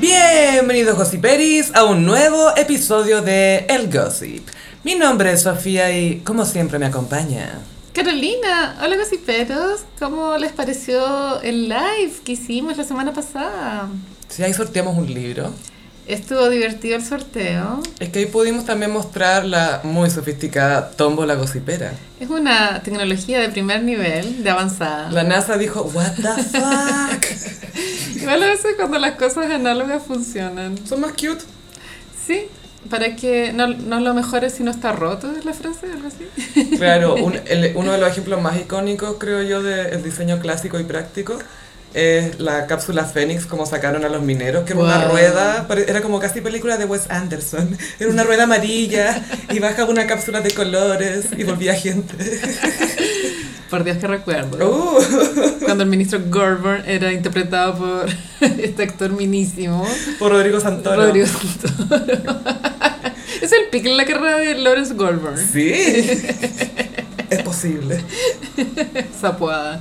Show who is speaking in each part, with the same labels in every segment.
Speaker 1: Bienvenidos Gossiperis a un nuevo episodio de El Gossip. Mi nombre es Sofía y como siempre me acompaña.
Speaker 2: Carolina, hola gossiperos, ¿cómo les pareció el live que hicimos la semana pasada?
Speaker 1: Si ahí sorteamos un libro.
Speaker 2: Estuvo divertido el sorteo.
Speaker 1: Es que ahí pudimos también mostrar la muy sofisticada tómbola gossipera.
Speaker 2: Es una tecnología de primer nivel, de avanzada.
Speaker 1: La NASA dijo, what the fuck.
Speaker 2: Igual a veces cuando las cosas análogas funcionan.
Speaker 1: Son más cute.
Speaker 2: Sí, para que no, no lo mejores si no está roto, es la frase, algo así.
Speaker 1: Claro, un- el- uno de los ejemplos más icónicos, creo yo, del diseño clásico y práctico es la cápsula Fénix, como sacaron a los mineros, que era una
Speaker 2: Wow.
Speaker 1: rueda, pare- era como casi película de Wes Anderson. Era una rueda amarilla y bajaba una cápsula de colores y volvía gente.
Speaker 2: Por Dios que recuerdo.
Speaker 1: Uh,
Speaker 2: Cuando el ministro Gorburn era interpretado por este actor minísimo.
Speaker 1: por Rodrigo Santoro.
Speaker 2: Rodrigo Santoro. es el pic en la carrera de Lawrence Goldberg.
Speaker 1: Sí, es posible.
Speaker 2: Zapuada.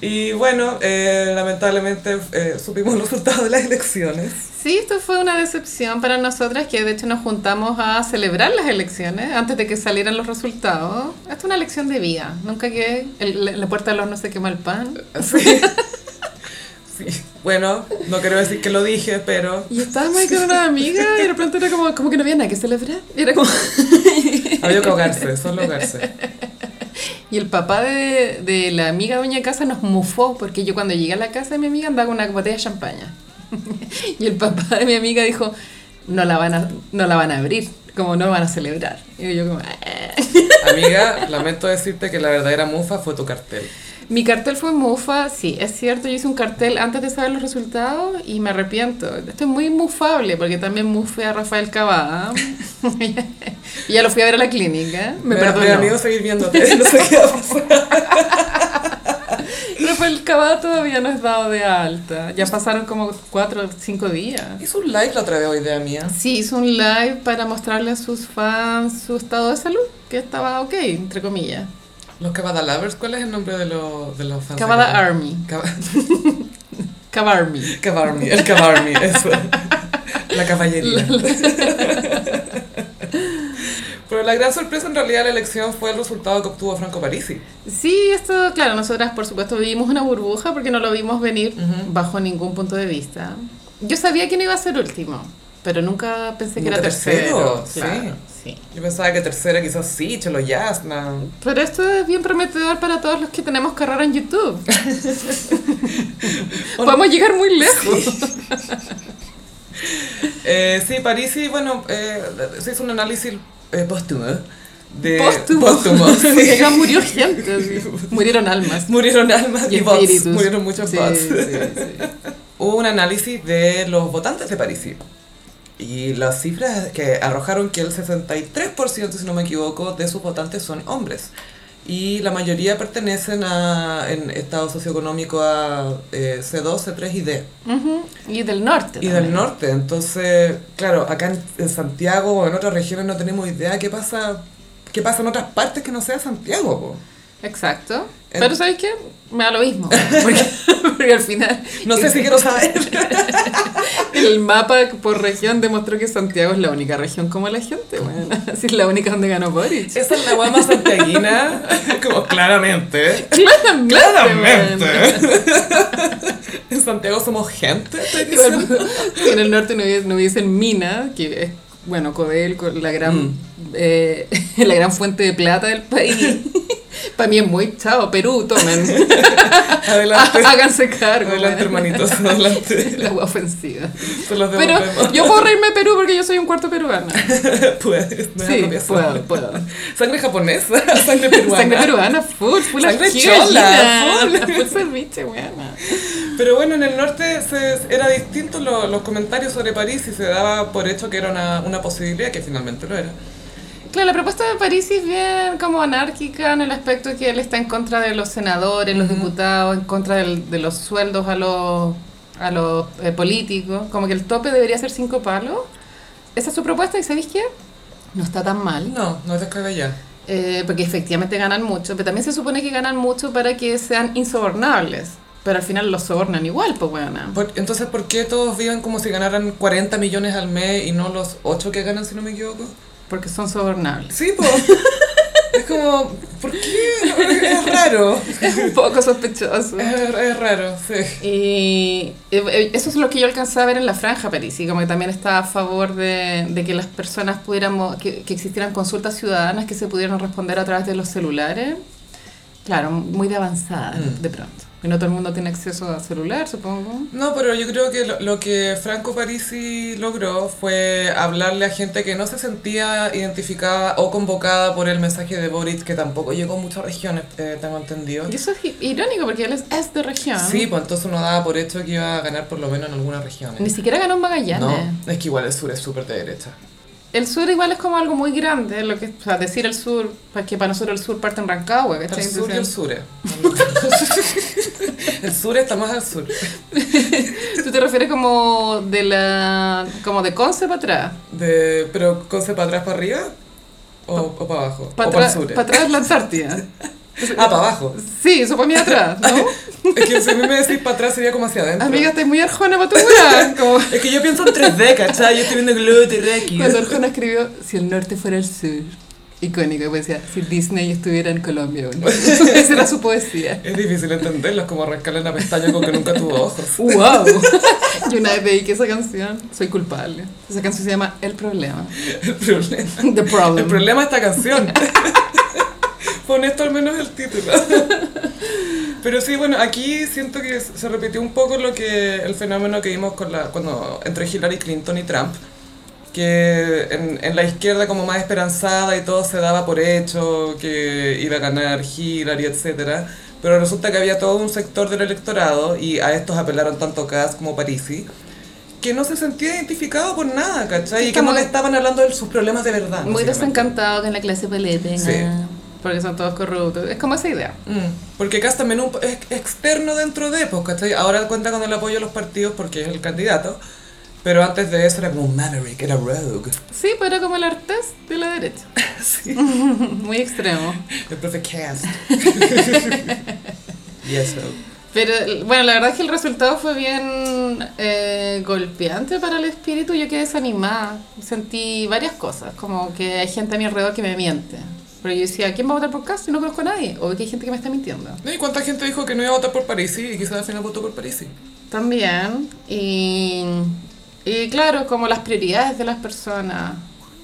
Speaker 1: Y bueno, eh, lamentablemente eh, supimos los resultados de las elecciones.
Speaker 2: Sí, esto fue una decepción para nosotras que de hecho nos juntamos a celebrar las elecciones antes de que salieran los resultados. Esto es una elección de vida. Nunca que el- la- la puerta del horno se quema el pan.
Speaker 1: Sí. Sí. Bueno, no quiero decir que lo dije, pero
Speaker 2: Y estábamos ahí con una amiga y de repente era como, como que no había nada que celebrar. Y era como...
Speaker 1: había que ahogarse, solo ahogarse.
Speaker 2: Y el papá de, de la amiga dueña de casa nos mufó porque yo cuando llegué a la casa de mi amiga andaba con una botella de champaña. y el papá de mi amiga dijo, no la van a, no la van a abrir, como no van a celebrar. Y yo como... "Ah".
Speaker 1: Amiga, lamento decirte que la verdadera mufa fue tu cartel.
Speaker 2: Mi cartel fue mufa, sí, es cierto, yo hice un cartel antes de saber los resultados y me arrepiento. Estoy muy mufable porque también mufé a Rafael Cavada. y ya lo fui a ver a la clínica. Me
Speaker 1: da- da
Speaker 2: perdonó.
Speaker 1: miedo seguir viéndote, no sé qué va a pasar.
Speaker 2: Rafael Cavada todavía no es dado de alta. Ya pasaron como cuatro o cinco días.
Speaker 1: Hizo un like la otra vez hoy, idea mía.
Speaker 2: Sí, hizo un live para mostrarle a sus fans su estado de salud, que estaba ok, entre comillas.
Speaker 1: Los Cavada Lovers, ¿cuál es el nombre de, los de los fans?
Speaker 2: Cavada Army.
Speaker 1: Cav-
Speaker 2: Cavarmi.
Speaker 1: Cavarmi, el Cavarmi, eso. La caballería. Pero la gran sorpresa en realidad de la elección fue el resultado que obtuvo Franco Parisi.
Speaker 2: Sí, esto, claro, nosotras por supuesto vivimos una burbuja porque no lo vimos venir
Speaker 1: Ujú.
Speaker 2: bajo ningún punto de vista. Yo sabía que no iba a ser último, pero nunca pensé que
Speaker 1: Nunca
Speaker 2: era tercero.
Speaker 1: tercero,
Speaker 2: claro, sí.
Speaker 1: Yo pensaba que tercera quizás sí, Chelo Yasna.
Speaker 2: Pero esto es bien prometedor para todos los que tenemos carrera en YouTube. Podemos llegar muy lejos.
Speaker 1: Eh, sí, Parisi, bueno, eh, se hizo un análisis eh, póstumo. De,
Speaker 2: Póstumo.
Speaker 1: sí.
Speaker 2: Porque acá murió gente, así. murieron almas.
Speaker 1: Murieron almas y, bots,
Speaker 2: espíritus.
Speaker 1: murieron muchos
Speaker 2: Sí,
Speaker 1: bots.
Speaker 2: sí, sí.
Speaker 1: Hubo un análisis de los votantes de Parisi. Y las cifras que arrojaron que el 63%, si no me equivoco, de sus votantes son hombres. Y la mayoría pertenecen a, en estado socioeconómico a eh, C2, C3 y D.
Speaker 2: Ujú, Y del norte.
Speaker 1: Y del
Speaker 2: también.
Speaker 1: norte, entonces, claro, acá en, en Santiago o en otras regiones no tenemos idea qué pasa, qué pasa en otras partes que no sea Santiago. po.
Speaker 2: Exacto.
Speaker 1: En-
Speaker 2: Pero ¿sabes qué? Me da lo mismo. Porque, porque al final
Speaker 1: No sé si quiero saber.
Speaker 2: el mapa por región demostró que Santiago es la única región como la gente. Bueno, así es la única donde ganó Boric.
Speaker 1: Esa es la guama santiaguina, como claramente.
Speaker 2: Claramente. bueno.
Speaker 1: en Santiago somos gente. estoy
Speaker 2: Igual,
Speaker 1: diciendo.
Speaker 2: si en el norte no hubiesen, no hubiesen minas, que es, bueno, Codel, co- la gran,
Speaker 1: Mm.
Speaker 2: eh, la gran fuente de plata del país. Para mí es muy chao, Perú, tomen,
Speaker 1: Adelante,
Speaker 2: háganse cargo.
Speaker 1: adelante
Speaker 2: Ah, bueno.
Speaker 1: hermanitos, adelante.
Speaker 2: La wea ofensiva.
Speaker 1: Se los
Speaker 2: Pero
Speaker 1: devolvemos.
Speaker 2: yo puedo reírme de Perú porque yo soy un cuarto peruana.
Speaker 1: Puedes, no es
Speaker 2: Sí,
Speaker 1: apropiación.
Speaker 2: puedo, puedo.
Speaker 1: Sangre japonesa, sangre peruana.
Speaker 2: Sangre peruana, full, full
Speaker 1: Sangre
Speaker 2: ají,
Speaker 1: chola,
Speaker 2: gallina,
Speaker 1: full.
Speaker 2: full ceviche, weana.
Speaker 1: Pero bueno, en el norte se, era distinto lo- los comentarios sobre París y se daba por hecho que era una, una posibilidad, que finalmente lo era.
Speaker 2: Claro, la propuesta de París es bien como anárquica en el aspecto que él está en contra de los senadores, los diputados, en contra del- de los sueldos a los, a los eh, políticos. Como que el tope debería ser cinco palos. Esa es su propuesta y ¿sabéis qué? No está tan mal,
Speaker 1: No, no es descabellado.
Speaker 2: eh, porque efectivamente ganan mucho, pero también se supone que ganan mucho para que sean insobornables. Pero al final los sobornan igual, pues bueno.
Speaker 1: Por- entonces, ¿por qué todos viven como si ganaran 40 millones al mes y no los 8 que ganan, si no me equivoco?
Speaker 2: Porque son sobornables.
Speaker 1: Sí, pues. es como, ¿por qué? Es raro.
Speaker 2: Es un poco sospechoso.
Speaker 1: Es, es raro, sí.
Speaker 2: Y eh, eso es lo que yo alcanzaba a ver en la franja París, y como que también estaba a favor de, de que las personas pudiéramos, que, que existieran consultas ciudadanas que se pudieran responder a través de los celulares. Claro, muy de avanzada
Speaker 1: Mm.
Speaker 2: de pronto. Y no todo el mundo tiene acceso a celular, supongo.
Speaker 1: No, pero yo creo que lo, lo que Franco Parisi logró fue hablarle a gente que no se sentía identificada o convocada por el mensaje de Boric, que tampoco llegó a muchas regiones, eh, tengo entendido.
Speaker 2: Y eso es i- irónico porque él es, es de región.
Speaker 1: Sí, pues entonces uno daba por hecho que iba a ganar por lo menos en algunas regiones.
Speaker 2: Ni siquiera ganó en Magallanes.
Speaker 1: No, es que igual el sur es súper de derecha.
Speaker 2: El sur igual es como algo muy grande, lo que, o sea, decir el sur, pues que para nosotros el sur parte en Rancagua,
Speaker 1: Está
Speaker 2: ¿cachai?
Speaker 1: el sur y el
Speaker 2: Entonces,
Speaker 1: sure. el sur está más al sur.
Speaker 2: Tú te refieres como de la, como de Conce para atrás.
Speaker 1: De, ¿Pero Conce para atrás, para arriba? ¿O, o para abajo?
Speaker 2: Para
Speaker 1: ¿O para el
Speaker 2: atrás
Speaker 1: sur?
Speaker 2: pa' atrás es la Antártida.
Speaker 1: Ah, para abajo.
Speaker 2: Sí, eso para mí atrás, ¿no?
Speaker 1: Es que si a mí me decís para atrás sería como hacia adentro.
Speaker 2: Amiga, estás muy arjona para tu weá. Como
Speaker 1: Es que yo pienso en 3D, ¿cachai? Yo estoy viendo Glue y Reiki.
Speaker 2: cuando Arjona escribió Si el norte fuera el sur. Icónico, pues decía, si Disney estuviera en Colombia. bueno". Esa era su poesía.
Speaker 1: Es difícil entenderlos, como arrancarle una pestaña con que nunca tuvo ojos.
Speaker 2: ¡Wow! Yo una vez dediqué esa canción, soy culpable. Esa canción se llama El Problema.
Speaker 1: El problema.
Speaker 2: The
Speaker 1: El
Speaker 2: Problem.
Speaker 1: problema es esta canción. Pon esto al menos el título. Pero sí, bueno, aquí siento que se repitió un poco lo que el fenómeno que vimos con la, cuando entre Hillary Clinton y Trump, que en, en la izquierda como más esperanzada y todo se daba por hecho, que iba a ganar Hillary, etc. Pero resulta que había todo un sector del electorado, y a estos apelaron tanto Kass como Parisi, que no se sentía identificado por nada, ¿cachai? Y que no
Speaker 2: Estamos-
Speaker 1: le estaban hablando de sus problemas de verdad.
Speaker 2: Muy
Speaker 1: básicamente.
Speaker 2: desencantado con la clase política.
Speaker 1: Sí.
Speaker 2: Porque son todos corruptos. Es como esa idea.
Speaker 1: Mm, Porque Kass también un- es externo dentro de, pues, ¿cachai? Ahora cuenta con el apoyo de los partidos porque es el candidato, pero antes de eso era como un maverick, era rogue.
Speaker 2: Sí, pero como el artes de la derecha.
Speaker 1: Sí.
Speaker 2: Muy extremo.
Speaker 1: El profe Cass. y eso.
Speaker 2: Pero bueno, la verdad es que el resultado fue bien eh, golpeante para el espíritu. Yo quedé desanimada. Sentí varias cosas, como que hay gente a mi alrededor que me miente. Pero yo decía, ¿quién va a votar por Castro? No conozco a nadie. O que hay gente que me está mintiendo.
Speaker 1: No, ¿Y cuánta gente dijo que no iba a votar por Parisi y quizás al final votó por Parisi?
Speaker 2: También. Y, y claro, como las prioridades de las personas.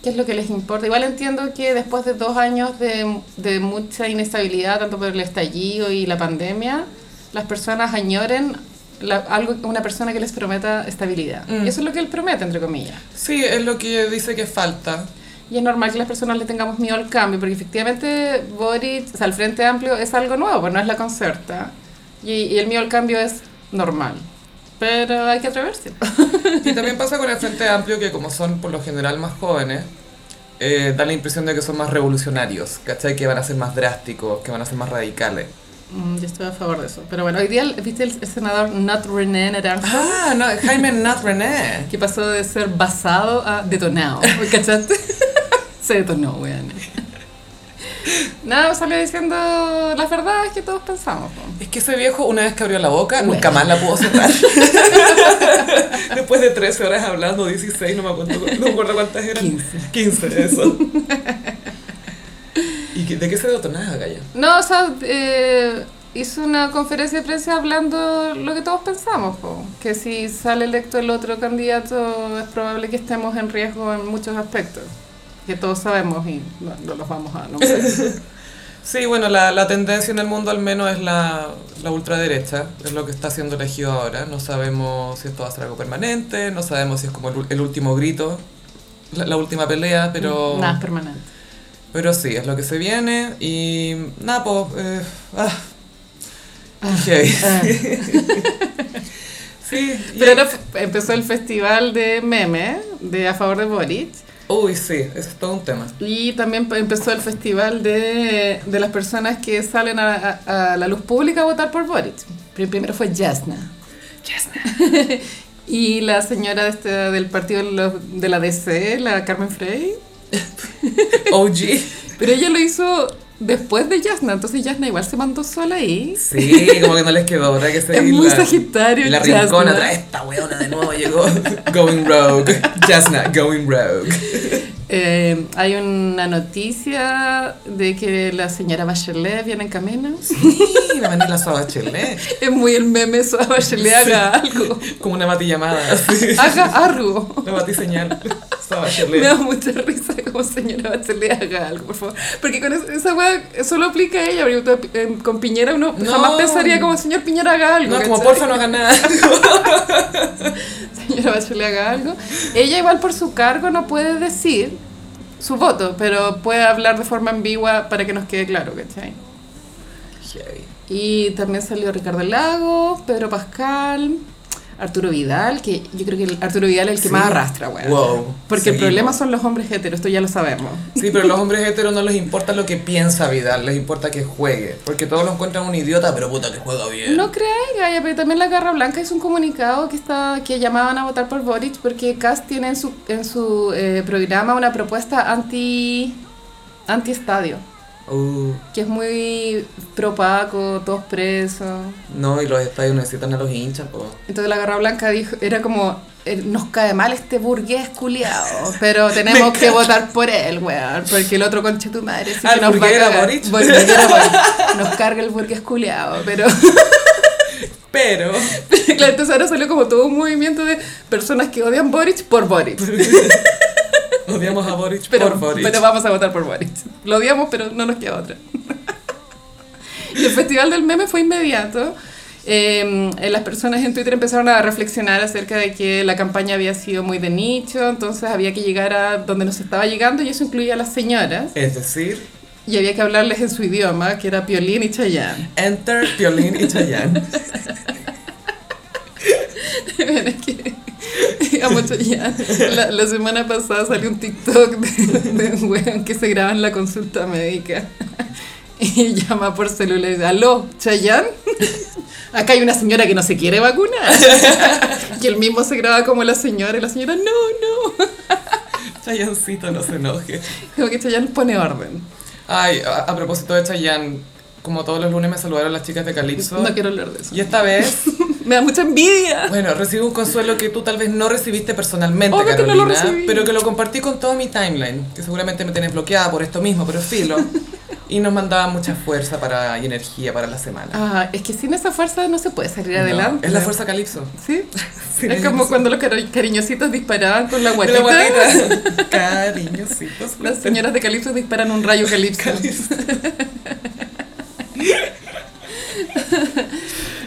Speaker 2: ¿Qué es lo que les importa? Igual entiendo que después de dos años de, de mucha inestabilidad, tanto por el estallido y la pandemia, las personas añoren la- algo, una persona que les prometa estabilidad.
Speaker 1: Mm.
Speaker 2: Y eso es lo que él promete, entre comillas.
Speaker 1: Sí, es lo que dice que falta.
Speaker 2: Y es normal que las personas le tengamos miedo al cambio, porque efectivamente Boric, o sea, el Frente Amplio es algo nuevo, pues no es la concerta. Y, y el miedo al cambio es normal. Pero hay que atreverse.
Speaker 1: Y también pasa con el Frente Amplio que como son por lo general más jóvenes, eh, da la impresión de que son más revolucionarios, ¿cachai? Que van a ser más drásticos, que van a ser más radicales.
Speaker 2: Mm, yo estoy a favor de eso. Pero bueno, hoy día, el- ¿viste el, el senador Nat René Naranjo?
Speaker 1: Ah, no, Jaime Nat René.
Speaker 2: Que pasó de ser basado a detonado. ¿Cachaste? Se detonó, weón. Nada, pues salió diciendo las verdades que todos pensamos. po.
Speaker 1: Es que ese viejo, una vez que abrió la boca,
Speaker 2: Bueno.
Speaker 1: nunca más la pudo cerrar. Después de 13 horas hablando, 16, no me acuerdo, no me acuerdo cuántas eran.
Speaker 2: 15.
Speaker 1: 15, eso. ¿Y qué- de qué se detonaba, Gaya?
Speaker 2: No, o sea, eh, hizo una conferencia de prensa hablando lo que todos pensamos, po. que si sale electo el otro candidato es probable que estemos en riesgo en muchos aspectos, que todos sabemos y no, no los vamos a nombrar.
Speaker 1: Sí, bueno, la, la tendencia en el mundo al menos es la, la ultraderecha, es lo que está siendo elegido ahora. No sabemos si esto va a ser algo permanente, no sabemos si es como el, ul- el último grito, la, la última pelea, pero...
Speaker 2: Nada es permanente.
Speaker 1: Pero sí, es lo que se viene y nada, pues... eh, ah, qué
Speaker 2: Ah.
Speaker 1: heavy. sí, y-
Speaker 2: Pero ahora f- empezó el festival de meme de A Favor de Boric
Speaker 1: Uy, sí, ese es todo un tema.
Speaker 2: y también pe- empezó el festival de, de las personas que salen a, a- a la luz pública a votar por Boric. Pri- Primero fue Jasna. Y la señora este del partido de los- de la DC, la Carmen Frey,
Speaker 1: OG.
Speaker 2: pero ella lo hizo después de Jasna. Entonces Jasna igual se mandó sola ahí.
Speaker 1: Sí, como que no les quedó otra que se
Speaker 2: Es muy sagitario
Speaker 1: La
Speaker 2: Jasna.
Speaker 1: rincona atrás, esta weona de nuevo llegó. Going rogue. Jasna, going rogue.
Speaker 2: Eh, hay una noticia de que la señora Bachelet viene en camino.
Speaker 1: Sí, la Manila Suárez
Speaker 2: Es muy el meme eso a Bachelet haga algo.
Speaker 1: Como una mati llamada. así.
Speaker 2: Haga algo.
Speaker 1: La mati señal.
Speaker 2: Me
Speaker 1: Suárez
Speaker 2: da mucha risa como señora Bachelet haga algo, por favor. Porque con es- esa weá solo aplica a ella. porque tú, eh, Con Piñera uno
Speaker 1: No.
Speaker 2: jamás pensaría como señor Piñera haga algo.
Speaker 1: No, como
Speaker 2: ¿cachai?
Speaker 1: porfa no hagan nada.
Speaker 2: señora Bachelet haga algo. Ella igual por su cargo no puede decir su voto, pero puede hablar de forma ambigua para que nos quede claro, ¿cachai?
Speaker 1: Heavy.
Speaker 2: Y también salió Ricardo Lagos, Pedro Pascal, Arturo Vidal, que yo creo que el- Arturo Vidal es el que
Speaker 1: Sí.
Speaker 2: más arrastra, weón.
Speaker 1: Wow.
Speaker 2: Porque el
Speaker 1: Seguimos.
Speaker 2: problema son los hombres heteros, esto ya lo sabemos.
Speaker 1: Sí, pero a los hombres heteros no les importa lo que piensa Vidal, les importa que juegue. Porque todos lo encuentran un idiota, pero puta que juega bien.
Speaker 2: No creáis, Gaya, pero también la Garra Blanca hizo un comunicado que está que llamaban a votar por Boric porque Cast tiene en su, en su eh, programa una propuesta anti anti-estadio,
Speaker 1: Uh,
Speaker 2: que es muy propaco, todos presos.
Speaker 1: no, y los estadios necesitan a los hinchas, po.
Speaker 2: Entonces la Garra Blanca dijo, era como, eh, nos cae mal este burgués culiado, pero tenemos que votar por él, weón, porque el otro conche tu madre sí
Speaker 1: Ah,
Speaker 2: que
Speaker 1: el
Speaker 2: nos va a
Speaker 1: burgués era
Speaker 2: cagar.
Speaker 1: Boric.
Speaker 2: Burgués era Boric. Nos carga el burgués culiado, pero...
Speaker 1: Pero.
Speaker 2: Claro, entonces ahora salió como todo un movimiento de personas que odian Boric por Boric.
Speaker 1: Odiamos a Boric
Speaker 2: Pero,
Speaker 1: por Boric.
Speaker 2: pero vamos a votar por Boric. Lo odiamos, pero no nos queda otra. Y el festival del meme fue inmediato. Eh, eh, las personas en Twitter empezaron a reflexionar acerca de que la campaña había sido muy de nicho, entonces había que llegar a donde nos estaba llegando y eso incluía a las señoras.
Speaker 1: Es decir,
Speaker 2: Y había que hablarles en su idioma, que era Piolín y Chayanne.
Speaker 1: Enter Piolín y Chayanne.
Speaker 2: Es que- a mucho ya. La, la semana pasada salió un TikTok de, de un weón que se graba en la consulta médica y llama por celular y dice, aló, Chayán, acá hay una señora que no se quiere vacunar. Y él mismo se graba como la señora y la señora, no, no.
Speaker 1: Chayancito, no se enoje.
Speaker 2: Como que Chayán pone orden.
Speaker 1: Ay, a, a propósito de Chayanne, como todos los lunes me saludaron las chicas de Calypso.
Speaker 2: No quiero hablar de eso.
Speaker 1: Y esta vez,
Speaker 2: Me da mucha envidia.
Speaker 1: bueno, recibo un consuelo que tú tal vez no recibiste personalmente,
Speaker 2: Obvio que no lo
Speaker 1: Carolina,
Speaker 2: recibí.
Speaker 1: pero que lo compartí con todo mi timeline, que seguramente me tenés bloqueada por esto mismo, pero filo. Y nos mandaba mucha fuerza para, y energía para la semana.
Speaker 2: Ah, es que sin esa fuerza no se puede salir
Speaker 1: No,
Speaker 2: adelante.
Speaker 1: es la fuerza Calypso.
Speaker 2: Sí.
Speaker 1: Sí,
Speaker 2: es como cuando los cari- cariñositos disparaban con la
Speaker 1: De
Speaker 2: guatita.
Speaker 1: la guatita. Cariñositos.
Speaker 2: Las señoras de Calipso disparan un rayo Calipso.
Speaker 1: Calypso.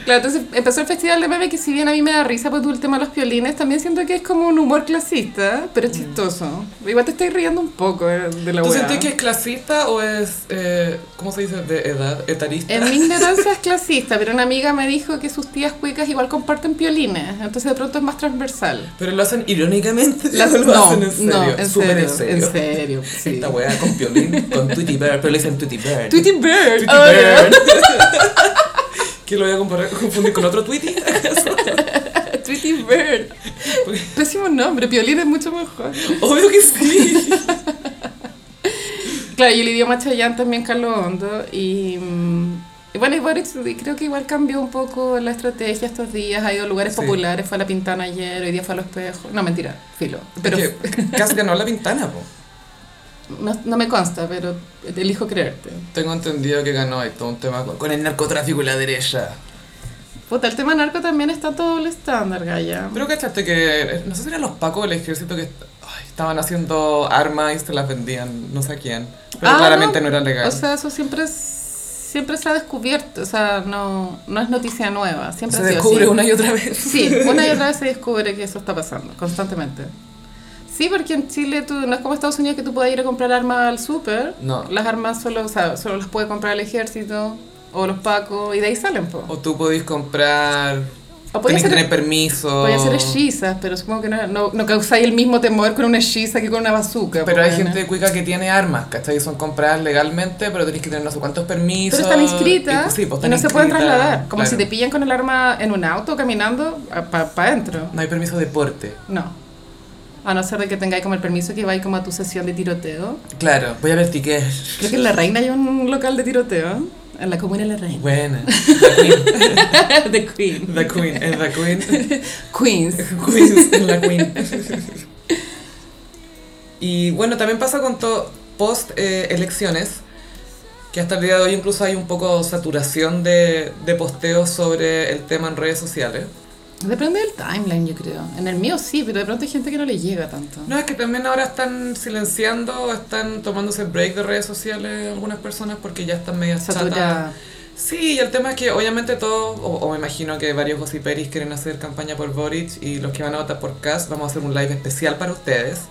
Speaker 2: Claro, entonces empezó el festival de meme que si bien a mí me da risa pues, por el tema de los violines, también siento que es como un humor clasista, pero es chistoso. Igual te estáis riendo un poco eh, de la
Speaker 1: Mm. ¿Tú
Speaker 2: weá.
Speaker 1: sentís que es clasista o es, eh, ¿cómo se dice? De edad, etarista.
Speaker 2: En mi ignorancia es clasista, pero una amiga me dijo que sus tías cuicas igual comparten piolines, entonces de pronto es más transversal.
Speaker 1: Pero lo hacen irónicamente.
Speaker 2: Las-
Speaker 1: o lo
Speaker 2: no,
Speaker 1: hacen en serio.
Speaker 2: no, en
Speaker 1: súper en
Speaker 2: serio,
Speaker 1: serio.
Speaker 2: en serio, sí.
Speaker 1: Esta weá con violín, con Tweety Bird, pero le dicen Tweety Bird.
Speaker 2: Tweety
Speaker 1: Tweety
Speaker 2: Bird. oh,
Speaker 1: Bird. que lo voy a comparar- confundir con otro Tweety.
Speaker 2: no. Tweety Bird. Pésimo nombre, piolín es mucho mejor.
Speaker 1: Obvio que sí.
Speaker 2: Claro, y el idioma chayán también caló hondo. Y, mm, y bueno, y Boric creo que igual cambió un poco la estrategia estos días. Ha ido a lugares
Speaker 1: Sí.
Speaker 2: populares, fue a la Pintana ayer, hoy día fue a Los Espejos. No, mentira, filo. Pero
Speaker 1: Es que casi ganó la pintana, po.
Speaker 2: no, no me consta, pero elijo creerte.
Speaker 1: Tengo entendido que ganó esto, un tema con, con el narcotráfico y la derecha.
Speaker 2: Puta, el tema narco también está todo el estándar, Gaya.
Speaker 1: Pero cachaste que, no sé si eran los pacos del ejército que est- ay, estaban haciendo armas y se las vendían, no sé a quién. Pero
Speaker 2: Ah,
Speaker 1: claramente
Speaker 2: no.
Speaker 1: no, era legal.
Speaker 2: O sea, eso siempre es- siempre se ha descubierto. O sea, no, no es noticia nueva. Siempre
Speaker 1: se
Speaker 2: ha sido
Speaker 1: descubre
Speaker 2: así.
Speaker 1: una y otra vez.
Speaker 2: Sí, una y otra vez se descubre que eso está pasando constantemente. Sí, porque en Chile tú, no es como Estados Unidos que tú puedas ir a comprar armas al súper.
Speaker 1: No.
Speaker 2: Las armas solo, o sea, solo las puede comprar el ejército o los pacos y de ahí salen. Po.
Speaker 1: O tú podís comprar.
Speaker 2: O podía
Speaker 1: tenés que
Speaker 2: ser,
Speaker 1: tener permiso.
Speaker 2: podía ser hechizas, pero supongo que no, no, no causáis el mismo temor con una hechiza que con una bazooka.
Speaker 1: Pero
Speaker 2: po,
Speaker 1: hay
Speaker 2: bueno.
Speaker 1: gente cuica que tiene armas, ¿cachai? Y son compradas legalmente, pero tenés que tener no sé cuántos permisos.
Speaker 2: Pero están
Speaker 1: Y,
Speaker 2: inscritas
Speaker 1: pues,
Speaker 2: y,
Speaker 1: sí, pues, están
Speaker 2: no se pueden
Speaker 1: inscritas,
Speaker 2: trasladar. Como
Speaker 1: claro.
Speaker 2: si te pillan con el arma en un auto caminando para adentro.
Speaker 1: No hay permiso de porte.
Speaker 2: No. a no ser de que tengáis como el permiso que vais como a tu sesión de tiroteo.
Speaker 1: Claro, voy a ver tickets.
Speaker 2: Creo que en La Reina hay un local de tiroteo, en la comuna de La Reina.
Speaker 1: Buena. The Queen.
Speaker 2: The Queen.
Speaker 1: The Queen. En The Queen.
Speaker 2: Queens.
Speaker 1: Queens. En la Queen. Y bueno, también pasa con todo post eh, elecciones, que hasta el día de hoy incluso hay un poco saturación de, de posteos sobre el tema en redes sociales.
Speaker 2: Depende del timeline, yo creo. En el mío sí, pero de pronto hay gente que no le llega tanto.
Speaker 1: No, es que también ahora están silenciando, o están tomándose break de redes sociales algunas personas porque ya están medio chatas.
Speaker 2: Satura.
Speaker 1: Sí, y el tema es que obviamente todos, o, o me imagino que varios gossiperis quieren hacer campaña por Boric y los que van a votar por Cass, vamos a hacer un live especial para ustedes,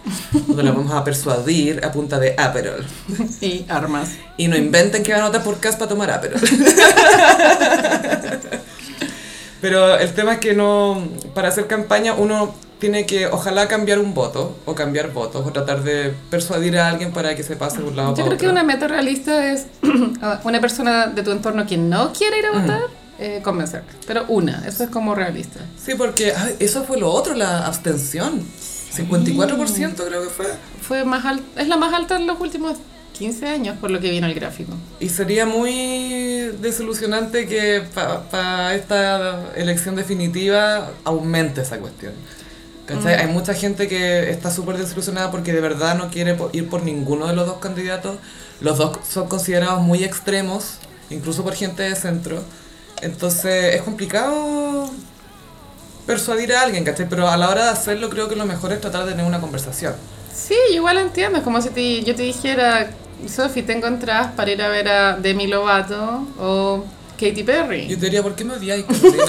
Speaker 1: donde los vamos a persuadir a punta de Aperol.
Speaker 2: Y armas.
Speaker 1: Y no inventen que van a votar por Cas para tomar Aperol. Pero el tema es que no, para hacer campaña uno tiene que ojalá cambiar un voto o cambiar votos o tratar de persuadir a alguien para que se pase de un lado
Speaker 2: Yo
Speaker 1: para
Speaker 2: creo que
Speaker 1: otro.
Speaker 2: una meta realista es a una persona de tu entorno que no quiere ir a votar, eh, convencer. Pero una, eso es como realista.
Speaker 1: Sí, porque ay, eso fue lo otro, la abstención. 54% creo que fue.
Speaker 2: Fue más al- es la más alta en los últimos 15 años, por lo que vino el gráfico.
Speaker 1: Y sería muy desilusionante que para esta elección definitiva aumente esa cuestión. ¿Cachai? Hay mucha gente que está súper desilusionada porque de verdad no quiere po- ir por ninguno de los dos candidatos. Los dos son considerados muy extremos, incluso por gente de centro. Entonces es complicado persuadir a alguien, ¿cachai? Pero a la hora de hacerlo creo que lo mejor es tratar de tener una conversación.
Speaker 2: Sí, yo igual entiendo. Es como si te- yo te dijera, Sophie, tengo entradas para ir a ver a Demi Lovato o Katy Perry.
Speaker 1: Yo te diría, ¿por qué me odiáis? Carolina?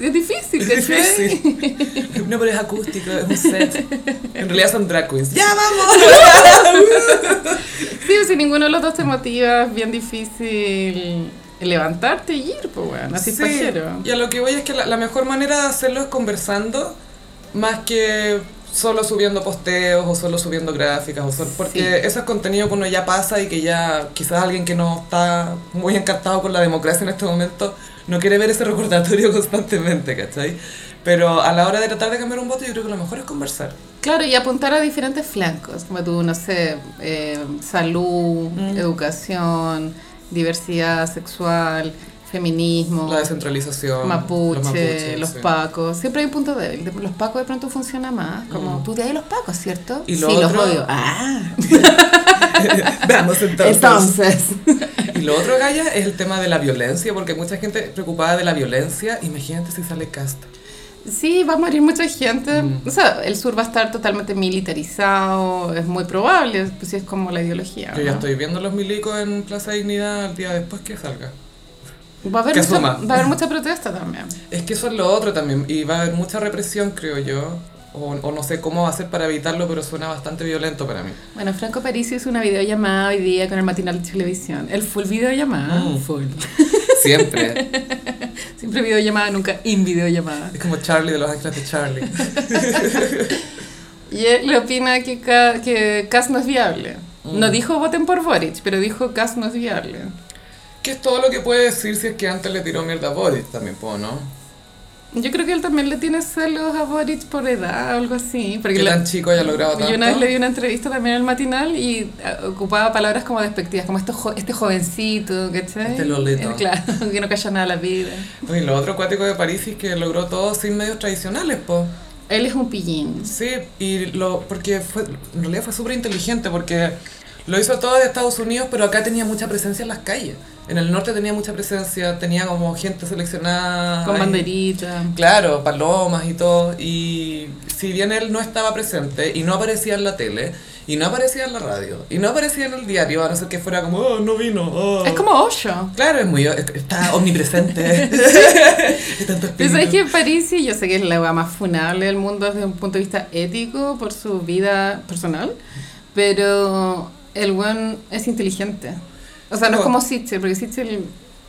Speaker 2: Es difícil,
Speaker 1: Es
Speaker 2: ¿cachai?
Speaker 1: difícil. No, pero es acústico, es un set. En realidad son drag queens. ¡Ya vamos!
Speaker 2: Sí, si ninguno de los dos te motiva, es bien difícil levantarte y ir, pues bueno, así es pajero.
Speaker 1: Y a lo que voy es que la, la mejor manera de hacerlo es conversando, más que solo subiendo posteos o solo subiendo gráficas. O solo, porque
Speaker 2: Sí.
Speaker 1: eso es contenido que uno ya pasa y que ya quizás alguien que no está muy encantado con la democracia en este momento no quiere ver ese recordatorio constantemente, ¿cachai? Pero a la hora de tratar de cambiar un voto, yo creo que lo mejor es conversar.
Speaker 2: Claro, y apuntar a diferentes flancos, como tú, no sé, eh, salud,
Speaker 1: Mm.
Speaker 2: educación, diversidad sexual, feminismo,
Speaker 1: La descentralización.
Speaker 2: mapuche,
Speaker 1: mapuches,
Speaker 2: los,
Speaker 1: sí.
Speaker 2: pacos. Siempre hay un punto débil. De- Los pacos de pronto funciona más. Como tú de ahí los pacos, ¿cierto?
Speaker 1: Mm. Y
Speaker 2: sí,
Speaker 1: lo
Speaker 2: los
Speaker 1: otro-
Speaker 2: odio. Ah,
Speaker 1: Vamos entonces.
Speaker 2: entonces.
Speaker 1: Y lo otro, Gaya, es el tema de la violencia, porque hay mucha gente preocupada de la violencia. Imagínate si sale casta.
Speaker 2: Sí, va a morir mucha gente.
Speaker 1: Mm.
Speaker 2: O sea, el sur va a estar totalmente militarizado, es muy probable, pues si es como la ideología.
Speaker 1: Yo ya
Speaker 2: ¿no?
Speaker 1: estoy viendo los milicos en Plaza Dignidad el día después que salga.
Speaker 2: Va a haber,
Speaker 1: que
Speaker 2: mucha,
Speaker 1: asuma.
Speaker 2: va a haber mucha protesta también.
Speaker 1: Es que eso es lo otro también, y va a haber mucha represión, creo yo. O, o no sé cómo va a ser para evitarlo, pero suena bastante violento para mí.
Speaker 2: Bueno, Franco Parisi hizo una videollamada hoy día con el matinal de televisión. El full videollamada.
Speaker 1: Mm.
Speaker 2: Full.
Speaker 1: Siempre.
Speaker 2: Siempre videollamada, nunca in videollamada.
Speaker 1: Es como Charlie de los Ángeles de Charlie.
Speaker 2: Y él le opina que, Ca- que Cas no es viable. No
Speaker 1: Mm.
Speaker 2: dijo voten por Boric, pero dijo Cas no es viable.
Speaker 1: Que es todo lo que puede decir si es que antes le tiró mierda a Boris también, po, ¿no?
Speaker 2: Yo creo que él también le tiene celos a Boric por edad o algo así. Porque
Speaker 1: Que
Speaker 2: la-
Speaker 1: tan chico haya logrado tanto.
Speaker 2: Yo una vez le di una entrevista también al matinal y ah, ocupaba palabras como despectivas, como esto jo- este jovencito, ¿cachai?
Speaker 1: Este lolito.
Speaker 2: Eh, Claro, que no calla nada la vida.
Speaker 1: Y lo otro acuático de París es que logró todo sin medios tradicionales, po.
Speaker 2: Él es un pillín.
Speaker 1: Sí, y lo, porque fue, en realidad fue súper inteligente porque lo hizo todo de Estados Unidos, pero acá tenía mucha presencia en las calles. En el norte tenía mucha presencia, tenía como gente seleccionada.
Speaker 2: Con
Speaker 1: ahí.
Speaker 2: banderita.
Speaker 1: Claro, palomas y todo. Y si bien él no estaba presente y no aparecía en la tele, y no aparecía en la radio, y no aparecía en el diario, a no ser que fuera como, oh, no vino. oh".
Speaker 2: Es como Osho.
Speaker 1: Claro, es muy, es- está omnipresente. Es tanto
Speaker 2: Pero sabes
Speaker 1: espíritu.
Speaker 2: que París, sí, yo sé que es la wea más funable del mundo desde un punto de vista ético por su vida personal, pero el buen es inteligente. O sea, no es
Speaker 1: No.
Speaker 2: como Sitcher, porque Sitcher.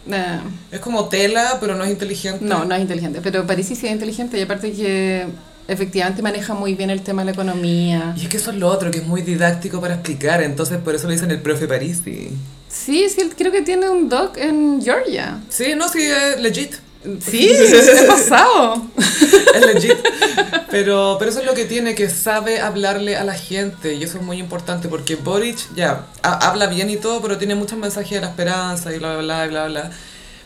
Speaker 2: nah.
Speaker 1: Es como tela, pero no es inteligente.
Speaker 2: No, no es inteligente, pero Parisi sí es inteligente y aparte que efectivamente maneja muy bien el tema de la economía.
Speaker 1: Y es que eso es lo otro, que es muy didáctico para explicar, entonces por eso le dicen el profe Parisi.
Speaker 2: Sí, sí, él creo que tiene un doc en Georgia.
Speaker 1: Sí, no, sí, es legit.
Speaker 2: Sí, me ha pasado.
Speaker 1: Es legit. Pero, pero eso es lo que tiene, que sabe hablarle a la gente y eso es muy importante porque Boric ya ha- habla bien y todo, pero tiene muchos mensajes de la esperanza y bla, bla, bla, bla, bla.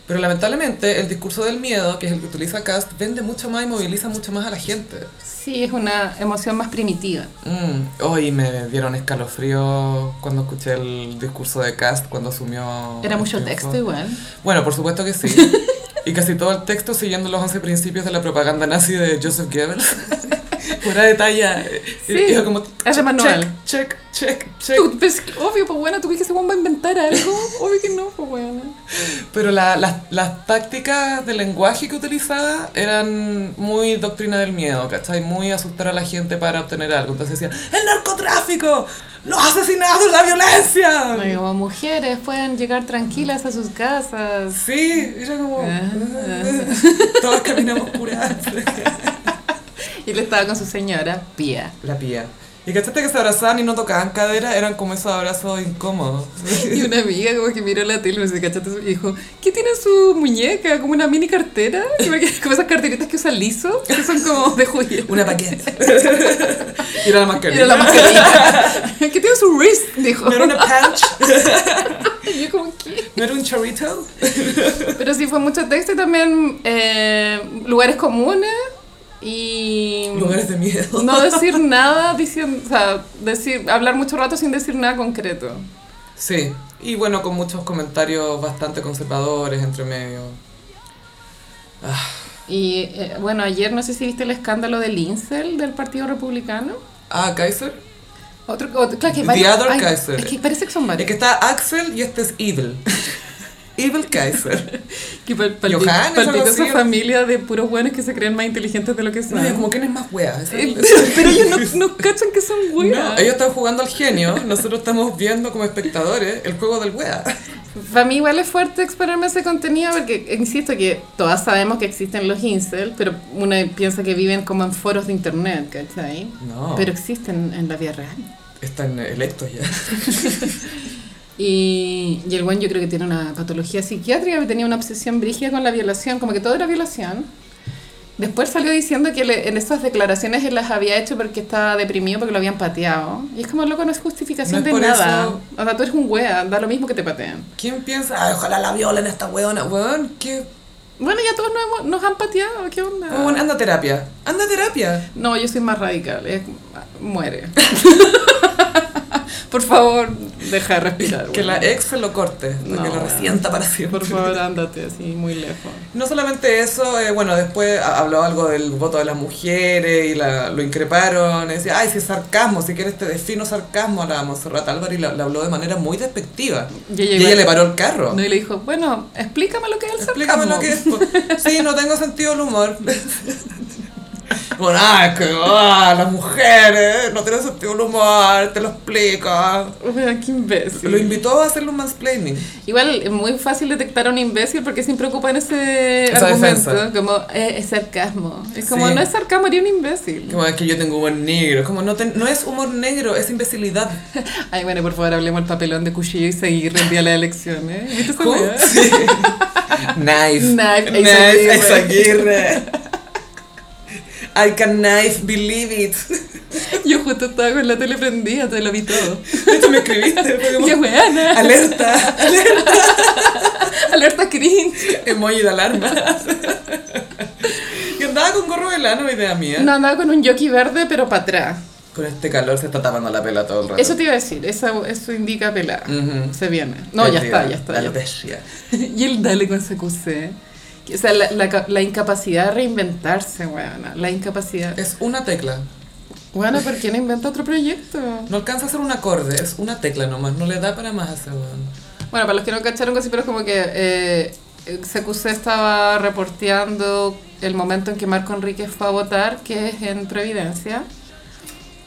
Speaker 1: Pero lamentablemente el discurso del miedo, que es el que utiliza Cast, vende mucho más y moviliza mucho más a la gente.
Speaker 2: Sí, es una emoción más primitiva.
Speaker 1: Mm, Hoy me dieron escalofríos cuando escuché el discurso de Cast cuando asumió...
Speaker 2: Era
Speaker 1: el
Speaker 2: mucho
Speaker 1: triunfo.
Speaker 2: texto igual.
Speaker 1: Bueno, por supuesto que sí. Y casi todo el texto siguiendo los 11 principios de la propaganda nazi de Joseph Goebbels. Fuera de talla.
Speaker 2: Sí,
Speaker 1: Y yo como,
Speaker 2: es de manual.
Speaker 1: Check, check, check, check.
Speaker 2: Tú, pues, obvio, pues bueno, tú crees que ese weón va a inventar algo. Obvio que no, pues bueno.
Speaker 1: Pero la- las- las tácticas de lenguaje que utilizaba eran muy doctrina del miedo, ¿cachai? Muy asustar a la gente para obtener algo. Entonces decía, ¡el narcotráfico! ¡Los asesinatos, la violencia!
Speaker 2: No, Como mujeres pueden llegar tranquilas a sus casas.
Speaker 1: Sí, y yo como...
Speaker 2: Ah.
Speaker 1: Todos caminamos curados.
Speaker 2: Y él estaba con su señora, Pía.
Speaker 1: La pía. Y cachaste que se abrazaban y no tocaban cadera, eran como esos abrazos incómodos.
Speaker 2: Y una amiga como que miró la tele y me dice, "Cachate su-" y dijo, ¿qué tiene su muñeca? ¿Como una mini cartera? Y me quedé- Como esas carteritas que usa liso, que son como de juguete.
Speaker 1: Una paqueta. y era la mascarilla.
Speaker 2: Era la mascarilla. ¿Qué tiene su wrist? Dijo.
Speaker 1: No era una punch,
Speaker 2: Y yo como, ¿qué?
Speaker 1: no era un chorrito.
Speaker 2: Pero sí, fue mucho texto y también eh, lugares comunes y...
Speaker 1: Lugares de miedo.
Speaker 2: No decir nada, diciendo, o sea, decir, hablar mucho rato sin decir nada concreto.
Speaker 1: Sí. Y bueno, con muchos comentarios bastante conservadores entre medio.
Speaker 2: Y eh, bueno, ayer no sé si viste el escándalo del Incel del Partido Republicano.
Speaker 1: Ah, Kaiser.
Speaker 2: Otro, otro- claro que
Speaker 1: The
Speaker 2: varios-
Speaker 1: other
Speaker 2: ay,
Speaker 1: Kaiser.
Speaker 2: Es que parece que son
Speaker 1: El
Speaker 2: varios.
Speaker 1: que está Axel y este es Evil. Evil Kaiser.
Speaker 2: Que pal- palpi-
Speaker 1: Johannes,
Speaker 2: palpita
Speaker 1: algo
Speaker 2: esa
Speaker 1: así.
Speaker 2: familia de puros buenos que se creen más inteligentes de lo que son.
Speaker 1: No, como quién es más wea. Esa
Speaker 2: Eh,
Speaker 1: es la-
Speaker 2: pero, pero ellos no, no cachan que son
Speaker 1: No,
Speaker 2: buenos.
Speaker 1: ellos están jugando al genio, nosotros estamos viendo como espectadores el juego del wea.
Speaker 2: Para mí igual es fuerte exponerme a ese contenido porque, eh, insisto, que todas sabemos que existen los incel, pero uno piensa que viven como en foros de internet, ¿cachai?
Speaker 1: No.
Speaker 2: Pero existen en la vida real.
Speaker 1: Están electos ya.
Speaker 2: Y, y el buen yo creo que tiene una patología psiquiátrica, que tenía una obsesión brígida con la violación, como que todo era violación. Después salió diciendo que le- en esas declaraciones él las había hecho porque estaba deprimido, porque lo habían pateado. Y es como, loco, no es
Speaker 1: No
Speaker 2: justificación
Speaker 1: es
Speaker 2: de
Speaker 1: por
Speaker 2: nada.
Speaker 1: eso.
Speaker 2: O sea, tú eres un wea, da lo mismo que te pateen.
Speaker 1: ¿Quién piensa, "Ay, ojalá la violen a esta weona? Weón, ¿qué?
Speaker 2: Bueno, ya todos nos, hemos- nos han pateado, ¿qué onda?
Speaker 1: Weón, anda a terapia. Anda a terapia.
Speaker 2: No, yo soy más radical, es- muere. Por favor, deja de respirar.
Speaker 1: Que
Speaker 2: wea.
Speaker 1: la ex se lo corte, para
Speaker 2: No,
Speaker 1: que lo
Speaker 2: weón.
Speaker 1: resienta para siempre.
Speaker 2: Por favor, ándate así, muy lejos.
Speaker 1: No solamente eso, eh, bueno, después ha- habló algo del voto de las mujeres y la- lo increparon. y Decía, ay, si es sarcasmo, si quieres te defino sarcasmo a la Monserrat Álvarez y la, la habló de manera muy despectiva.
Speaker 2: Ya
Speaker 1: Y
Speaker 2: llegó-
Speaker 1: ella le paró el carro.
Speaker 2: No, y le dijo, bueno, explícame lo que es el
Speaker 1: Explícame
Speaker 2: sarcasmo.
Speaker 1: lo que es. po. Sí, no tengo sentido del humor. Bueno, ah, que ah, las mujeres no tienen sentido del humor, te lo explico.
Speaker 2: Bueno, qué imbécil.
Speaker 1: Lo invitó a hacerle un mansplaining.
Speaker 2: Igual es muy fácil detectar a un imbécil porque siempre ocupan ese
Speaker 1: Esa
Speaker 2: argumento.
Speaker 1: defensa.
Speaker 2: Como, eh, es sarcasmo. Es como,
Speaker 1: Sí.
Speaker 2: no es sarcasmo, era un imbécil.
Speaker 1: Como es que yo tengo humor negro. Como no, ten- no es humor negro, es imbecilidad.
Speaker 2: Ay, bueno, por favor, hablemos del papelón de cuchillo y seguir el día de las elecciones. ¿eh? ¿Viste esa
Speaker 1: ¿Cómo?
Speaker 2: weá?
Speaker 1: Sí. Knife.
Speaker 2: Knife,
Speaker 1: Knife,
Speaker 2: Ace
Speaker 1: Aguirre. I can knife, believe it.
Speaker 2: Yo justo estaba con la tele prendida, te lo vi todo.
Speaker 1: De hecho, me escribiste. fue como,
Speaker 2: ¡Qué weana!
Speaker 1: Alerta, alerta.
Speaker 2: ¡Alerta cringe!
Speaker 1: Emoji de alarma. Y andaba con gorro de lano, idea mía.
Speaker 2: No, andaba con un jockey verde, pero para atrás.
Speaker 1: Con este calor se está tapando la pela todo el rato.
Speaker 2: Eso te iba a decir, esa- eso indica pelada.
Speaker 1: Ujú.
Speaker 2: Se viene. No, ya está, ya está.
Speaker 1: La
Speaker 2: ya está.
Speaker 1: bestia.
Speaker 2: y el dale con ese QC. O sea, la, la ca- la incapacidad de reinventarse, weona. La incapacidad.
Speaker 1: Es una tecla.
Speaker 2: Bueno, ¿por qué no inventa otro proyecto?
Speaker 1: No alcanza a hacer un acorde, es una tecla nomás. No le da para más a ese weón.
Speaker 2: Bueno, para los que no cacharon casi, pero es como que eh, CQC estaba reporteando el momento en que Marco Enríquez fue a votar, que es en Providencia.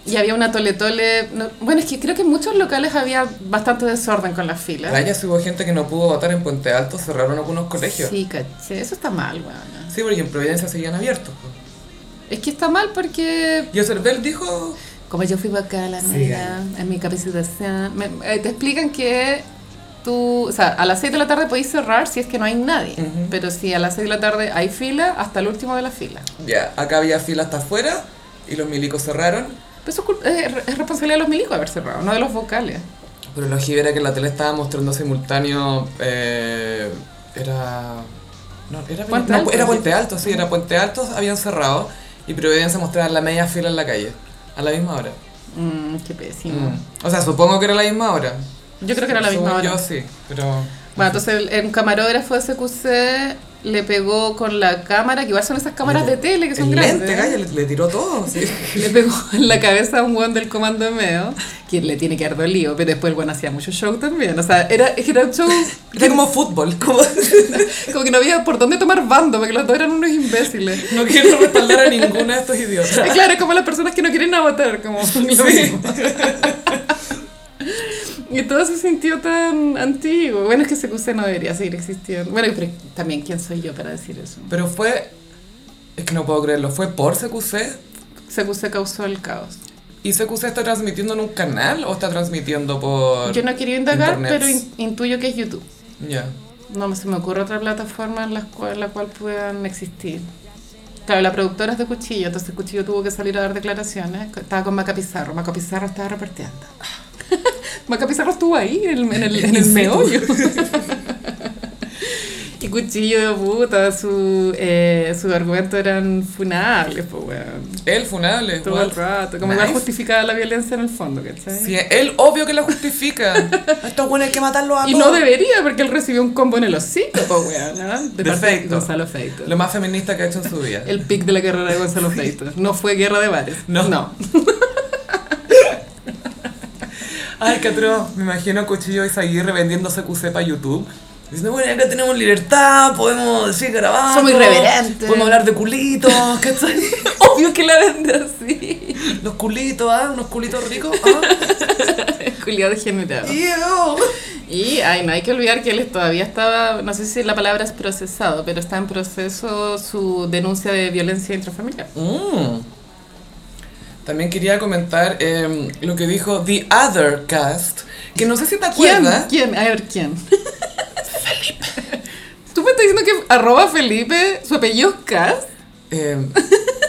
Speaker 2: Y había una tole-tole. no- bueno, es que creo que en muchos locales había bastante desorden con las filas.
Speaker 1: Vaya, si hubo gente que no pudo votar en Puente Alto, cerraron algunos colegios.
Speaker 2: Sí, caché. Eso está mal, weona.
Speaker 1: Sí, porque en Providencia seguían abiertos. po.
Speaker 2: Es que está mal porque
Speaker 1: Y Oserbel dijo,
Speaker 2: Como yo fui bacala,
Speaker 1: Sí,
Speaker 2: mira, en mi capacitación. me- eh, te explican que tú, o sea, a las 6 de la tarde podéis cerrar si es que no hay nadie.
Speaker 1: Ujú.
Speaker 2: Pero si a las 6 de la tarde hay fila, hasta el último de la fila.
Speaker 1: ya, acá había fila hasta afuera y los milicos cerraron.
Speaker 2: Pero eso es cul- eh, es responsabilidad de los milicos haber cerrado, no de los vocales.
Speaker 1: Pero lo ojivera que en la tele estaba mostrando simultáneo eh, era. No, era
Speaker 2: Puente
Speaker 1: no,
Speaker 2: Alto,
Speaker 1: era
Speaker 2: sí.
Speaker 1: Puente Alto, sí, era Puente Alto, habían cerrado y Providencia mostraba la media fila en la calle, a la misma hora.
Speaker 2: Mm, qué pésimo.
Speaker 1: Mm. O sea, supongo que era la misma hora.
Speaker 2: Yo creo que era la misma
Speaker 1: Según
Speaker 2: hora.
Speaker 1: Yo sí, pero.
Speaker 2: Bueno, entonces el, el camarógrafo de SQC le pegó con la cámara, que igual son esas cámaras de tele que son
Speaker 1: el
Speaker 2: grandes.
Speaker 1: Lente, gaya, le, le tiró todo. sí.
Speaker 2: Le pegó en la cabeza a un guan del comando de meo, quien le tiene que dar dolido, pero después el guan hacía mucho show también. O sea, era, era un show
Speaker 1: Era como fútbol, como.
Speaker 2: como que no había por dónde tomar bando, porque los dos eran unos imbéciles.
Speaker 1: No quiero respaldar a ninguno de estos idiotas.
Speaker 2: Eh, Claro, es como las personas que no quieren a votar, como lo
Speaker 1: Sí.
Speaker 2: mismo. Y todo se sintió tan antiguo. Bueno, es que CQC no debería seguir existiendo. Bueno, pero también, ¿quién soy yo para decir eso?
Speaker 1: Pero fue. Es que no puedo creerlo, fue por CQC.
Speaker 2: CQC causó el caos.
Speaker 1: ¿Y CQC está transmitiendo en un canal o está transmitiendo por.?
Speaker 2: Yo no quería indagar,
Speaker 1: Internet.
Speaker 2: pero in- intuyo que es YouTube.
Speaker 1: Ya.
Speaker 2: No me- se me ocurre otra plataforma en la cual, la cual puedan existir. Claro, la productora es de Cuchillo, entonces Cuchillo tuvo que salir a dar declaraciones. Estaba con Maca Pizarro, Maca Pizarro estaba repartiendo. Maca Pizarro estuvo ahí, en el, en el, en el
Speaker 1: Sí,
Speaker 2: meollo. y Cuchillo, puta, su, eh, sus argumentos eran funables, pues, weón.
Speaker 1: Él funable.
Speaker 2: Todo
Speaker 1: what?
Speaker 2: el rato, como
Speaker 1: Nice.
Speaker 2: igual justificada la violencia en el fondo, ¿cachai?
Speaker 1: Sí, él obvio que la justifica. A Estos buenos hay que matarlos a
Speaker 2: Y
Speaker 1: todos.
Speaker 2: no debería, porque él recibió un combo en el hocico, pues, weón, ¿no? De parte de
Speaker 1: Feito.
Speaker 2: Gonzalo Feito.
Speaker 1: Lo más feminista que ha hecho en su vida.
Speaker 2: El pic de la carrera de Gonzalo Feito. No fue guerra de bares.
Speaker 1: No.
Speaker 2: No.
Speaker 1: Ay, qué atroz. Me imagino a Cuchillo y Zaguirre vendiendo CQC para YouTube. Diciendo, bueno, acá tenemos libertad, podemos seguir grabando.
Speaker 2: Somos irreverentes.
Speaker 1: Podemos hablar de culitos, ¿cachai?
Speaker 2: Obvio que la vende así.
Speaker 1: Los culitos, ¿ah? Unos culitos ricos, ¿ah?
Speaker 2: Culiado degenerado.
Speaker 1: Ew.
Speaker 2: Y ay, no hay que olvidar que él todavía estaba, no sé si la palabra es procesado, pero está en proceso su denuncia de violencia intrafamiliar.
Speaker 1: Mm. También quería comentar em, lo que dijo The Other Cast, que no sé si te
Speaker 2: ¿Quién?
Speaker 1: acuerdas.
Speaker 2: ¿Quién? A ver, ¿quién? Felipe. ¿Tú me estás diciendo que arroba Felipe, su apellido es Cas?
Speaker 1: Em,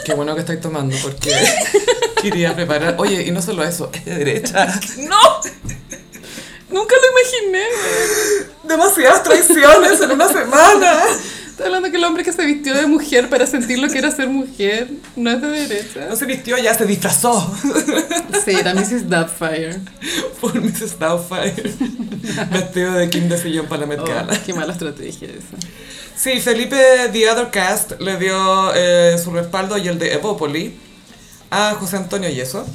Speaker 1: qué bueno que estáis tomando porque quería preparar. Oye, y no solo eso, es de derecha.
Speaker 2: ¡No! Nunca lo imaginé, güey.
Speaker 1: Demasiadas traiciones en una semana.
Speaker 2: Está hablando que el hombre que se vistió de mujer para sentir lo que era ser mujer no es de derecha.
Speaker 1: No se vistió ya, se disfrazó
Speaker 2: Sí, era Mrs. Doubtfire.
Speaker 1: por Mrs. Doubtfire. Vestido de Kim de Sillón para la Met
Speaker 2: Oh,
Speaker 1: Gala.
Speaker 2: qué mala estrategia esa.
Speaker 1: Sí, Felipe The Other Cast le dio eh, su respaldo y el de Evópoli a José Antonio Yeso,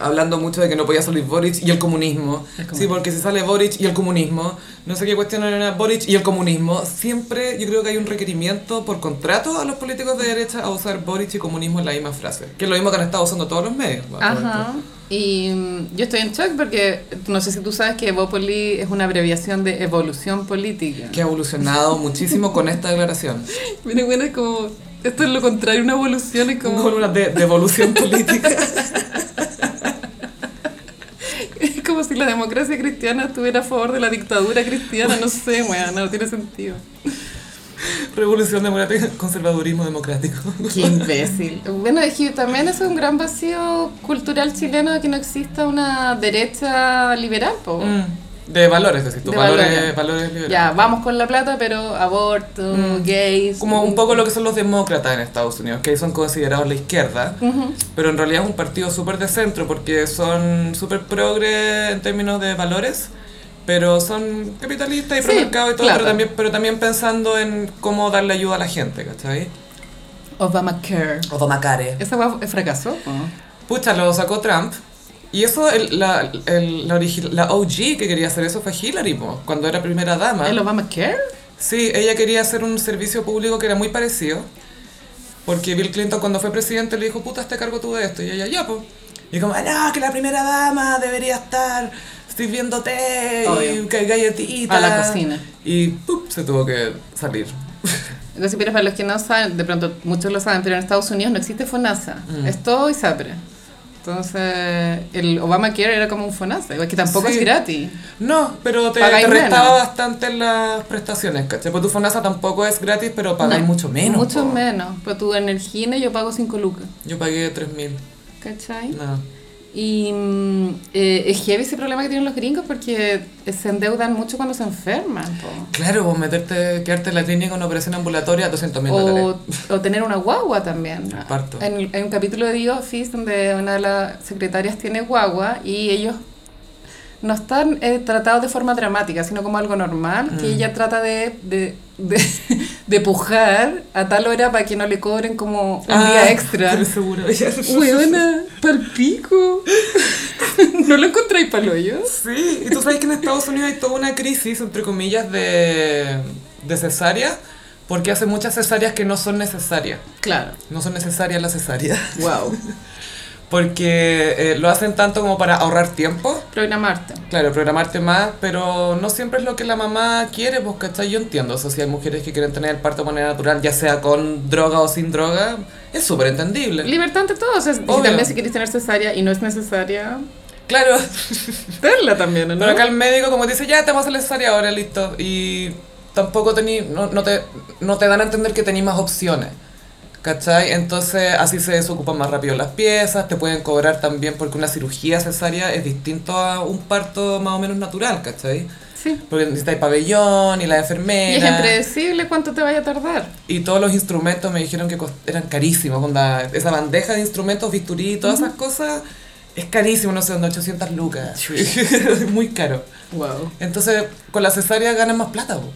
Speaker 1: hablando mucho de que no podía salir Boric y el comunismo.
Speaker 2: El comunismo.
Speaker 1: Sí, porque si sale Boric y el comunismo, no sé qué cuestión era Boric y el comunismo. Siempre yo creo que hay un requerimiento por contrato a los políticos de derecha a usar Boric y comunismo en la misma frase, que es lo mismo que han estado usando todos los medios. ¿no?
Speaker 2: Ajá. Y mm, yo estoy en shock porque no sé si tú sabes que Evópoli es una abreviación de evolución política.
Speaker 1: Que ha evolucionado muchísimo con esta declaración.
Speaker 2: Mira, bueno, es como. Esto es lo contrario, una evolución es como.
Speaker 1: Con una de- devolución política.
Speaker 2: Es como si la democracia cristiana estuviera a favor de la dictadura cristiana, no sé, weón, no tiene sentido.
Speaker 1: Revolución democrática, conservadurismo democrático.
Speaker 2: Qué imbécil. Bueno, es que también es un gran vacío cultural chileno de que no exista una derecha liberal, po.
Speaker 1: Mm, De valores, decís tú,
Speaker 2: De
Speaker 1: valores, valores,
Speaker 2: valores.
Speaker 1: liberales.
Speaker 2: Ya, vamos con la plata, pero aborto, gays.
Speaker 1: Como un poco lo que son los demócratas en Estados Unidos, que ahí son considerados la izquierda,
Speaker 2: Ujú.
Speaker 1: pero en realidad es un partido súper de centro porque son súper progre en términos de valores, pero son capitalistas y
Speaker 2: Sí,
Speaker 1: pro mercado y todo,
Speaker 2: claro.
Speaker 1: pero, también, pero también pensando en cómo darle ayuda a la gente, ¿cachai?
Speaker 2: Obamacare.
Speaker 1: Obamacare.
Speaker 2: ¿Esa va fracasó?
Speaker 1: Pucha, lo sacó Trump. Y eso, el- la, el- la, origi- la OG que quería hacer eso fue Hillary, po, cuando era primera dama.
Speaker 2: ¿El Obamacare?
Speaker 1: Sí, ella quería hacer un servicio público que era muy parecido. Porque Bill Clinton cuando fue presidente le dijo, puta, este cargo tú de esto. Y ella, ya, pues. Y como, "Ah, no, que la primera dama debería estar sirviéndote y
Speaker 2: Obvio.
Speaker 1: que galletitas.
Speaker 2: A la cocina.
Speaker 1: Y ¡pup! se tuvo que salir.
Speaker 2: Entonces, pero para los que no saben, de pronto muchos lo saben, pero en Estados Unidos no existe FONASA,
Speaker 1: Mm.
Speaker 2: es todo ISAPRE. Entonces, el Obamacare era como un FONASA, igual que tampoco
Speaker 1: Sí.
Speaker 2: es gratis.
Speaker 1: No, pero te,
Speaker 2: Pagáis
Speaker 1: te restaba
Speaker 2: menos.
Speaker 1: bastante en las prestaciones, ¿cachai? Pues tu FONASA tampoco es gratis, pero pagáis
Speaker 2: No,
Speaker 1: mucho menos.
Speaker 2: Mucho
Speaker 1: po.
Speaker 2: menos, pero tu energía yo pago 5 lucas.
Speaker 1: Yo pagué 3.000.
Speaker 2: ¿cachai?
Speaker 1: No.
Speaker 2: Y mm, eh, es heavy ese problema que tienen los gringos porque se endeudan mucho cuando se enferman. po.
Speaker 1: Claro, vos meterte, quedarte en la clínica con una operación ambulatoria, 200 mil dólares.
Speaker 2: O, o tener una guagua también.
Speaker 1: El parto.
Speaker 2: En, en un capítulo de The Office donde una de las secretarias tiene guagua y ellos no están eh, tratados de forma dramática, sino como algo normal, que
Speaker 1: Mm.
Speaker 2: ella trata de, de, de, de pujar a tal hora para que no le cobren como un
Speaker 1: Ah,
Speaker 2: día extra.
Speaker 1: Pero seguro.
Speaker 2: Huevona, pal pico. ¿No lo encontráis para
Speaker 1: Sí, y tú sabes que en Estados Unidos hay toda una crisis, entre comillas, de, de cesáreas, porque hace muchas cesáreas que no son necesarias.
Speaker 2: Claro.
Speaker 1: No son necesarias las cesáreas.
Speaker 2: Wow.
Speaker 1: Porque eh, lo hacen tanto como para ahorrar tiempo.
Speaker 2: Programarte.
Speaker 1: Claro, programarte más, pero no siempre es lo que la mamá quiere, pues, ¿cachai? Yo entiendo, o sea, si hay mujeres que quieren tener el parto de manera natural, ya sea con droga o sin droga, es súper entendible.
Speaker 2: Libertad ante todo. O sea, si
Speaker 1: Obvio.
Speaker 2: también si quieres tener cesárea y no es necesaria,
Speaker 1: Claro,
Speaker 2: tenla también, ¿no?
Speaker 1: pero acá el médico como te dice, ya te vas a la cesárea ahora, listo. Y tampoco tení, no, no te, no te dan a entender que tenés más opciones, ¿cachai? Entonces así se desocupan más rápido las piezas, te pueden cobrar también porque una cirugía cesárea es distinto a un parto más o menos natural, ¿cachai?
Speaker 2: Sí.
Speaker 1: Porque necesitáis pabellón y la
Speaker 2: Y
Speaker 1: enfermera.
Speaker 2: es impredecible cuánto te vaya a tardar.
Speaker 1: Y todos los instrumentos me dijeron que cost- eran carísimos. onda, esa bandeja de instrumentos, bisturí y todas esas cosas, es carísimo, no sé, onda, 800 lucas. Muy caro.
Speaker 2: Wow.
Speaker 1: Entonces, con la cesárea ganan más plata, po.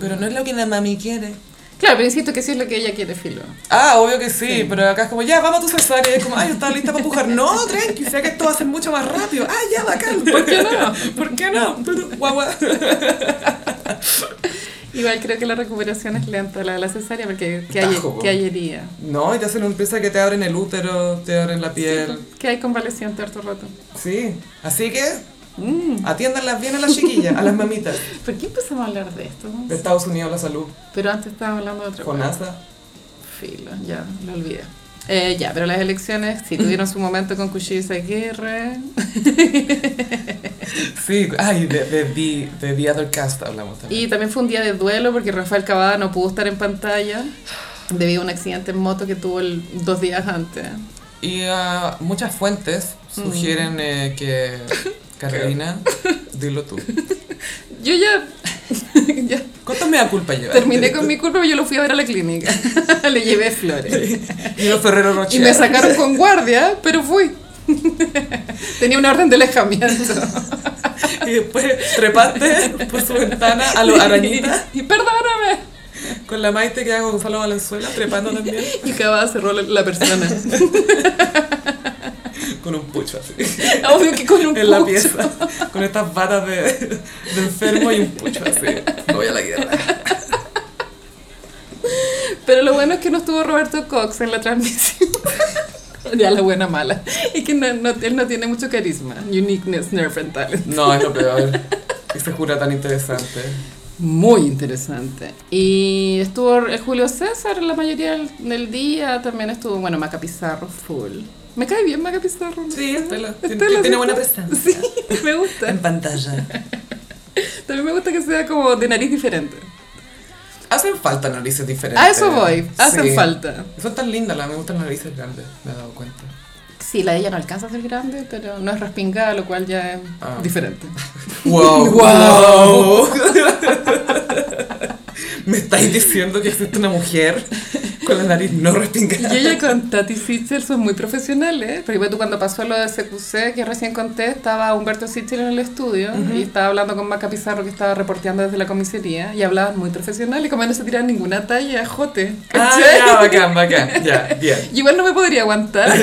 Speaker 1: pero no es lo que la mami quiere.
Speaker 2: Mm. Claro, pero insisto que sí es lo que ella quiere, filo.
Speaker 1: Ah, obvio que sí, pero acá es como, ya, vamos a tu cesárea. Y es como, ay, yo estaba lista para pujar. No, tranqui, sé que esto va a ser mucho más rápido. Ah, ya, bacán. ¿Por qué no? ¿Por qué no? Guagua.
Speaker 2: Igual creo que la recuperación es lenta, la de la cesárea, porque ¿qué, hay,
Speaker 1: Tajo, po.
Speaker 2: ¿qué hay herida?
Speaker 1: No, y te hacen un pieza que te abren el útero, te abren la piel.
Speaker 2: ¿Qué hay convaleciente harto rato?
Speaker 1: Sí, pues. Mm. así que atiéndanlas bien a las chiquillas, a las mamitas.
Speaker 2: ¿Por qué empezamos a hablar de esto?
Speaker 1: De Estados Unidos la salud,
Speaker 2: Pero antes estábamos hablando de otra
Speaker 1: con
Speaker 2: cosa.
Speaker 1: NASA.
Speaker 2: Filo, ya, lo olvidé. Eh, ya, pero las elecciones sí tuvieron su momento con cuchillos de guerra.
Speaker 1: Sí, ay, de, de, The- de The Other Cast hablamos también.
Speaker 2: Y también fue un día de duelo porque Rafael Cavada no pudo estar en pantalla debido a un accidente en moto que tuvo el- dos días antes.
Speaker 1: Y, ah, muchas fuentes
Speaker 2: Mm.
Speaker 1: sugieren eh, que Carolina, dilo tú.
Speaker 2: Yo ya, ya
Speaker 1: ¿Cuánto me da culpa Eh, llevar?
Speaker 2: terminé con mi culpa, pero yo lo fui a ver a la clínica. Le llevé flores.
Speaker 1: Y los Ferrero
Speaker 2: Y
Speaker 1: Rocher.
Speaker 2: me sacaron con guardia, pero fui. Tenía una orden de alejamiento.
Speaker 1: Y después trepaste por su ventana a los arañitas
Speaker 2: Y perdóname.
Speaker 1: con la Maite que hago Gonzalo Valenzuela trepando también
Speaker 2: Y Cavada cerró la, la persona.
Speaker 1: con un pucho así.
Speaker 2: Obvio que con un
Speaker 1: en la
Speaker 2: pucho.
Speaker 1: pieza con estas batas de, de enfermo y un pucho así. Voy a la guerra.
Speaker 2: Pero lo bueno es que no estuvo Roberto Cox en la transmisión. ya la buena mala. Es que no, no- él no tiene mucho carisma. Uniqueness, nerve and talent.
Speaker 1: No, es lo peor. Esa jura tan interesante.
Speaker 2: Muy interesante. Y estuvo el Julio César la mayoría del, del día. También estuvo, bueno, Maca Pizarro, full. Me cae bien Maca Pizarro. no
Speaker 1: Sí,
Speaker 2: sé.
Speaker 1: Estela. Tiene,
Speaker 2: Estela,
Speaker 1: tiene
Speaker 2: ¿sí?
Speaker 1: buena presencia.
Speaker 2: Sí, me gusta.
Speaker 1: pantalla.
Speaker 2: También me gusta que sea como de nariz diferente.
Speaker 1: Hacen falta narices diferentes.
Speaker 2: A eso voy. Hacen
Speaker 1: Este, Sí.
Speaker 2: falta.
Speaker 1: Son tan lindas, las me gustan las narices grandes, me he dado cuenta.
Speaker 2: Sí, la de ella no alcanza a ser grande, pero no es respingada, lo cual ya es
Speaker 1: Ah.
Speaker 2: diferente.
Speaker 1: ¡Wow!
Speaker 2: Wow.
Speaker 1: ¿Me estáis diciendo que existe una mujer con la nariz no respingada?
Speaker 2: Y ella con Tati Sitchell son muy profesionales, ¿eh? Por ejemplo, tú cuando pasó lo de CQC, que recién conté, estaba Humberto Sitchell en el estudio y estaba hablando con Maca Pizarro, que estaba reporteando desde la comisaría, y hablaban muy profesionales, como no se tiran ninguna talla, a jote.
Speaker 1: Ah,
Speaker 2: ¿cachai?
Speaker 1: ya, bacán, bacán. Ya, bien.
Speaker 2: Y Igual no me podría aguantar.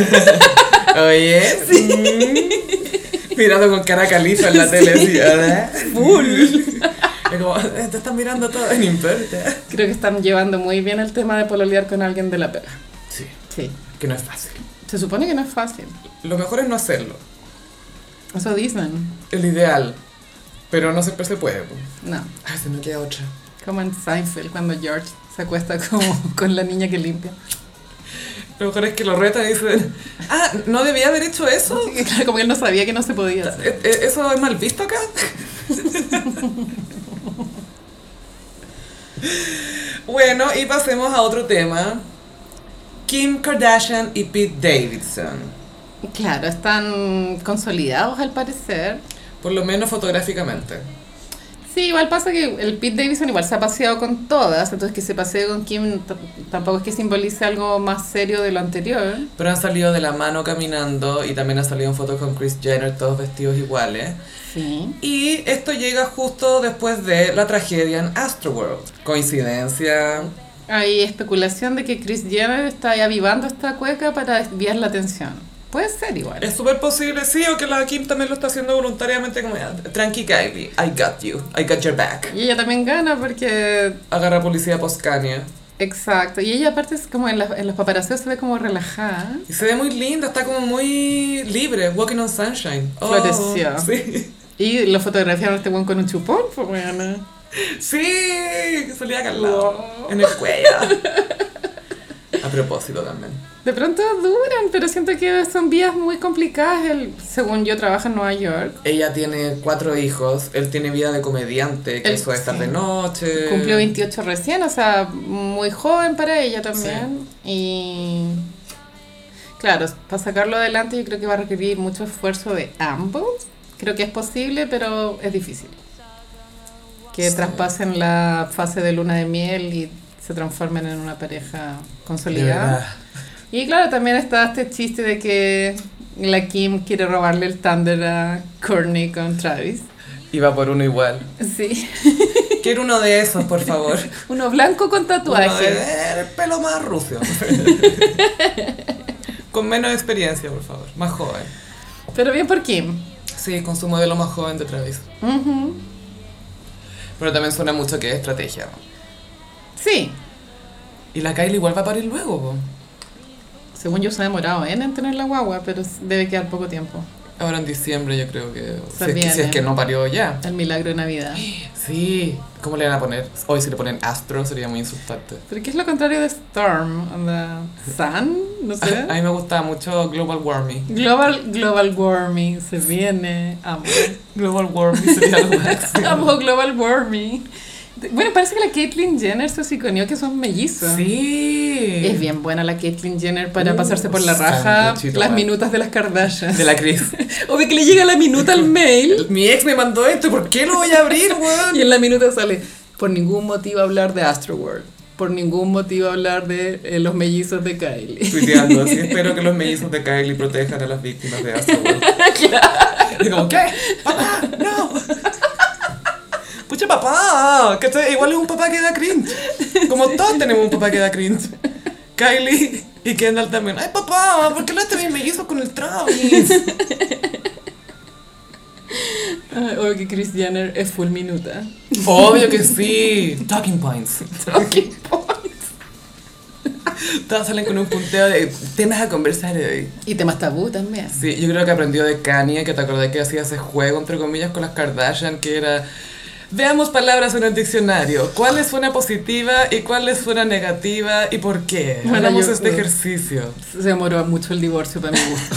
Speaker 1: Oye, mm, mirando con cara califa en la tele, sí, ¿verdad? Es como, "Eh, te están mirando todo en imperta.
Speaker 2: Creo que están llevando muy bien el tema de pololear con alguien de la pega.
Speaker 1: Sí,
Speaker 2: Sí.
Speaker 1: que no es fácil.
Speaker 2: Se supone que no es fácil.
Speaker 1: Lo mejor es no hacerlo,
Speaker 2: Eso dicen.
Speaker 1: el ideal. Pero no siempre se puede. po.
Speaker 2: No.
Speaker 1: Ay, Ah, se me queda otra.
Speaker 2: Como en Seinfeld, cuando George se acuesta como con la niña que limpia.
Speaker 1: Lo mejor es que lo retan y dicen, ah, ¿no debía haber hecho eso?
Speaker 2: Y Claro, como que él no sabía que no se podía hacer.
Speaker 1: ¿E- e- ¿Eso es mal visto acá? Bueno, y pasemos a otro tema Kim Kardashian y Pete Davidson.
Speaker 2: Claro, están consolidados al parecer.
Speaker 1: Por lo menos fotográficamente.
Speaker 2: Sí, igual pasa que el Pete Davidson igual se ha paseado con todas, entonces que se pasee con Kim t- tampoco es que simbolice algo más serio de lo anterior.
Speaker 1: Pero han salido de la mano caminando y también han salido en fotos con Chris Jenner, todos vestidos iguales.
Speaker 2: Sí.
Speaker 1: Y esto llega justo después de la tragedia en Astroworld. Coincidencia.
Speaker 2: Hay especulación de que Chris Jenner está ahí avivando esta cueca para desviar la atención. Puede ser igual.
Speaker 1: Es súper posible, sí, o que la Kim también lo está haciendo voluntariamente como "Ah, Tranqui Kylie, I got you, I got your back.
Speaker 2: Y ella también gana porque...
Speaker 1: Agarra policía poscania.
Speaker 2: Exacto. Y ella aparte es como en, las- en los paparazos se ve como relajada.
Speaker 1: Y se ve muy linda, está como muy libre, walking on sunshine. Oh,
Speaker 2: Floreció.
Speaker 1: Sí.
Speaker 2: Y lo fotografiaron a este buen con un chupón, pues bueno.
Speaker 1: Sí, que salía acá al lado, en el cuello. A propósito también.
Speaker 2: De pronto duran, pero siento que son vías muy complicadas. Él, según yo, trabaja en Nueva York.
Speaker 1: Ella tiene cuatro hijos, él tiene vida de comediante, que
Speaker 2: Él-
Speaker 1: suele estar
Speaker 2: sí.
Speaker 1: de noche.
Speaker 2: Cumplió 28 recién, o sea, muy joven para ella también. Y claro, para sacarlo adelante yo creo que va a requerir mucho esfuerzo de ambos. Creo que es posible, pero es difícil. Que
Speaker 1: Sí.
Speaker 2: traspasen la fase de luna de miel y se transformen en una pareja
Speaker 1: De
Speaker 2: consolidada.
Speaker 1: verdad.
Speaker 2: Y claro, también está este chiste de que la Kim quiere robarle el thunder a Courtney con Travis.
Speaker 1: Iba por uno igual.
Speaker 2: Sí,
Speaker 1: Quiero uno de esos, por favor.
Speaker 2: uno blanco con
Speaker 1: Uno
Speaker 2: tatuajes.
Speaker 1: de- el pelo más rucio. con menos experiencia, por favor. Más joven.
Speaker 2: Pero bien por Kim.
Speaker 1: Sí, con su modelo más joven de Travis.
Speaker 2: Ujú.
Speaker 1: Pero también suena mucho que es estrategia.
Speaker 2: Sí.
Speaker 1: Y la Kylie igual va a parir luego, po.
Speaker 2: Según yo se ha demorado ¿eh? en tener la guagua, pero s- debe quedar poco tiempo.
Speaker 1: Ahora en diciembre yo creo que... Si
Speaker 2: Se
Speaker 1: es que, si es
Speaker 2: viene.
Speaker 1: que no parió ya.
Speaker 2: El milagro de Navidad.
Speaker 1: Sí. ¿Cómo le van a poner? Hoy si le ponen Astro sería muy insultante.
Speaker 2: ¿Pero qué es lo contrario de Storm? Onda, ¿Sun? No sé.
Speaker 1: A mí me gustaba mucho Global Warming.
Speaker 2: Global, global warming, se viene. Amo.
Speaker 1: Global Warming sería lo máximo.
Speaker 2: Amo global warming. Bueno, parece que la Caitlyn Jenner se psiconeó que son mellizos.
Speaker 1: Sí.
Speaker 2: Es bien buena la Caitlyn Jenner para
Speaker 1: Uh,
Speaker 2: pasarse por la raja
Speaker 1: sanguchito,
Speaker 2: las
Speaker 1: man.
Speaker 2: minutas de las Kardashian.
Speaker 1: De la Cris.
Speaker 2: O de que le llega la minuta al mail
Speaker 1: Mi ex me mandó esto, ¿por qué lo voy a abrir, weón?
Speaker 2: Y en la minuta sale, por ningún motivo hablar de Astroworld, por ningún motivo hablar de eh, los mellizos de Kylie.
Speaker 1: Tuiteando así, espero que los mellizos de Kylie protejan a las víctimas de Astroworld. Y como, ¿qué? ¡Papá! ¡No! ¡Pucha papá! ¿Cachai? Igual es un papá que da cringe. Como todos tenemos un papá que da cringe. Kylie y Kendall también. ¡Ay, papá! ¿Por qué no te mis mellizos con el Travis?
Speaker 2: Ah, Obvio que Kris Jenner es full minuta.
Speaker 1: Obvio que sí. Talking points.
Speaker 2: Talking points.
Speaker 1: Todas salen con un punteo de temas a conversar hoy.
Speaker 2: Y temas tabú también.
Speaker 1: Sí, yo creo que aprendió de Kanye, que te acordás que hacía ese juego, entre comillas, con las Kardashian, que era... Veamos palabras en el diccionario. ¿Cuál es una positiva y cuál es una negativa y por qué?
Speaker 2: Bueno,
Speaker 1: Hagamos
Speaker 2: yo-
Speaker 1: este ejercicio.
Speaker 2: Se demoró mucho el divorcio para mi gusto.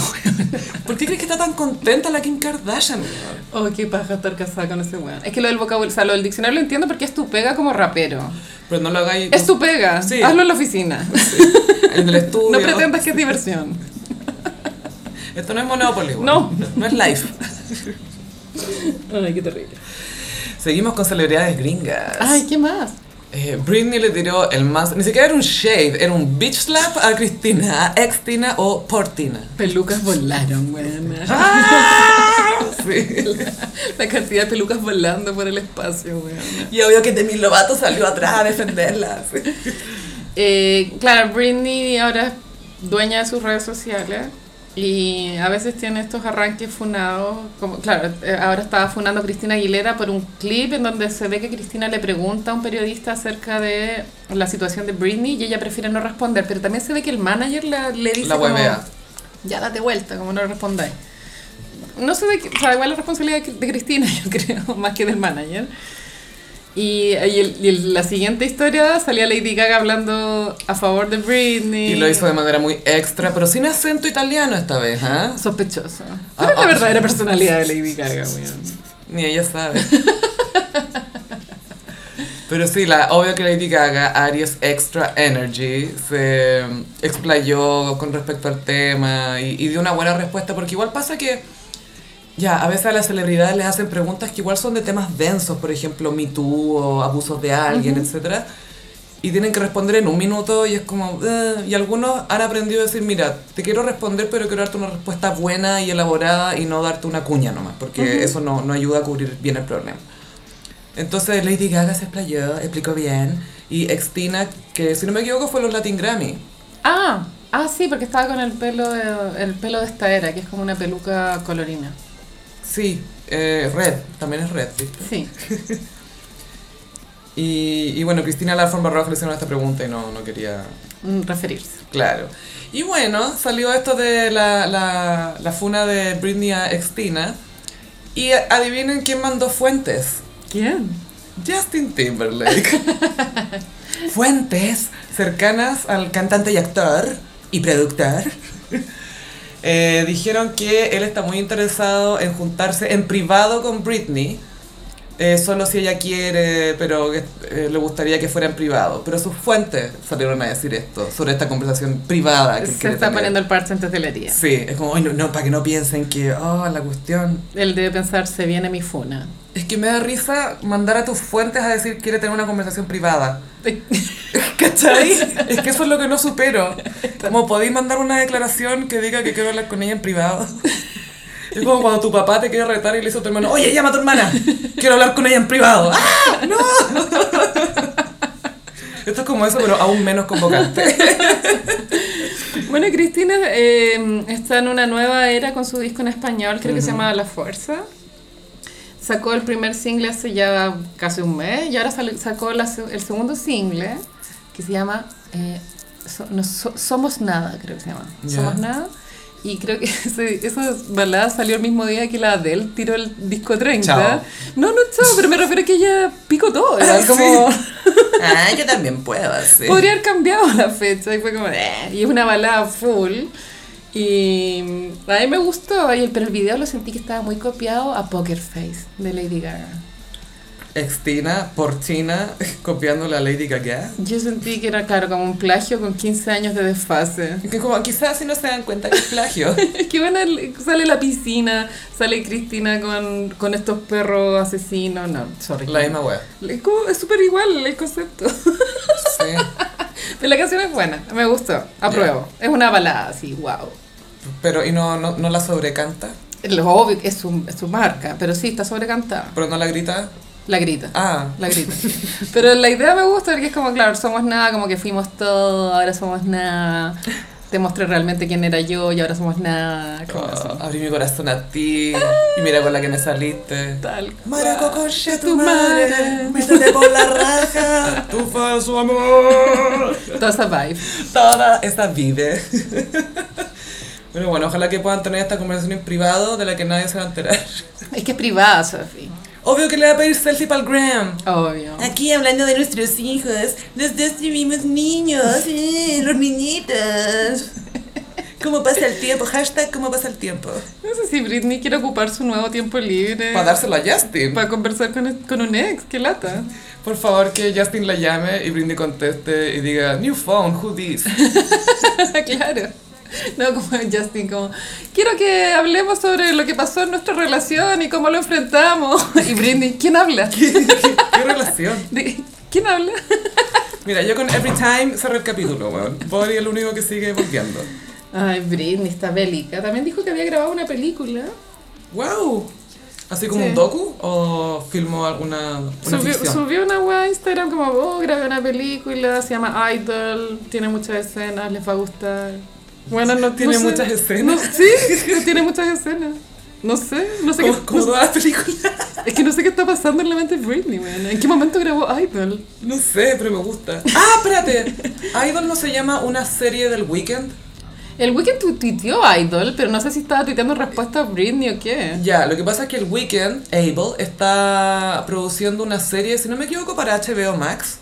Speaker 1: ¿Por qué crees que está tan contenta la Kim Kardashian?
Speaker 2: oh, qué paja estar casada con ese weón. Es que lo del vocabulario, o sea, lo del diccionario lo entiendo porque es tu pega como rapero.
Speaker 1: Pero no lo hagáis
Speaker 2: Es tu pega.
Speaker 1: Sí.
Speaker 2: Hazlo en la oficina.
Speaker 1: en el estudio.
Speaker 2: No pretendas que es diversión.
Speaker 1: Esto no es Monopoly. güey.
Speaker 2: No.
Speaker 1: No es live.
Speaker 2: Ay, qué terrible.
Speaker 1: Seguimos con celebridades gringas.
Speaker 2: Ay, ¿qué más?
Speaker 1: Eh, Britney le tiró el más... Ni siquiera era un shade, era un bitch slap a Cristina, a Extina o Portina.
Speaker 2: Pelucas volaron, weón. Ah.
Speaker 1: Sí.
Speaker 2: La cantidad de pelucas volando por el espacio, weón.
Speaker 1: Y obvio que Demi Lovato salió atrás a defenderla. sí.
Speaker 2: Eh, claro, Britney ahora es dueña de sus redes sociales y a veces tiene estos arranques funados. Como, claro, eh, ahora estaba funando a Cristina Aguilera por un clip en donde se ve que Cristina le pregunta a un periodista acerca de la situación de Britney y ella prefiere no responder, pero también se ve que el manager la, le dice
Speaker 1: La
Speaker 2: como,
Speaker 1: huevea.
Speaker 2: ya date vuelta, como no respondáis. No sé de qué, o sea, igual la responsabilidad de de Cristina, yo creo, más que del manager. Y, y el- y el- la siguiente historia salía Lady Gaga hablando a favor de Britney.
Speaker 1: Y lo hizo de manera muy extra, pero sin acento italiano esta vez, ¿ah?
Speaker 2: sospechoso. ¿Cuál
Speaker 1: Ah,
Speaker 2: es la
Speaker 1: ah.
Speaker 2: verdadera personalidad de Lady Gaga, weón?
Speaker 1: Ni ella sabe. Pero sí, la obvia que Lady Gaga, Aries Extra Energy, se explayó con respecto al tema y, y dio una buena respuesta, porque igual pasa que, ya, a veces a las celebridades les hacen preguntas que igual son de temas densos, por ejemplo, Me Too o abusos de alguien, etcétera Y tienen que responder en un minuto y es como... eh, y algunos han aprendido a decir, mira, te quiero responder, pero quiero darte una respuesta buena y elaborada y no darte una cuña nomás, porque eso no, no ayuda a cubrir bien el problema. Entonces Lady Gaga se explayó, explicó bien. Y Extina, que si no me equivoco fue los Latin Grammy.
Speaker 2: Ah, ah, sí, porque estaba con el pelo de, el pelo de esta era, que es como una peluca colorina.
Speaker 1: Sí, eh, Red, también es Red, ¿viste?
Speaker 2: Sí.
Speaker 1: Y, y bueno, Cristina Larson Barroja le hicieron esta pregunta y no, no quería...
Speaker 2: mm, Referirse.
Speaker 1: Claro. Y bueno, salió esto de la, la, la funa de Britney a Extina. Y adivinen quién mandó fuentes.
Speaker 2: ¿Quién?
Speaker 1: Justin Timberlake. Fuentes cercanas al cantante y actor y productor eh, dijeron que él está muy interesado en juntarse en privado con Britney. eh, solo si ella quiere, pero que, eh, le gustaría que fuera en privado. Pero sus fuentes salieron a decir esto, sobre esta conversación privada Ah, que él
Speaker 2: Se
Speaker 1: quiere
Speaker 2: está
Speaker 1: tener.
Speaker 2: poniendo el parche antes del día.
Speaker 1: Sí, es como, "Ay, no, no, para que no piensen que, oh, la cuestión,
Speaker 2: Él debe pensar, se viene mi funa.
Speaker 1: es que me da risa mandar a tus fuentes a decir quiere tener una conversación privada. ¿Cachai? Es que eso es lo que no supero. Como podéis mandar una declaración que diga que quiero hablar con ella en privado. Es como cuando tu papá te quiere retar y le dice a tu hermano, oye, llama a tu hermana, quiero hablar con ella en privado. ¡Ah! ¡No! Esto es como eso, pero aún menos convocante.
Speaker 2: Bueno, Cristina eh, está en una nueva era con su disco en español, creo que se llama La Fuerza. Sacó el primer single hace ya casi un mes y ahora sal- sacó la se- el segundo single que se llama eh, So- no, So- Somos Nada, creo que se llama.
Speaker 1: Ya.
Speaker 2: Somos Nada. Y creo que ese- esa balada salió el mismo día que la Adele tiró el disco 30.
Speaker 1: Chao.
Speaker 2: No, no, chao, pero me refiero a que ella picó todo. Era como,
Speaker 1: Ah, yo también puedo, sí.
Speaker 2: Podría haber cambiado la fecha y fue como, "Eh", y es una balada full. Y mm, a mí me gustó, y el- pero el video lo sentí que estaba muy copiado a Poker Face de Lady Gaga.
Speaker 1: Extina, porcina, copiando la Lady Gaga.
Speaker 2: Yo sentí que era, claro, como un plagio con 15 años de desfase.
Speaker 1: Es que como, quizás si no se dan cuenta que es plagio.
Speaker 2: Es que van al- sale la piscina, sale Cristina con, con estos perros asesinos, no, sorry.
Speaker 1: La misma wea.
Speaker 2: Es como- es súper igual el concepto.
Speaker 1: Sí.
Speaker 2: Pero la canción es buena, me gustó, apruebo. Es una balada así, wow.
Speaker 1: Pero, ¿y no, no, no la sobrecanta?
Speaker 2: Lo obvio, es su, es su marca, pero sí, está sobrecantada.
Speaker 1: ¿Pero no la grita?
Speaker 2: La grita.
Speaker 1: Ah,
Speaker 2: La grita. Pero la idea me gusta porque es como, claro, somos nada, como que fuimos todo, ahora somos nada. Te mostré realmente quién era yo y ahora somos nada. como eso.
Speaker 1: oh, abrí mi corazón a ti y mira con la que me saliste.
Speaker 2: Tal cual.
Speaker 1: coche
Speaker 2: tu madre,
Speaker 1: métete por la raja, tu falso amor.
Speaker 2: Toda esa vibe.
Speaker 1: Toda esta vive. Pero bueno, ojalá que puedan tener esta conversación en privado de la que nadie se va a enterar.
Speaker 2: Es que es privada, Sofi.
Speaker 1: Obvio que le va a pedir selfie para el gram.
Speaker 2: Obvio.
Speaker 3: Aquí hablando de nuestros hijos, desde estuvimos niños, eh, los niñitos.
Speaker 1: ¿Cómo pasa el tiempo? Hashtag ¿Cómo pasa el tiempo?
Speaker 2: No sé si Britney quiere ocupar su nuevo tiempo libre.
Speaker 1: Para dárselo a Justin.
Speaker 2: para conversar con, e-, con un ex, qué lata.
Speaker 1: Por favor, que Justin la llame y Britney conteste y diga, New phone, who this?
Speaker 2: claro. No, como Justin, como, quiero que hablemos sobre lo que pasó en nuestra relación y cómo lo enfrentamos. Y Britney, ¿quién habla?
Speaker 1: ¿Qué relación?
Speaker 2: De- ¿Quién habla?
Speaker 1: Mira, yo con Every Time cerré el capítulo, weón. Body es el único que sigue volteando.
Speaker 2: Ay, Britney está bélica. También dijo que había grabado una película.
Speaker 1: ¡Wow! ¿Así como
Speaker 2: Sí.
Speaker 1: un docu o filmó alguna una
Speaker 2: Subió,
Speaker 1: ficción?
Speaker 2: subió una web a Instagram como, oh, grabé una película, se llama Idol, tiene muchas escenas, les va a gustar. Bueno, no
Speaker 1: Tiene
Speaker 2: no sé.
Speaker 1: muchas escenas.
Speaker 2: No- sí, tiene muchas escenas. No sé, no sé
Speaker 1: Como,
Speaker 2: qué,
Speaker 1: como
Speaker 2: no-
Speaker 1: todas las películas.
Speaker 2: es que no sé qué está pasando en la mente de Britney, man. ¿En qué momento grabó Idol?
Speaker 1: No sé, pero me gusta. ¡Ah, espérate! Idol no se llama una serie del weekend.
Speaker 2: El Weeknd tu- tuiteó Idol, pero no sé si estaba tuiteando en respuesta a Britney o qué.
Speaker 1: Ya, lo que pasa es que el weekend, Able, está produciendo una
Speaker 2: Ah.
Speaker 1: serie, si no me equivoco, para HBO Max.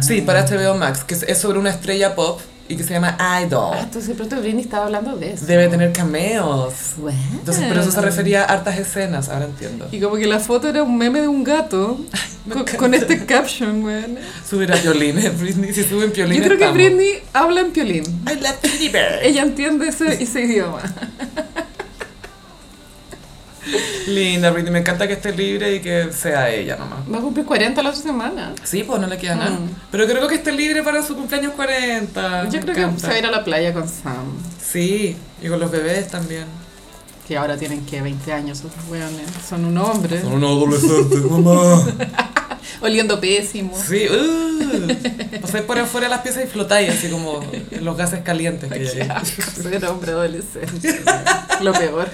Speaker 1: Sí, para HBO Max, que es- es sobre una estrella pop y que se llama
Speaker 2: Ah,
Speaker 1: Idol.
Speaker 2: entonces pronto Britney estaba hablando de eso.
Speaker 1: Debe tener cameos.
Speaker 2: Wow.
Speaker 1: Entonces, por
Speaker 2: Ah.
Speaker 1: eso se refería a hartas escenas, ahora entiendo.
Speaker 2: Y como que la foto era un meme de un gato
Speaker 1: me
Speaker 2: con,
Speaker 1: encanta.
Speaker 2: con este caption, weón.
Speaker 1: Subirá violines, Britney. Si suben violines,
Speaker 2: Yo creo que
Speaker 1: estamos.
Speaker 2: Britney habla en piolín.
Speaker 1: I love Teddy Bear.
Speaker 2: Ella entiende ese, ese idioma.
Speaker 1: Linda, Britney. Me encanta que esté libre y que sea ella nomás.
Speaker 2: Va a cumplir 40 la otra semana.
Speaker 1: Sí, pues no le queda nada.
Speaker 2: Mm.
Speaker 1: Pero creo que esté libre para su cumpleaños 40.
Speaker 2: Yo
Speaker 1: Me
Speaker 2: creo que
Speaker 1: encanta.
Speaker 2: se va a ir a la playa con Sam,
Speaker 1: Sí, y con los bebés también.
Speaker 2: que ahora tienen que 20 años, esos weones. Son un hombre,
Speaker 1: Son unos adolescentes, mamá.
Speaker 2: oliendo pésimo.
Speaker 1: Sí, uh. Pasáis por afuera de las piezas y flotáis así como en los gases calientes que hay.
Speaker 2: Qué
Speaker 1: ahí.
Speaker 2: asco Ah, ser hombre adolescente. Lo peor.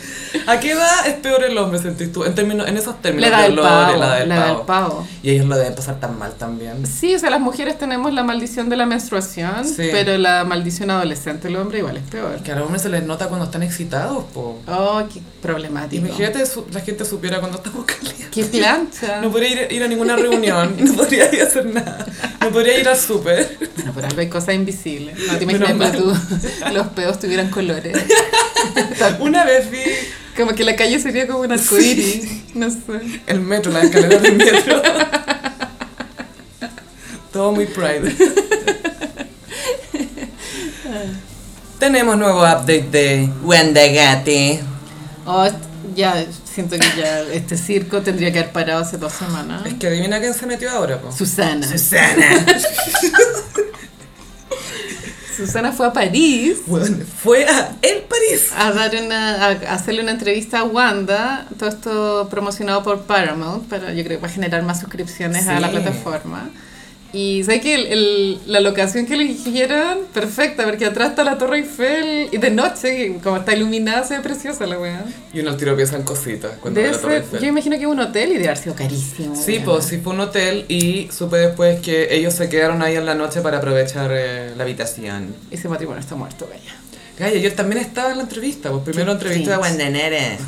Speaker 1: ¿A qué edad es peor el hombre, sentís tú? En, términos, en esos términos,
Speaker 2: Le da
Speaker 1: de
Speaker 2: el
Speaker 1: olor,
Speaker 2: pavo.
Speaker 1: la del
Speaker 2: Le da el
Speaker 1: pavo.
Speaker 2: pavo.
Speaker 1: Y ellos lo deben pasar tan mal también.
Speaker 2: Sí, o sea, las mujeres tenemos la maldición de la menstruación,
Speaker 1: Sí.
Speaker 2: pero la maldición adolescente del hombre igual es peor.
Speaker 1: Que a los hombres se les nota cuando están excitados, po.
Speaker 2: Oh, qué problemático.
Speaker 1: Imagínate su- la gente supiera cuando estamos calientes.
Speaker 2: Qué plancha.
Speaker 1: No podría ir, ir a ninguna reunión, no podría ir a hacer nada, no podría ir al súper.
Speaker 2: Bueno, por algo hay cosas invisibles. No te
Speaker 1: Menos
Speaker 2: imaginas cuando tú los pedos tuvieran colores.
Speaker 1: Una vez vi
Speaker 2: Como que la calle sería como un arcoíris. No sé.
Speaker 1: el metro, la escalera del metro. Todo muy private. Tenemos nuevo update de Wendagati.
Speaker 2: Oh, ya siento que ya este circo tendría que haber parado hace dos semanas.
Speaker 1: Es que adivina quién se metió ahora, po.
Speaker 2: Ah. Susana.
Speaker 1: Susana.
Speaker 2: Susana fue a París
Speaker 1: Bueno, fue a El París.
Speaker 2: a dar una, a a hacerle una entrevista a Wanda, todo esto promocionado por Paramount, para, yo creo que va a generar más suscripciones a la
Speaker 1: Sí.
Speaker 2: plataforma. Y sé que el- el- la locación que eligieron, perfecta, porque atrás está la Torre Eiffel y de noche, y como está iluminada, se ve preciosa la weá.
Speaker 1: Y uno al tiro piensa en cositas cuando ve
Speaker 2: Debe
Speaker 1: la Torre
Speaker 2: ser,
Speaker 1: Eiffel.
Speaker 2: yo imagino que es un hotel y debe haber sido carísimo.
Speaker 1: Sí,
Speaker 2: weá.
Speaker 1: pues sí fue un hotel y supe después que ellos se quedaron ahí en la noche para aprovechar eh, la habitación.
Speaker 2: Ese matrimonio está muerto, vaya.
Speaker 1: Gaya, ayer también estaba en la entrevista, pues primero
Speaker 2: Qué
Speaker 1: entrevista a
Speaker 2: cringe.
Speaker 1: Wanda Nara.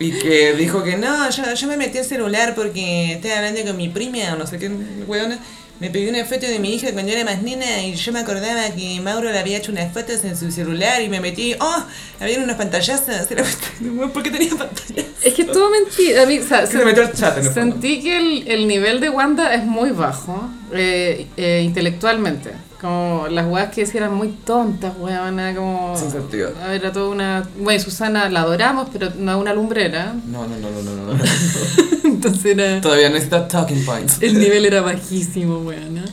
Speaker 1: Y que dijo que no, yo, yo me metí el celular porque estaba hablando con mi prima o no sé qué weona. Me pidió una foto de mi hija cuando era más nena y yo me acordaba que Mauro le había hecho unas fotos en su celular y me metí, oh, había unos pantallazos. Era- Weón, ¿Por qué tenía pantallazos?
Speaker 2: Es que todo mentira. A mí, o sea,
Speaker 1: Que se metió al chat en el fondo.
Speaker 2: Sentí que el, el nivel de Wanda es muy bajo eh, eh, intelectualmente. Como las weas que decían eran muy tontas, weona, como...
Speaker 1: Sin sentido.
Speaker 2: A ver, era toda una... Bueno, Susana la adoramos, pero no es una lumbrera.
Speaker 1: No, no, no, no, no, no. no.
Speaker 2: Entonces era...
Speaker 1: Todavía necesitas talking points.
Speaker 2: El nivel era bajísimo, weona.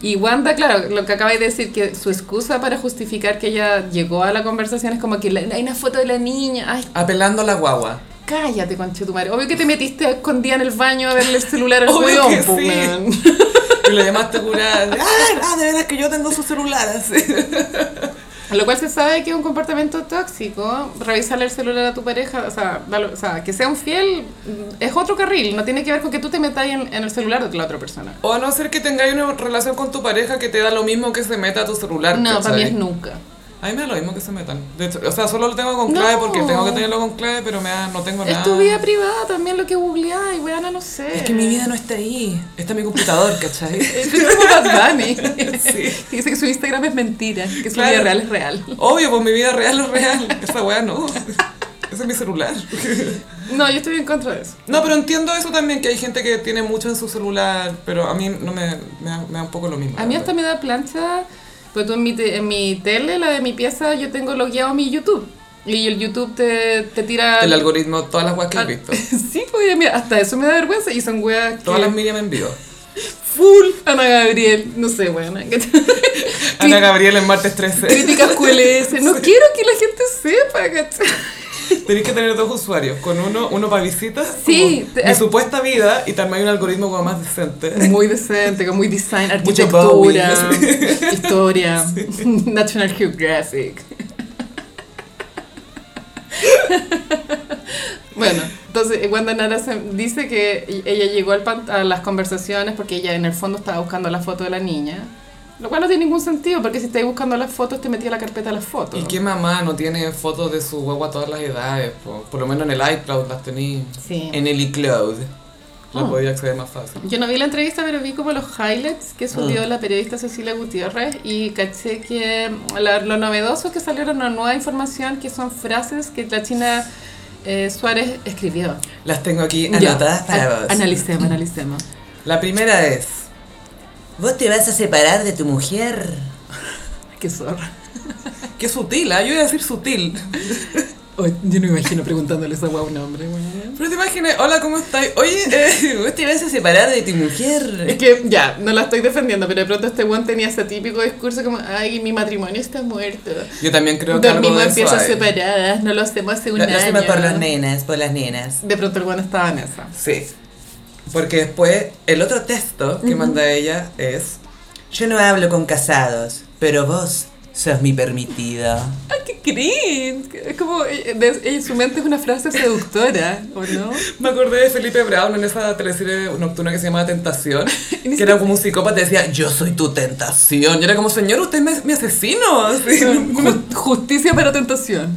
Speaker 2: Y Wanda, claro, lo que acabáis de decir, que su excusa para justificar que ella llegó a la conversación es como que la- hay una foto de la niña, ay,
Speaker 1: Apelando a la guagua.
Speaker 2: Cállate, conche tu madre. Obvio que te metiste escondida en el baño a verle el celular al
Speaker 1: Obvio
Speaker 2: weón,
Speaker 1: que
Speaker 2: po,
Speaker 1: sí.
Speaker 2: man.
Speaker 1: Y lo llamaste curada. Ah, ah, de verdad que yo tengo sus celulares.
Speaker 2: Lo cual se sabe que es un comportamiento tóxico. Revisarle el celular a tu pareja, o sea, dalo- o sea, que sea un fiel, mm, es otro carril. No tiene que ver con que tú te metas en, en el celular de la otra persona.
Speaker 1: O a no ser que tengáis una relación con tu pareja que te da lo mismo que se meta a tu celular.
Speaker 2: No,
Speaker 1: ¿cachai?
Speaker 2: para mí es nunca.
Speaker 1: A mí me da lo mismo que se metan. De hecho, o sea, solo lo tengo con clave
Speaker 2: No.
Speaker 1: porque tengo que tenerlo con clave, pero me da, no tengo nada.
Speaker 2: Es tu vida privada también lo que googleáis, weona, no sé.
Speaker 1: Es que mi vida no está ahí. Está mi computador, ¿cachai?
Speaker 2: Es como Bad Bunny.
Speaker 1: Sí.
Speaker 2: Que dice que su Instagram es mentira, que su
Speaker 1: Claro.
Speaker 2: vida real es real.
Speaker 1: Obvio, pues mi vida real es real. Esa weá no. Ese es mi celular.
Speaker 2: No, yo estoy en contra de eso.
Speaker 1: No, pero entiendo eso también, que hay gente que tiene mucho en su celular, pero a mí no me, me, da, me da un poco lo mismo.
Speaker 2: A mí
Speaker 1: la
Speaker 2: hasta
Speaker 1: verdad.
Speaker 2: me da plancha, pues tú en mi, te- en mi tele, la de mi pieza, yo tengo logueado mi YouTube. Y el YouTube te, te tira...
Speaker 1: El algoritmo, todas las weas que
Speaker 2: Ah,
Speaker 1: he visto.
Speaker 2: sí, pues mira, hasta eso me da vergüenza y son weas que...
Speaker 1: Todas las Miriam en vivo.
Speaker 2: Full Ana Gabriel, no sé, weón.
Speaker 1: Ana Gabriel en martes 13.
Speaker 2: Críticas QLS, no quiero que la gente sepa, ¿cachai?
Speaker 1: Tenéis que tener dos usuarios. Con uno, uno para visitas. como
Speaker 2: Sí, te-
Speaker 1: mi supuesta vida y también hay un algoritmo como más decente.
Speaker 2: Muy decente, con muy design,
Speaker 1: Mucho
Speaker 2: arquitectura, historia, National Geographic. Bueno, entonces eh, Wanda Nara se- dice que e- ella llegó al pan- a las conversaciones porque ella en el fondo estaba buscando la foto de la niña. Lo cual no tiene ningún sentido porque si estáis buscando las fotos te metí a la carpeta de las fotos.
Speaker 1: ¿Y qué mamá no tiene fotos de su guagua a todas las edades? po? Por lo menos en el iCloud las tení.
Speaker 2: Sí.
Speaker 1: En el iCloud.
Speaker 2: Ah.
Speaker 1: la podía acceder más fácil.
Speaker 2: Yo no vi la entrevista, pero vi como los highlights que subió
Speaker 1: Ah.
Speaker 2: la periodista Cecilia Gutiérrez y caché que la- lo novedoso es que salieron una nueva información que son frases que la China eh, Suárez escribió.
Speaker 1: Las tengo aquí anotadas
Speaker 2: Ya,
Speaker 1: para
Speaker 2: a-
Speaker 1: vos.
Speaker 2: Analicemos, analicemos.
Speaker 1: La primera es,
Speaker 3: Vos te vas a separar de tu mujer.
Speaker 2: Qué zorra.
Speaker 1: qué sutil, ¿ah? yo iba a decir sutil.
Speaker 2: yo no me imagino preguntándole esa a un hombre,
Speaker 1: Pero te imaginas, hola, ¿cómo estáis? Oye, eh, vos te vas a separar de tu
Speaker 2: Es
Speaker 1: mujer.
Speaker 2: que ya, no la estoy defendiendo, pero de pronto este weón tenía ese típico discurso como, ay, mi matrimonio está muerto.
Speaker 1: Yo también creo que algo
Speaker 2: Dormimos
Speaker 1: de
Speaker 2: en
Speaker 1: eso
Speaker 2: piezas
Speaker 1: hay.
Speaker 2: separadas, no lo hacemos hace un
Speaker 3: Lo, lo
Speaker 2: año.
Speaker 3: hacemos por las nenas, por las nenas.
Speaker 2: de pronto el weón estaba en esa.
Speaker 1: Sí. Porque después, el otro texto que manda ella es,
Speaker 3: Yo no hablo con casados, pero vos sos mi permitido.
Speaker 2: ¡Ay, qué cringe! Es como, eh, de- en su mente es una frase seductora, ¿o no?
Speaker 1: Me acordé de Felipe Brown en esa teleserie nocturna que se llamaba Tentación,
Speaker 2: Ni
Speaker 1: que era como un psicópata y decía, yo soy tu tentación. Y era como, señor, usted es mi- mi asesino. así.
Speaker 2: Ju- Justicia pero tentación.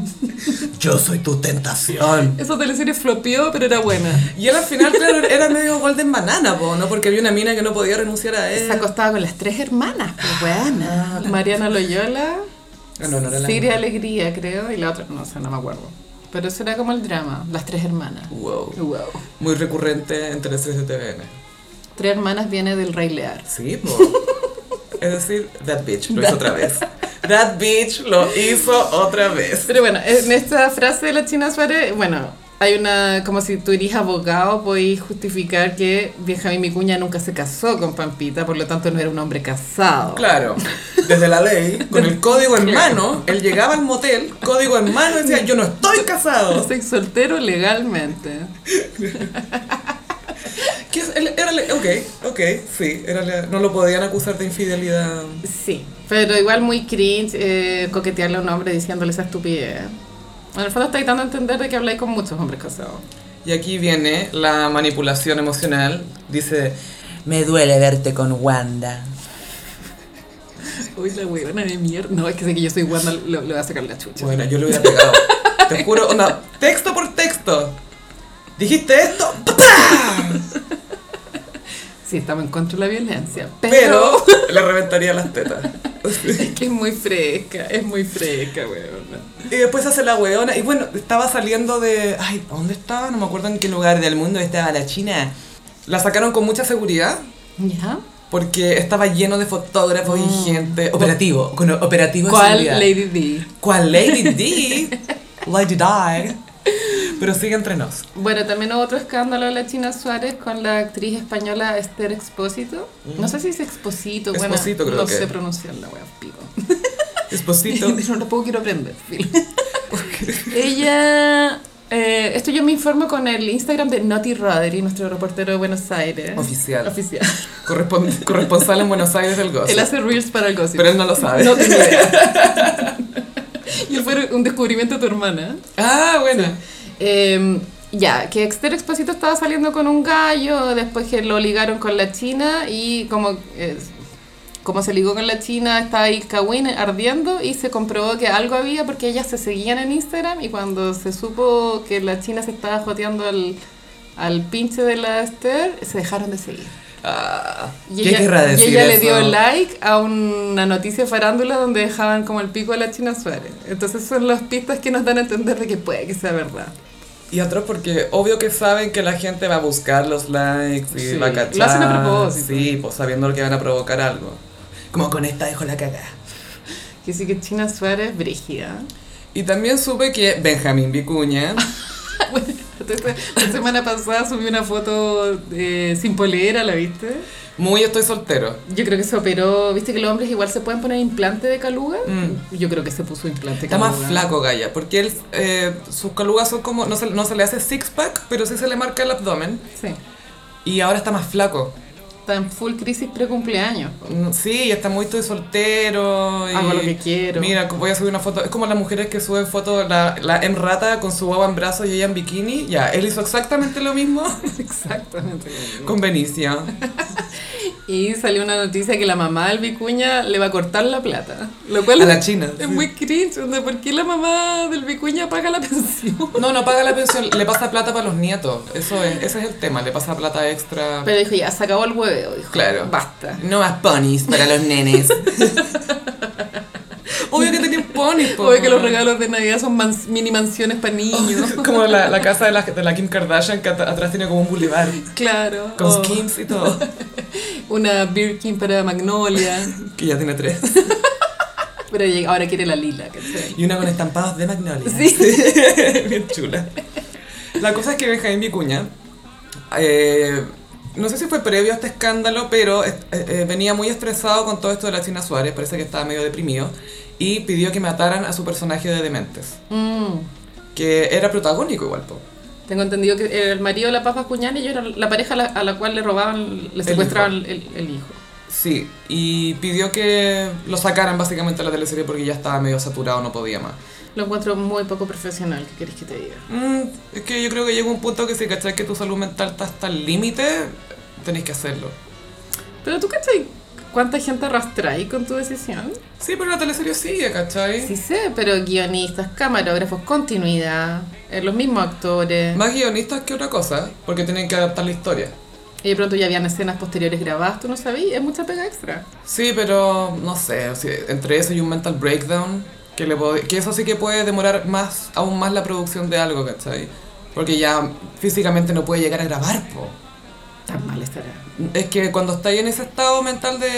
Speaker 1: yo soy tu tentación.
Speaker 2: Esa teleserie flopió, pero era buena.
Speaker 1: Y él al final, claro, era medio golden banana, po, ¿no? Porque había una mina que no podía renunciar a
Speaker 2: Se
Speaker 1: él.
Speaker 2: acostaba con las tres hermanas, pues buena. Eh, Mariana Loyola,
Speaker 1: Ah, no, no era la
Speaker 2: Siria
Speaker 1: misma.
Speaker 2: Alegría, creo, y la otra, no sé, no me acuerdo. Pero eso era como el drama, las tres hermanas.
Speaker 1: Wow.
Speaker 2: Wow.
Speaker 1: Muy recurrente en teleseries de TVN.
Speaker 2: Tres hermanas viene del Rey Lear.
Speaker 1: Sí, po. Es decir, that bitch lo hizo otra vez. That bitch lo hizo otra vez.
Speaker 2: Pero bueno, en esta frase de la China Suárez, bueno, hay una, como si tú eres abogado, podéis justificar que Benjamín Micuña nunca se casó con Pampita, por lo tanto no era un hombre casado.
Speaker 1: Claro, desde la ley, con el código en mano, él llegaba al motel, código en mano, y decía, yo no estoy casado.
Speaker 2: Soy soltero legalmente.
Speaker 1: Que es- él- era le- ok, ok, sí, era le- no lo podían acusar de infidelidad.
Speaker 2: Sí, pero igual muy cringe eh, coquetearle a un hombre diciéndole esa estupidez. En el fondo estáis dando a entender de que habláis con muchos hombres casados.
Speaker 1: Y aquí viene la manipulación emocional, dice,
Speaker 3: Me duele verte con Wanda.
Speaker 2: Uy, la huevona de mierda. No, es que sé que yo soy guanda, le voy a sacar la chucha.
Speaker 1: bueno, yo lo hubiera pegado, te juro, onda, texto por texto. ¿Dijiste esto?
Speaker 2: Sí, estamos en contra de la violencia, pero...
Speaker 1: Pero le reventaría las tetas.
Speaker 2: Es que es muy fresca, es muy fresca, weón.
Speaker 1: Y después hace la weona. Y bueno, estaba saliendo de. Ay, ¿dónde estaba? No me acuerdo en qué lugar del mundo estaba la China. La sacaron con mucha seguridad
Speaker 2: ¿Ya?
Speaker 1: porque estaba lleno de fotógrafos y gente. Operativo, con operativo de
Speaker 2: Mm. ¿Cuál
Speaker 1: seguridad.
Speaker 2: Lady D?
Speaker 1: ¿Cuál Lady D? Lady Di. Pero sigue entre nos.
Speaker 2: Bueno, también hubo otro escándalo de la China Suárez con la actriz española Esther Expósito. No sé si es Expósito, bueno,
Speaker 1: Expósito creo
Speaker 2: no
Speaker 1: que
Speaker 2: sé
Speaker 1: es.
Speaker 2: pronunciar la wea, pico.
Speaker 1: Esposito.
Speaker 2: no tampoco quiero aprender. filo. Ella... eh, esto yo me informo con el Instagram de Naughty Rodri, nuestro reportero de Buenos Aires.
Speaker 1: Oficial.
Speaker 2: Oficial.
Speaker 1: correspon- corresponsal en Buenos Aires del Gossip.
Speaker 2: Él hace reels para el gossip.
Speaker 1: Pero él no lo sabe.
Speaker 2: No tengo idea. y él fue un descubrimiento de tu hermana.
Speaker 1: Ah, bueno.
Speaker 2: Eh, ya, que Exter Exposito estaba saliendo con un gallo, después que lo ligaron con la China y como, eh, como se ligó con la China, estaba ahí el Kawin ardiendo y se comprobó que algo había porque ellas se seguían en Instagram y cuando se supo que la China se estaba joteando al, al pinche de la Esther, se dejaron de seguir.
Speaker 1: Ah,
Speaker 2: Y
Speaker 1: ¿Qué
Speaker 2: ella,
Speaker 1: querrá
Speaker 2: y
Speaker 1: decir
Speaker 2: ella le
Speaker 1: eso?
Speaker 2: dio like a una noticia de farándula donde dejaban como el pico a la China Suárez. Entonces son las pistas que nos dan a entender de que puede que sea verdad.
Speaker 1: Y otros porque obvio que saben que la gente va a buscar los likes y
Speaker 2: Sí,
Speaker 1: va a cachar.
Speaker 2: lo hacen a propósito.
Speaker 1: Sí, pues sabiendo que van a provocar algo. Como con esta dejo la cagada.
Speaker 2: Que sí que China Suárez brígida.
Speaker 1: Y también supe que Benjamín Vicuña,
Speaker 2: Bueno, entonces, la semana pasada subí una foto eh, sin polera, ¿la viste?
Speaker 1: muy estoy soltero.
Speaker 2: Yo creo que se operó, viste que los hombres igual se pueden poner implante de caluga.
Speaker 1: Mm.
Speaker 2: Yo creo que se puso implante de
Speaker 1: Está más
Speaker 2: caluga.
Speaker 1: flaco, Gaya, porque él, eh, sus calugas son como. No se, no se le hace six-pack, pero sí se le marca el abdomen.
Speaker 2: Sí.
Speaker 1: Y ahora está más flaco.
Speaker 2: Está en full crisis pre-cumpleaños.
Speaker 1: Mm, Sí, y está muy estoy soltero. Y
Speaker 2: Hago lo que quiero.
Speaker 1: Mira, voy a subir una foto. Es como las mujeres que suben fotos, la, la em rata con su guagua en brazos y ella en bikini. Ya, él hizo exactamente lo mismo
Speaker 2: Exactamente.
Speaker 1: con Benicia.
Speaker 2: Y salió una noticia que la mamá del Vicuña le va a cortar la plata. Lo cual
Speaker 1: A
Speaker 2: es-
Speaker 1: la China,
Speaker 2: Es
Speaker 1: sí.
Speaker 2: muy cringe. onda, ¿Por qué la mamá del Vicuña paga la pensión?
Speaker 1: No, no paga la pensión, le pasa plata para los nietos. Eso es, ese es el tema, le pasa plata extra.
Speaker 2: Pero dijo, ya, se acabó el hueveo. Dijo,
Speaker 1: Claro.
Speaker 2: Basta.
Speaker 1: No más ponis para los nenes. Obvio que tenían ponis, po,
Speaker 2: Obvio que los
Speaker 1: weón.
Speaker 2: regalos de Navidad son mans- mini mansiones para niños.
Speaker 1: Como la, la casa de la, de la Kim Kardashian que at- atrás tiene como un boulevard
Speaker 2: Claro.
Speaker 1: con
Speaker 2: o
Speaker 1: skins y todo.
Speaker 2: Una Birkin para Magnolia.
Speaker 1: Que ya tiene tres.
Speaker 2: Pero llega- ahora quiere la lila, ¿cachai?
Speaker 1: Y una con estampados de Magnolia.
Speaker 2: Sí.
Speaker 1: Bien chula. La cosa es que Benjamín Vicuña, eh, no sé si fue previo a este escándalo, pero eh, eh, venía muy estresado con todo esto de la China Suárez, parece que estaba medio deprimido, y pidió que mataran a su personaje de Dementes,
Speaker 2: Mm.
Speaker 1: que era protagónico igual, po.
Speaker 2: Tengo entendido que era el marido de la Paz Cuñana y yo era la pareja a la, a la cual le robaban, le secuestraban el el hijo.
Speaker 1: Sí, y pidió que lo sacaran básicamente de la teleserie porque ya estaba medio saturado, no podía más.
Speaker 2: Lo encuentro muy poco profesional, ¿qué querés que te diga?
Speaker 1: Mm, es que yo creo que llega un punto que si cachás que tu salud mental está hasta el límite, tenés que hacerlo.
Speaker 2: Pero tú, ¿cachai? ¿Cuánta gente arrastráis con tu decisión?
Speaker 1: Sí, pero la teleserie sigue, ¿cachai?
Speaker 2: Sí sé, pero guionistas, camarógrafos, continuidad, eh, los mismos actores.
Speaker 1: Más guionistas que otra cosa, porque tienen que adaptar la historia.
Speaker 2: Y de pronto ya habían escenas posteriores grabadas, tú no sabías, es mucha pega extra.
Speaker 1: Sí, pero no sé, o sea, entre eso y un mental breakdown, que, le pod- que eso sí que puede demorar más, aún más la producción de algo, ¿cachai? Porque ya físicamente no puede llegar a grabar, po.
Speaker 2: Tan mal estará.
Speaker 1: Es que cuando estáis en ese estado mental de,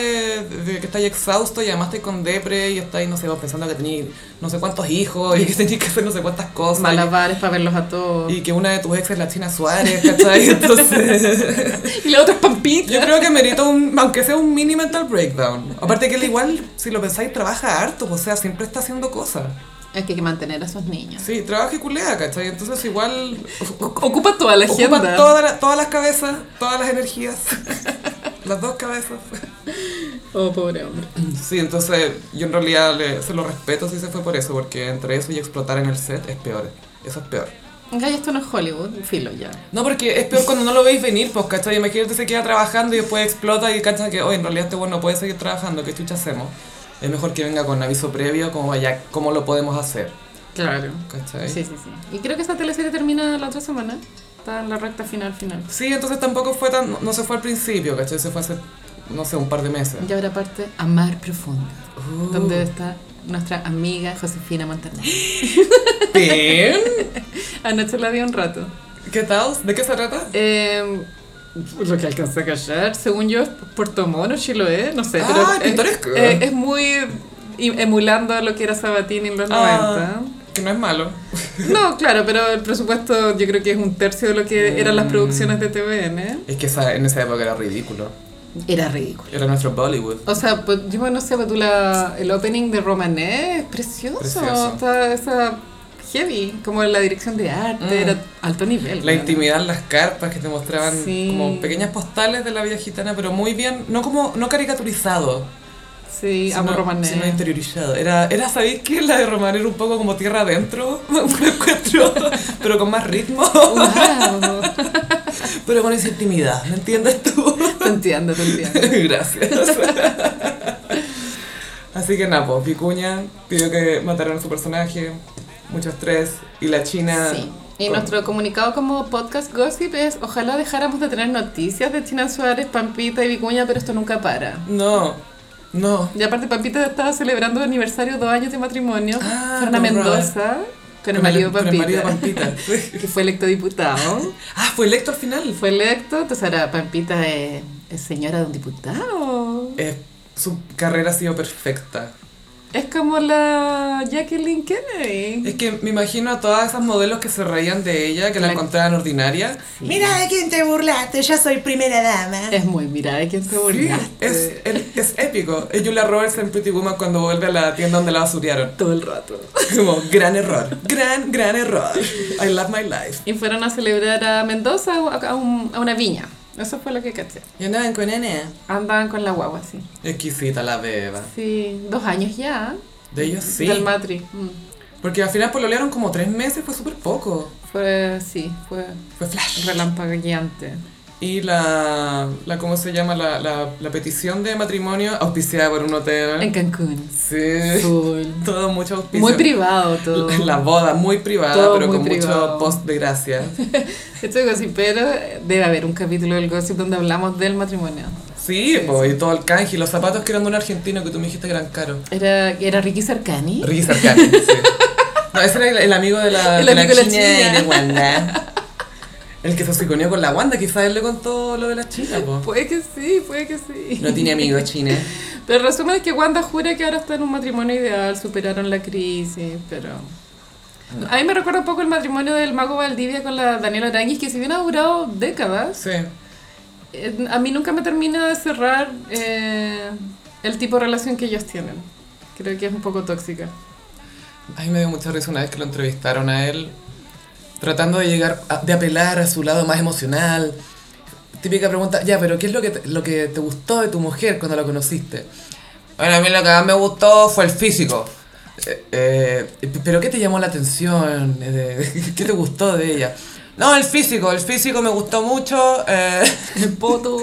Speaker 1: de que estáis exhausto y además estáis con depre y estáis, no sé, vos pensando que tenéis no sé cuántos hijos y que tenéis que hacer no sé cuántas cosas.
Speaker 2: Malabares para verlos a todos.
Speaker 1: Y, y que una de tus ex es la China Suárez, ¿cachai? Entonces,
Speaker 2: Y la otra es Pampita.
Speaker 1: yo creo que merita un, aunque sea un mini mental breakdown. Aparte que él igual, si lo pensáis, trabaja harto, o sea, siempre está haciendo cosas.
Speaker 2: Es que hay que mantener a esos niños.
Speaker 1: Sí, trabaja y culea, ¿cachai? Entonces igual
Speaker 2: O- Ocupa toda la
Speaker 1: ocupa
Speaker 2: agenda.
Speaker 1: toda la- todas las cabezas, todas las energías, las dos cabezas.
Speaker 2: Oh, pobre hombre.
Speaker 1: Sí, entonces yo en realidad le- se lo respeto si se fue por eso, porque entre eso y explotar en el set es peor. Eso es peor.
Speaker 2: Ay, esto no es Hollywood, filo ya.
Speaker 1: No, porque es peor cuando no lo veis venir, pues, ¿cachai? Imagínate se queda trabajando y después explota y cachan que, oye, en realidad este bueno no puede seguir trabajando, ¿qué chucha hacemos? Es mejor que venga con aviso previo, como vaya, cómo lo podemos hacer,
Speaker 2: Claro.
Speaker 1: ¿cachai?
Speaker 2: Sí, sí, sí. Y creo que esa teleserie termina la otra semana. Está en la recta final, final.
Speaker 1: Sí, entonces tampoco fue tan, no se fue al principio, ¿cachai? Se fue hace, no sé, un par de meses.
Speaker 2: Y ahora parte Amar Profundo,
Speaker 1: Uh.
Speaker 2: donde está nuestra amiga Josefina Montaner.
Speaker 1: Bien.
Speaker 2: Anoche la vi un rato.
Speaker 1: ¿Qué tal? ¿De qué se trata? Em,
Speaker 2: Eh, lo que alcancé a callar, según yo, es Puerto Mono, Chiloé, no sé.
Speaker 1: Ah,
Speaker 2: pero es-
Speaker 1: pintoresco.
Speaker 2: eh, Es, muy i- emulando lo que era Sabatini en los
Speaker 1: Ah,
Speaker 2: 90.
Speaker 1: que no es malo.
Speaker 2: No, claro, pero el presupuesto yo creo que es un tercio de lo que eran las producciones de TVN.
Speaker 1: Es que esa- en esa época era ridículo.
Speaker 2: Era ridículo.
Speaker 1: Era nuestro Bollywood.
Speaker 2: O sea, pues, yo no sé, pero tú la, el opening de Romané es precioso.
Speaker 1: Precioso.
Speaker 2: Está esa heavy, como la dirección de arte,
Speaker 1: Mm.
Speaker 2: era alto nivel.
Speaker 1: La
Speaker 2: ¿no?
Speaker 1: intimidad, las carpas que te mostraban
Speaker 2: Sí.
Speaker 1: como pequeñas postales de la vida gitana, pero muy bien, no como no caricaturizado,
Speaker 2: Sí, amo
Speaker 1: sino,
Speaker 2: Romané.
Speaker 1: sino interiorizado. Era, era ¿sabéis que la de Román era un poco como tierra adentro? Un encuentro, pero con más ritmo,
Speaker 2: Wow.
Speaker 1: pero con esa intimidad, ¿me entiendes tú?
Speaker 2: te entiendo, te entiendo.
Speaker 1: Gracias. Así que nada, pues Vicuña pidió que mataran a su personaje, mucho estrés, y la China...
Speaker 2: Sí. Y
Speaker 1: con-
Speaker 2: nuestro comunicado como podcast gossip es ojalá dejáramos de tener noticias de China Suárez, Pampita y Vicuña, pero esto nunca para.
Speaker 1: No, no.
Speaker 2: Y aparte Pampita estaba celebrando el aniversario dos años de matrimonio.
Speaker 1: Ah,
Speaker 2: Fernanda
Speaker 1: con Robert.
Speaker 2: Mendoza con el marido de
Speaker 1: con el marido de
Speaker 2: Pampita,
Speaker 1: Pampita. sí.
Speaker 2: que fue electo diputado.
Speaker 1: Ah, fue electo al final.
Speaker 2: Fue electo, entonces ahora Pampita es, es señora de un diputado.
Speaker 1: Eh, su carrera ha sido perfecta.
Speaker 2: Es como la Jacqueline Kennedy.
Speaker 1: Es que me imagino a todas esas modelos que se reían de ella, que la,
Speaker 2: La-
Speaker 1: encontraban ordinaria.
Speaker 3: Mira de quién te burlaste, ya soy primera dama.
Speaker 2: Es muy mira de quién te burlaste.
Speaker 1: es, el- es épico. Es Julia Roberts en Pretty Woman cuando vuelve a la tienda donde la basurearon.
Speaker 2: todo el rato.
Speaker 1: Como, gran error. Gran, gran error. I love my life.
Speaker 2: Y fueron a celebrar a Mendoza a, a un- a una viña. Eso fue lo que caché.
Speaker 1: Y andaban con Nene.
Speaker 2: Andaban con la guagua, sí.
Speaker 1: Exquisita la beba.
Speaker 2: Sí, dos años ya.
Speaker 1: De ellos sí.
Speaker 2: Del Matri. Mm.
Speaker 1: Porque al final pololearon como tres meses, fue súper poco.
Speaker 2: Fue, sí, fue
Speaker 1: Fue flash.
Speaker 2: relampagueante.
Speaker 1: Y la, la ¿cómo se llama? La, la, la petición de matrimonio auspiciada por un hotel.
Speaker 2: En Cancún.
Speaker 1: Sí.
Speaker 2: Full.
Speaker 1: Todo mucho auspicio.
Speaker 2: Muy privado todo.
Speaker 1: La boda muy privada,
Speaker 2: Todo
Speaker 1: pero
Speaker 2: muy
Speaker 1: con mucho
Speaker 2: privado.
Speaker 1: post de gracia.
Speaker 2: Esto de pero debe haber un capítulo del gossip donde hablamos del matrimonio.
Speaker 1: Sí, po, y todo el canje, y los zapatos que eran de un argentino que tú me dijiste que eran caros.
Speaker 2: Era, era Ricky Sarkani.
Speaker 1: Ricky Sarkani, sí. No, ese era el, el amigo de la,
Speaker 2: El
Speaker 1: de la
Speaker 2: amigo de la
Speaker 1: China
Speaker 2: China.
Speaker 1: y de Wanda. El que se suiconió con la Wanda, quizás él le contó lo de la China, po.
Speaker 2: Puede que sí, puede que Pues sí.
Speaker 1: No tiene amigos China.
Speaker 2: Pero el resumen es que Wanda jura que ahora está en un matrimonio ideal, superaron la crisis, pero... A mí me recuerda un poco el matrimonio del mago Valdivia con la Daniela Aránguiz, que si bien ha durado décadas,
Speaker 1: Sí.
Speaker 2: eh, a mí nunca me termina de cerrar eh, el tipo de relación que ellos tienen. Creo que es un poco tóxica.
Speaker 1: A mí me dio mucha risa una vez que lo entrevistaron a él, tratando de llegar, a- de apelar a su lado más emocional. Típica pregunta, ya, pero ¿qué es lo que te, lo que te gustó de tu mujer cuando la conociste? Bueno, a mí lo que más me gustó fue el físico. Eh, eh, ¿Pero qué te llamó la atención? Eh, ¿Qué te gustó de ella? No, el físico, el físico me gustó mucho. eh,
Speaker 2: El poto.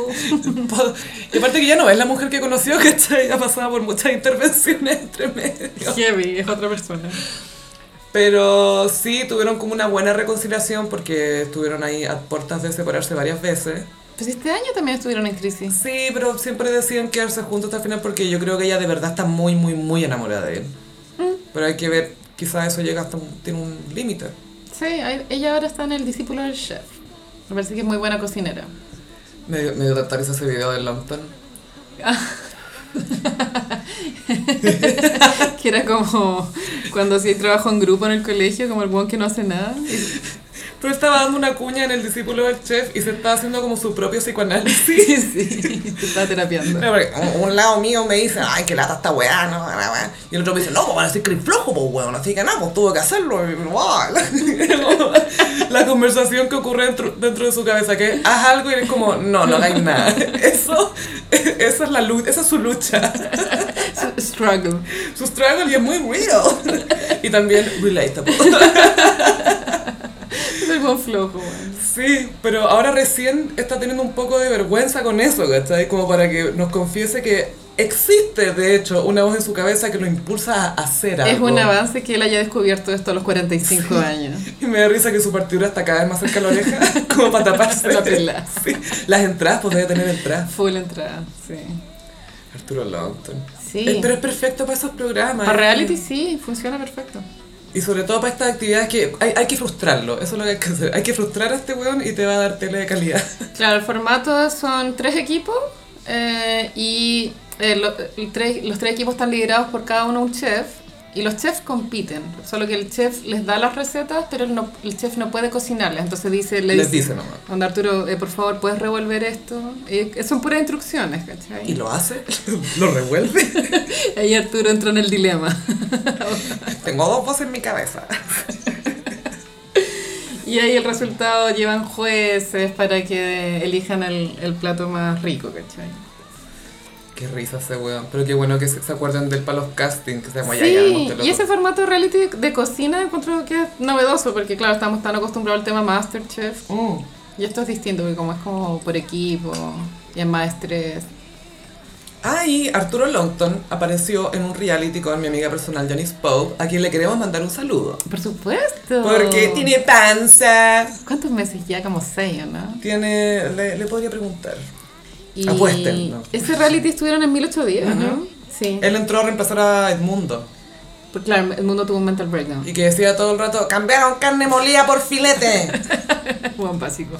Speaker 1: po- y aparte que ya no es la mujer que conoció, que ya pasaba por muchas intervenciones entre medio.
Speaker 2: Heavy, es otra persona.
Speaker 1: Pero sí, tuvieron como una buena reconciliación porque estuvieron ahí a puertas de separarse varias veces.
Speaker 2: Pues este año también estuvieron en crisis.
Speaker 1: Sí, pero siempre decían quedarse juntos hasta el final porque yo creo que ella de verdad está muy, muy, muy enamorada de él. Pero hay que ver, quizás eso llega hasta un, tiene un límite.
Speaker 2: Sí, ahí- ella ahora está en el discípulo del chef. Me parece que es muy buena cocinera.
Speaker 1: Me, dio- me dio tanta risa ese video de Lampton.
Speaker 2: Que era como cuando hacía trabajo en grupo en el colegio, como el buen que no hace nada.
Speaker 1: Pero estaba dando una cuña en el discípulo del chef y se estaba haciendo como su propio psicoanálisis.
Speaker 2: Sí, sí, te estaba terapiando.
Speaker 1: No, porque un, un lado mío me dice, ay, que lata esta weá, no, la weá. Y el otro me dice, no, pues van a decir que eres flojo, pues weón, así que nada, pues tuve que hacerlo. y, ¡buah! la conversación que ocurre dentro, dentro de su cabeza, que haz algo y eres como, no, no hagáis nada. Eso, esa es la lucha, esa es su lucha,
Speaker 2: S- Struggle.
Speaker 1: su struggle y es muy real. Y también pues. relatable.
Speaker 2: Es el buen flojo, weón.
Speaker 1: Sí, pero ahora recién está teniendo un poco de vergüenza con eso, ¿cachai? Como para que nos confiese que existe, de hecho, una voz en su cabeza que lo impulsa a hacer
Speaker 2: Es
Speaker 1: algo.
Speaker 2: un avance que él haya descubierto esto a los 45 años.
Speaker 1: Y me da risa que su partitura está cada vez más cerca de la oreja, como para taparse.
Speaker 2: La pela.
Speaker 1: Sí. Las entradas, pues debe tener entradas.
Speaker 2: Full entrada, sí.
Speaker 1: Arturo Longton.
Speaker 2: Sí.
Speaker 1: Eh, Pero es perfecto para esos programas. eh.
Speaker 2: Para reality sí, funciona perfecto.
Speaker 1: Y sobre todo para estas actividades que hay, hay que frustrarlo. Eso es lo que hay que hacer. Hay que frustrar a este weón y te va a dar tele de calidad.
Speaker 2: Claro, el formato son tres equipos eh, y eh, lo- el tres- los tres equipos están liderados por cada uno un chef y los chefs compiten, solo que el chef les da las recetas, pero él no- el chef no puede cocinarlas, entonces dice, le
Speaker 1: Les dice nomás.
Speaker 2: Onda Arturo, eh, por favor, ¿puedes revolver esto? Y son puras instrucciones, ¿cachai?
Speaker 1: Y lo hace, lo revuelve.
Speaker 2: Ahí Arturo entró en el dilema.
Speaker 1: Tengo dos voces en mi cabeza.
Speaker 2: Y ahí el resultado llevan jueces para que elijan el, el plato más rico, ¿cachai?
Speaker 1: Qué risa ese weón. Pero qué bueno que se, se acuerdan del palos casting que se llama ya, ya,
Speaker 2: Sí,
Speaker 1: ponte loco.
Speaker 2: y ese formato reality de, de cocina encuentro que es novedoso porque claro, estamos tan acostumbrados al tema Masterchef
Speaker 1: Mm.
Speaker 2: y esto es distinto porque como es como por equipo y es más estrés.
Speaker 1: Ah, y Arturo Longton apareció en un reality con mi amiga personal Janice Pope, a quien le queremos mandar un saludo.
Speaker 2: Por supuesto.
Speaker 1: Porque tiene panza.
Speaker 2: ¿Cuántos meses ya? Como seis, ¿o ¿no?
Speaker 1: Tiene. Le, le podría preguntar.
Speaker 2: Y
Speaker 1: Apuesten, ¿no?
Speaker 2: Ese reality estuvieron en 1810, ¿no? Sí.
Speaker 1: Él entró a reemplazar a Edmundo
Speaker 2: Porque claro, el mundo tuvo un mental breakdown.
Speaker 1: y que decía todo el rato: cambiaron carne molida por filete.
Speaker 2: Buen básico.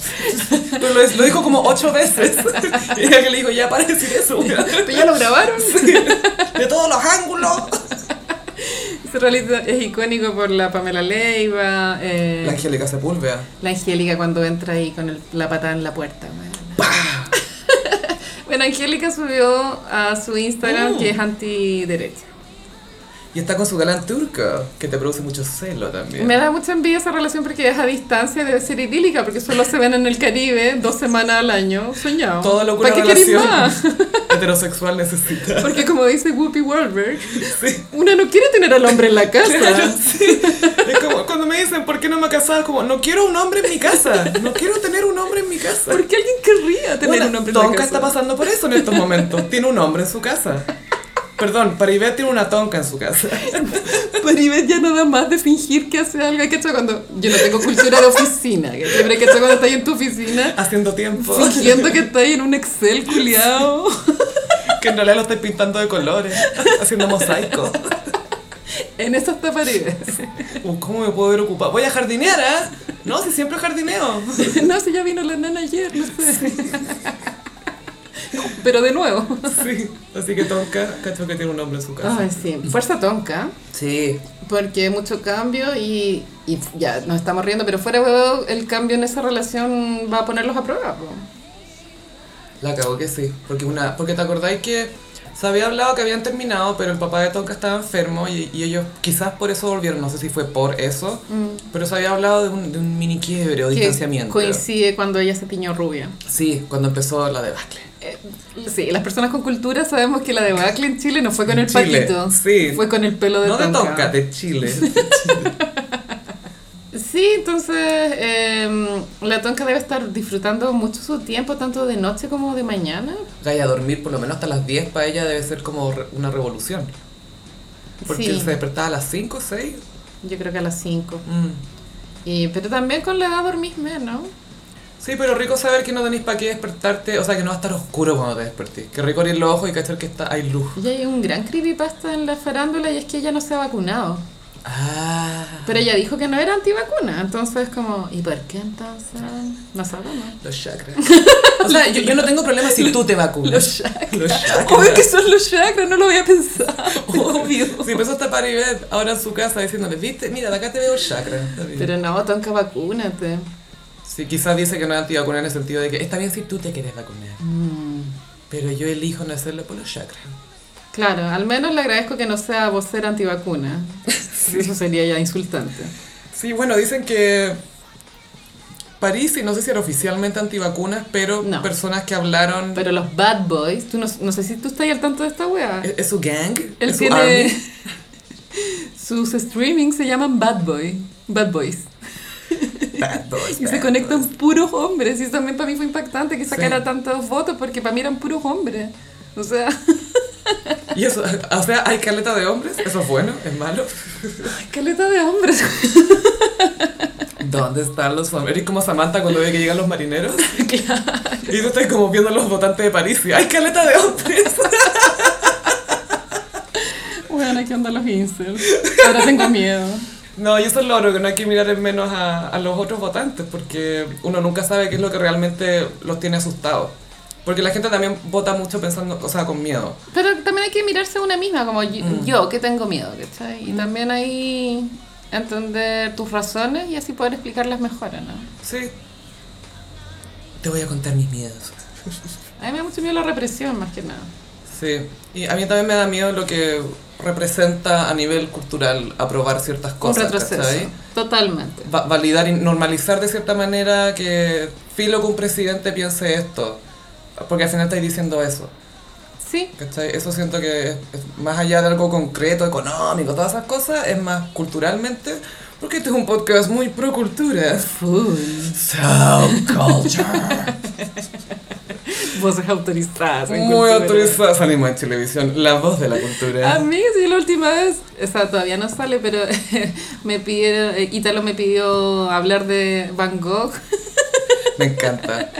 Speaker 1: Pero lo, lo dijo como ocho veces. Y ella que le dijo: ya para de decir eso, weón.
Speaker 2: Pero ya lo grabaron.
Speaker 1: De todos los ángulos.
Speaker 2: Ese reality es icónico por la Pamela Leiva. eh,
Speaker 1: La Angélica Sepúlveda.
Speaker 2: La Angélica cuando entra ahí con el- la patada en la puerta. bueno. bueno, Angélica subió a su Instagram
Speaker 1: Mm.
Speaker 2: que es antiderecha.
Speaker 1: Y está con su galán turco, que te produce mucho celo también.
Speaker 2: Me da mucha envidia esa relación porque es a distancia, debe ser idílica, porque solo se ven en el Caribe dos semanas al año. Soñado.
Speaker 1: Todo lo que
Speaker 2: ¿Para
Speaker 1: una
Speaker 2: qué querés
Speaker 1: relación
Speaker 2: más?
Speaker 1: heterosexual necesita.
Speaker 2: Porque como dice Whoopi Wahlberg,
Speaker 1: Sí.
Speaker 2: una no quiere tener al hombre en la casa.
Speaker 1: Sí. Es como cuando me dicen, ¿por qué no problema casar, como no quiero un hombre en mi casa, no quiero tener un hombre en mi casa.
Speaker 2: ¿Por qué alguien querría tener
Speaker 1: Bueno,
Speaker 2: un hombre en la
Speaker 1: Tonka
Speaker 2: casa?
Speaker 1: está pasando por eso en estos momentos. Tiene un hombre en su casa. Perdón, Paribet tiene una tonca en su casa.
Speaker 2: Pero Ivette ya nada más de fingir que hace algo, ¿cachai? Cuando yo no tengo cultura de oficina, que siempre que cuando estás en tu oficina
Speaker 1: Haciendo tiempo.
Speaker 2: fingiendo que estás en un Excel culiado.
Speaker 1: Que en realidad lo estoy pintando de colores. Haciendo mosaico.
Speaker 2: En esas taparedes.
Speaker 1: Uh, ¿Cómo me puedo ver ocupada? Voy a jardinear, ¿ah? No, si siempre jardineo.
Speaker 2: No, si ya vino la nana ayer, no sé. Pero de nuevo.
Speaker 1: Sí. Así que Tonka, cacho que tiene un hombre en su casa.
Speaker 2: Ay, sí. Fuerza tonca.
Speaker 1: Sí.
Speaker 2: Porque mucho cambio y, y ya nos estamos riendo, pero fuera de huevo, el cambio en esa relación va a ponerlos a prueba. po.
Speaker 1: La acabó que sí. Porque una. Porque te acordáis que se había hablado que habían terminado, pero el papá de Tonka estaba enfermo y, y ellos quizás por eso volvieron. No sé si fue por eso. Pero se había hablado de un, de un mini quiebre o
Speaker 2: Mm. Que
Speaker 1: distanciamiento.
Speaker 2: Coincide cuando ella se tiñó rubia.
Speaker 1: Sí, cuando empezó la debacle.
Speaker 2: Eh, Sí, las personas con cultura sabemos que la debacle en Chile no fue con el
Speaker 1: Chile,
Speaker 2: patito,
Speaker 1: sí.
Speaker 2: fue con el pelo de
Speaker 1: No de
Speaker 2: tonka.
Speaker 1: Tonka, de Chile.
Speaker 2: Sí, entonces eh, la tonca debe estar disfrutando mucho su tiempo, tanto de noche como de mañana.
Speaker 1: Gaya, dormir por lo menos hasta las 10 para ella debe ser como re- una revolución. Porque
Speaker 2: Sí.
Speaker 1: se despertaba a las 5, 6.
Speaker 2: Yo creo que a las 5. Y, pero también con la edad dormís menos.
Speaker 1: Sí, pero rico saber que no tenéis para qué despertarte, o sea, que no va a estar oscuro cuando te despertís. Que rico abrir los ojos y cachar que está, hay luz.
Speaker 2: Y hay un gran creepypasta en la farándula y es que ella no se ha vacunado.
Speaker 1: Ah,
Speaker 2: Pero ella dijo que no era antivacuna, entonces como, ¿y por qué entonces? No sabemos.
Speaker 1: los chakras. O sea, yo, yo no tengo problema si tú te vacunas. Los chakras. Los chakras.
Speaker 2: Obvio que son los chakras, no lo había pensado. Obvio.
Speaker 1: Si empezó hasta Paribet ahora en su casa diciéndole, viste, mira, de acá te veo el chakra. Está bien.
Speaker 2: Pero no, Tonka, vacúnate.
Speaker 1: Sí, quizás dice que no es antivacuna en el sentido de que está bien si tú te quieres vacunar.
Speaker 2: Mm.
Speaker 1: Pero yo elijo no hacerlo por los chakras.
Speaker 2: Claro, al menos le agradezco que no sea vocera antivacuna. Eso sería ya insultante.
Speaker 1: Sí, bueno, dicen que París, y no sé si era oficialmente antivacunas, pero
Speaker 2: No.
Speaker 1: personas que hablaron...
Speaker 2: Pero los bad boys, tú no, no sé si tú estás al tanto de esta wea.
Speaker 1: ¿Es, es su gang?
Speaker 2: Él
Speaker 1: ¿Es su army?
Speaker 2: tiene... Sus streamings se llaman bad boy. Bad boys.
Speaker 1: Bad boys,
Speaker 2: Y se
Speaker 1: bad
Speaker 2: conectan
Speaker 1: boys.
Speaker 2: puros hombres. Y eso también para mí fue impactante que
Speaker 1: Sí.
Speaker 2: sacara tantos votos porque para mí eran puros hombres. O sea,
Speaker 1: Y eso, o sea, hay caleta de hombres, eso es bueno, es malo.
Speaker 2: caleta de hombres.
Speaker 1: ¿Dónde están los hombres? Y como Samantha cuando ve que llegan los marineros. Y tú estás como viendo a los votantes de París y ¡ay, caleta de hombres!
Speaker 2: Bueno, ¿qué onda los incels? Ahora tengo miedo.
Speaker 1: No, y eso es lo otro, que no hay que mirar en menos a, a los otros votantes, porque uno nunca sabe qué es lo que realmente los tiene asustados. Porque la gente también vota mucho pensando, o sea, con miedo.
Speaker 2: Pero también hay que mirarse a una misma, como yo, yo, que tengo miedo, ¿cachai? Y también ahí entender tus razones y así poder explicarlas mejor, ¿no?
Speaker 1: Sí. Te voy a contar mis miedos.
Speaker 2: A mí me da mucho miedo la represión, más que nada.
Speaker 1: Sí. Y a mí también me da miedo lo que representa a nivel cultural aprobar ciertas cosas.
Speaker 2: Un retroceso.
Speaker 1: ¿cachai?
Speaker 2: Totalmente.
Speaker 1: Va- validar y normalizar de cierta manera que filo que un presidente piense esto. Porque al final estáis diciendo eso.
Speaker 2: Sí,
Speaker 1: ¿Cachai? Eso siento que es- es más allá de algo concreto, económico, todas esas cosas, es más culturalmente, porque este es un podcast muy pro cultura. So culture.
Speaker 2: voces autorizadas. en
Speaker 1: muy
Speaker 2: cultura.
Speaker 1: autorizada. Salimos en televisión, la voz de la cultura.
Speaker 2: A mí, sí, la última vez, o sea, todavía no sale, pero me pidieron, eh, Ítalo me pidió hablar de Van Gogh.
Speaker 1: Me encanta.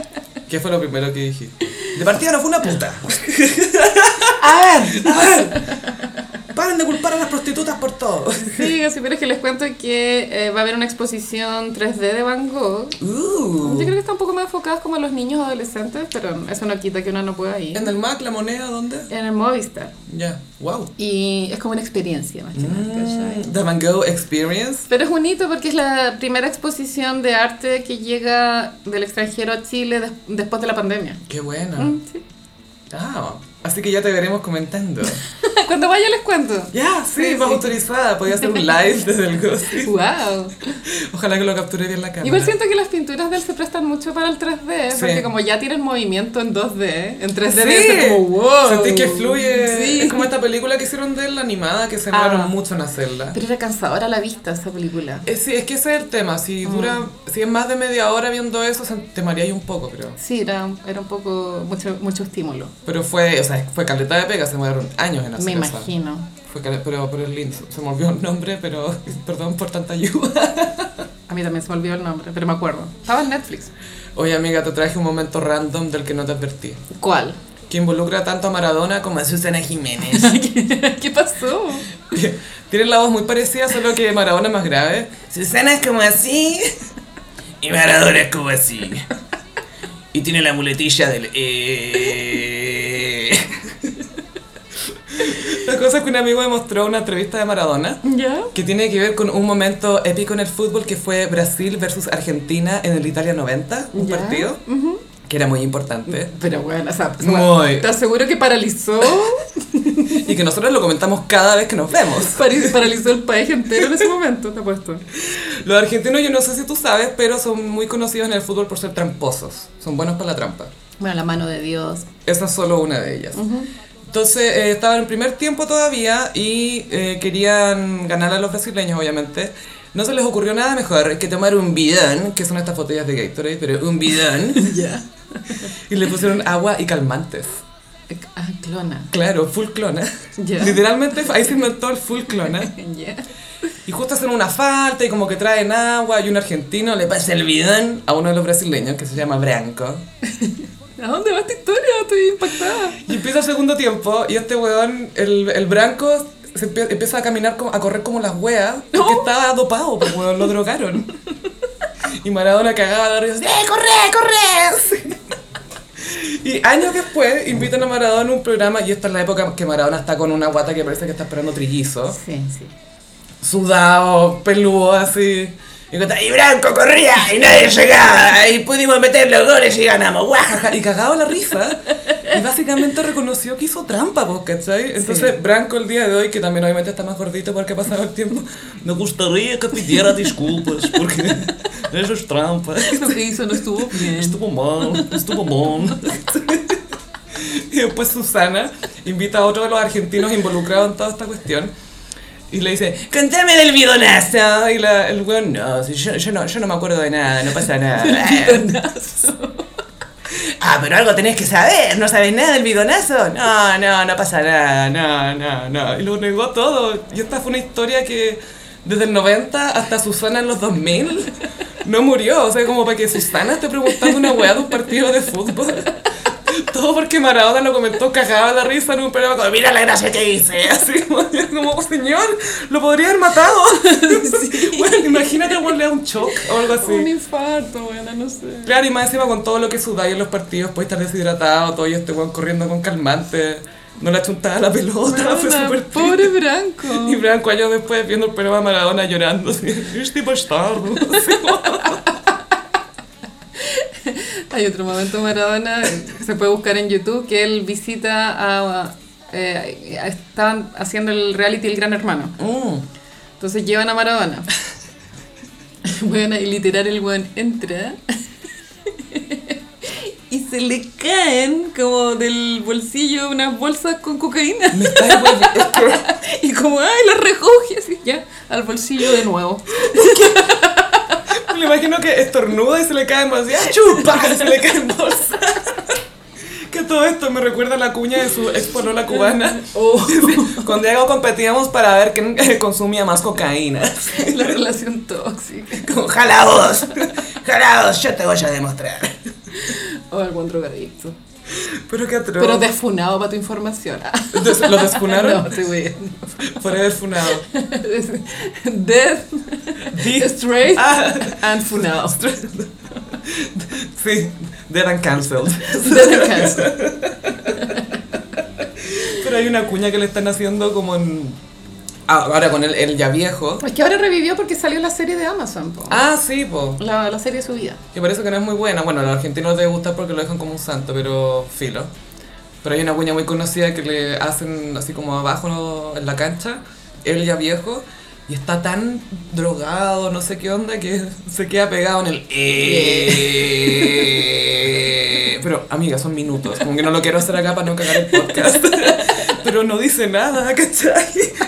Speaker 1: ¿Qué fue lo primero que dijiste? De partida no fue una puta. a ver, a ver. Paren de culpar a las prostitutas por todo.
Speaker 2: Sí, así, pero es que les cuento que eh, va a haber una exposición 3D de Van Gogh.
Speaker 1: Uh.
Speaker 2: Yo creo que está un poco más enfocadas como a los niños adolescentes, pero eso no quita que uno no pueda ir.
Speaker 1: ¿En el Mac, la moneda, dónde?
Speaker 2: En el Movistar.
Speaker 1: Ya, wow.
Speaker 2: Y es como una experiencia, más que nada,
Speaker 1: Mm.
Speaker 2: ¿cachai?
Speaker 1: The Van Gogh Experience.
Speaker 2: Pero es bonito porque es la primera exposición de arte que
Speaker 1: Ah.
Speaker 2: llega del extranjero a Chile des- después de la pandemia.
Speaker 1: Qué buena.
Speaker 2: Mm, sí.
Speaker 1: Ah, Así que ya te veremos comentando.
Speaker 2: Cuando vaya les cuento.
Speaker 1: Ya, sí,
Speaker 2: Sí,
Speaker 1: más
Speaker 2: sí.
Speaker 1: autorizada. Podía hacer un live desde el gossip.
Speaker 2: ¡Wow!
Speaker 1: Ojalá que lo capture bien la cámara.
Speaker 2: Igual siento que las pinturas de él se prestan mucho para el 3D,
Speaker 1: Sí.
Speaker 2: porque como ya tienen movimiento en 2D, en 3D
Speaker 1: Sí.
Speaker 2: Pues debe ser como wow.
Speaker 1: Sentí que fluye.
Speaker 2: Sí.
Speaker 1: Es como esta película que hicieron de él, la animada, que se
Speaker 2: Ah.
Speaker 1: demoraron mucho en hacerla.
Speaker 2: Pero era cansadora la vista esa película.
Speaker 1: Eh, sí, es que ese es el tema. Si
Speaker 2: Mm.
Speaker 1: dura, si es más de media hora viendo eso, se- te mareáis un poco, creo.
Speaker 2: Sí, era, era un poco, mucho, mucho estímulo.
Speaker 1: Pero fue, o sea, fue caleta de pega, se demoraron años en hacer
Speaker 2: me
Speaker 1: esa.
Speaker 2: imagino.
Speaker 1: Fue cale- pero, pero es lindo, se me olvidó el nombre, pero perdón por tanta ayuda.
Speaker 2: A mí también se me olvidó el nombre, pero me acuerdo. Estaba en Netflix.
Speaker 1: Oye amiga, te traje un momento random del que no te advertí.
Speaker 2: ¿Cuál?
Speaker 1: Que involucra tanto a Maradona como a Susana Jiménez.
Speaker 2: ¿Qué pasó?
Speaker 1: Tienen la voz muy parecida, solo que Maradona es más grave.
Speaker 3: Susana es como así.
Speaker 4: Y Maradona es como así. Y tiene la muletilla del... Eh...
Speaker 1: La cosa es que un amigo me mostró una entrevista de Maradona
Speaker 2: ¿Ya?
Speaker 1: que tiene que ver con un momento épico en el fútbol que fue Brasil versus Argentina en el Italia 90, un
Speaker 2: Ya.
Speaker 1: partido que era muy importante
Speaker 2: Pero bueno, o sea,
Speaker 1: Muy.
Speaker 2: te aseguro que paralizó,
Speaker 1: y que nosotros lo comentamos cada vez que nos vemos.
Speaker 2: pari- paralizó el país entero en ese momento, te apuesto.
Speaker 1: Los argentinos, yo no sé si tú sabes, pero son muy conocidos en el fútbol por ser tramposos. Son buenos para la trampa.
Speaker 2: Bueno, la mano de Dios.
Speaker 1: Esa es solo una de ellas. Entonces, eh, estaba en el primer tiempo todavía y eh, querían ganar a los brasileños, obviamente. No se les ocurrió nada mejor que tomar un bidón, que son estas botellas de Gatorade, pero un bidón,
Speaker 2: Ya.
Speaker 1: y le pusieron agua y calmantes.
Speaker 2: Ah, clona.
Speaker 1: Claro, full clona.
Speaker 2: Ya.
Speaker 1: Literalmente ahí se inventó el full clona.
Speaker 2: Ya.
Speaker 1: Y justo hacen una falta y como que traen agua y un argentino le pasa el bidón a uno de los brasileños que se llama Branco.
Speaker 2: ¿A dónde va esta historia? Estoy impactada.
Speaker 1: Y empieza el segundo tiempo y este weón, el, el branco, se empie- empieza a caminar, como- a correr como las weas porque estaba dopado, pues weón, lo drogaron. Y Maradona cagaba de risa, ¡eh, corre, corre! Y años después invitan a Maradona a un programa y esta es la época que Maradona está con una guata que parece que está esperando trillizo,
Speaker 2: Sí, sí.
Speaker 1: sudado, peludo así. Y canta, "Y
Speaker 4: Y Branco corría y nadie llegaba. Y pudimos meter los goles y ganamos. ¡Guajaja!
Speaker 1: y cagado la risa. Y básicamente reconoció que hizo trampa, ¿vos cachai? Entonces, Branco el día de hoy, que también obviamente está más gordito porque ha pasado el tiempo,
Speaker 4: Me gustaría que pidiera disculpas porque eso es trampa.
Speaker 2: Lo que hizo no estuvo bien.
Speaker 4: Estuvo mal, estuvo mal.
Speaker 1: y después Pues Susana invita a otro de los argentinos involucrados en toda esta cuestión y le dice,
Speaker 4: Contame del bidonazo.
Speaker 1: "Ah", y la- el weón, no, si yo, yo no, yo no me acuerdo de nada, no pasa nada.
Speaker 4: Ah, pero algo tenés que saber. No sabés nada del bidonazo. No.
Speaker 1: No, no, no pasa nada, no, no, no. Y lo negó todo. Y esta fue una historia que desde el 90 hasta Susana en los 2000 no murió. O sea, como para que Susana esté preguntando una weá de un partido de fútbol. Todo porque Maradona lo comentó cagaba la risa en un programa como, mira la gracia que hice. Así como, yo como, señor, lo podría haber matado. Bueno, imagínate, weón, le da un shock o algo así.
Speaker 2: Un infarto, bueno, no sé.
Speaker 1: Claro, y más encima con todo lo que sudáis en los partidos, puede estar deshidratado, todo y este weón corriendo con calmante, no la chuntaba la pelota, fue
Speaker 2: Bueno,
Speaker 1: súper triste.
Speaker 2: pobre Branco.
Speaker 1: Y Branco años después viendo el programa de Maradona llorando, así, este bastardo. así como-
Speaker 2: Hay otro momento Maradona, se puede buscar en YouTube, que él visita a... a- eh, estaban haciendo el reality El Gran Hermano. Entonces llevan a Maradona. Bueno, y literal el weón entra y se le caen como del bolsillo unas bolsas con cocaína.
Speaker 1: Me estáis volviendo-
Speaker 2: Y como, ay, las recoge así ya, al bolsillo de nuevo.
Speaker 1: Me imagino que estornuda y se le cae más, ¡ya chupa! y se le cae en bolsa. Que todo esto me recuerda a la cuña de su ex polola cubana. Con Diego competíamos para ver quién eh, consumía más cocaína.
Speaker 2: La relación tóxica.
Speaker 4: Como, Jala vos. Jala vos, yo te voy a demostrar.
Speaker 2: O algún drogadicto.
Speaker 1: Pero qué atroz.
Speaker 2: Pero desfunado para tu información.
Speaker 1: Des- ¿Lo desfunaron?
Speaker 2: No, estoy bien.
Speaker 1: Forever funado.
Speaker 2: Death,
Speaker 1: Di-
Speaker 2: straight
Speaker 1: Ah,
Speaker 2: and funado.
Speaker 1: sí, dead and cancelled.
Speaker 2: Death and cancer.
Speaker 1: Pero hay una cuña que le están haciendo como en... ah, ahora con él, él ya viejo.
Speaker 2: Es que ahora revivió porque salió la serie de Amazon, po.
Speaker 1: Ah, sí, po.
Speaker 2: La, la serie de su vida.
Speaker 1: Que parece que no es muy buena. Bueno, a los argentinos les gusta porque lo dejan como un santo, pero filo. Pero hay una cuña muy conocida que le hacen así como abajo en la cancha, él ya viejo, y está tan drogado, no sé qué onda, que se queda pegado en el... "Eh". Pero, amiga, son minutos, como que no lo quiero hacer acá para no cagar el podcast. Pero no dice nada, ¿cachai?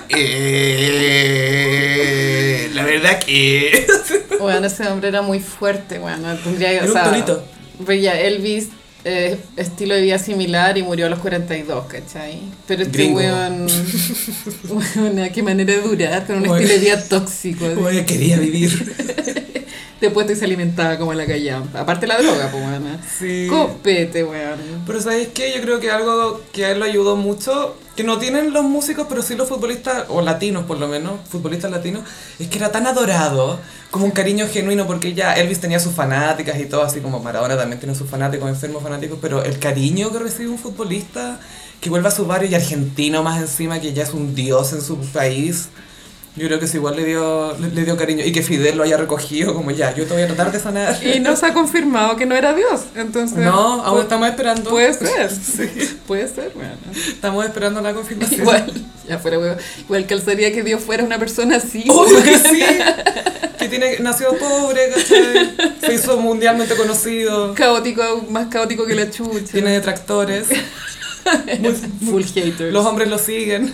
Speaker 4: Eh, la verdad que...
Speaker 2: Bueno, ese hombre era muy fuerte, bueno, tendría
Speaker 1: Era
Speaker 2: o
Speaker 1: un
Speaker 2: sea,
Speaker 1: torito.
Speaker 2: pero ya, Elvis, eh, estilo de vida similar y murió a los 42, ¿cachai? Pero este
Speaker 1: Gringo.
Speaker 2: weón, weón, qué manera de durar, con un
Speaker 1: Bueno.
Speaker 2: estilo de vida tóxico. así.
Speaker 1: Como que quería vivir.
Speaker 2: Después te se alimentaba como la callampa. Aparte la droga, pues, weón.
Speaker 1: Sí.
Speaker 2: Copete, weón.
Speaker 1: Pero ¿sabes qué? Yo creo que algo que a él lo ayudó mucho, que no tienen los músicos, pero sí los futbolistas, o latinos por lo menos, futbolistas latinos, es que era tan adorado, como un cariño genuino, porque ya Elvis tenía sus fanáticas y todo, así como Maradona también tiene sus fanáticos, enfermos fanáticos, pero el cariño que recibe un futbolista que vuelve a su barrio y argentino más encima, que ya es un dios en su país. Yo creo que eso igual le dio, le, le dio cariño y que Fidel lo haya recogido como ya, yo te voy a tratar de sanar.
Speaker 2: Y pues, no se ha confirmado que no era Dios, entonces...
Speaker 1: No, aún
Speaker 2: puede-
Speaker 1: estamos esperando.
Speaker 2: Puede ser, puede ser, weón.
Speaker 1: Estamos esperando la confirmación.
Speaker 2: Igual, ya fuera huevo. Igual calzaría que Dios fuera una persona así.
Speaker 1: Obvio que sí. Que tiene, nació pobre, ¿cachai? Se hizo mundialmente conocido.
Speaker 2: Caótico, más caótico que la chucha.
Speaker 1: Tiene detractores.
Speaker 2: Full haters.
Speaker 1: Los hombres lo siguen.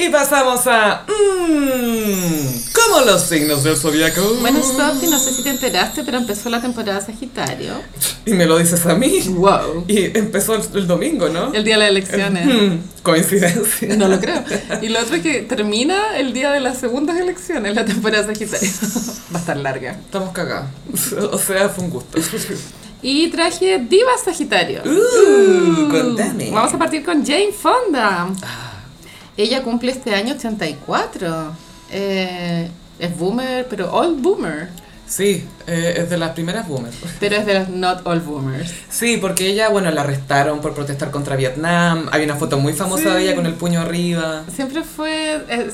Speaker 1: Y pasamos a. Mmm, ¿Cómo los signos del zodiaco?
Speaker 2: Bueno, Sofi, no sé si te enteraste, pero empezó la temporada Sagitario.
Speaker 1: Y me lo dices a mí.
Speaker 2: Wow.
Speaker 1: Y empezó el, el domingo, ¿no?
Speaker 2: El día de las elecciones.
Speaker 1: Mm, coincidencia.
Speaker 2: No lo creo. Y lo otro es que termina el día de las segundas elecciones, la temporada Sagitario. Va a estar larga.
Speaker 1: Estamos cagados. O sea, fue un gusto.
Speaker 2: Y traje Divas Sagitario.
Speaker 1: Uh, contame.
Speaker 2: Mm, Vamos a partir con Jane Fonda.
Speaker 1: Ah.
Speaker 2: Ella cumple este año 84. Eh, es boomer, pero old boomer.
Speaker 1: Sí, eh, es de las primeras boomers.
Speaker 2: Pero es de las not all boomers.
Speaker 1: Sí, porque ella, bueno, la arrestaron por protestar contra Vietnam. Hay una foto muy famosa de ella con el puño arriba.
Speaker 2: Siempre fue, eh,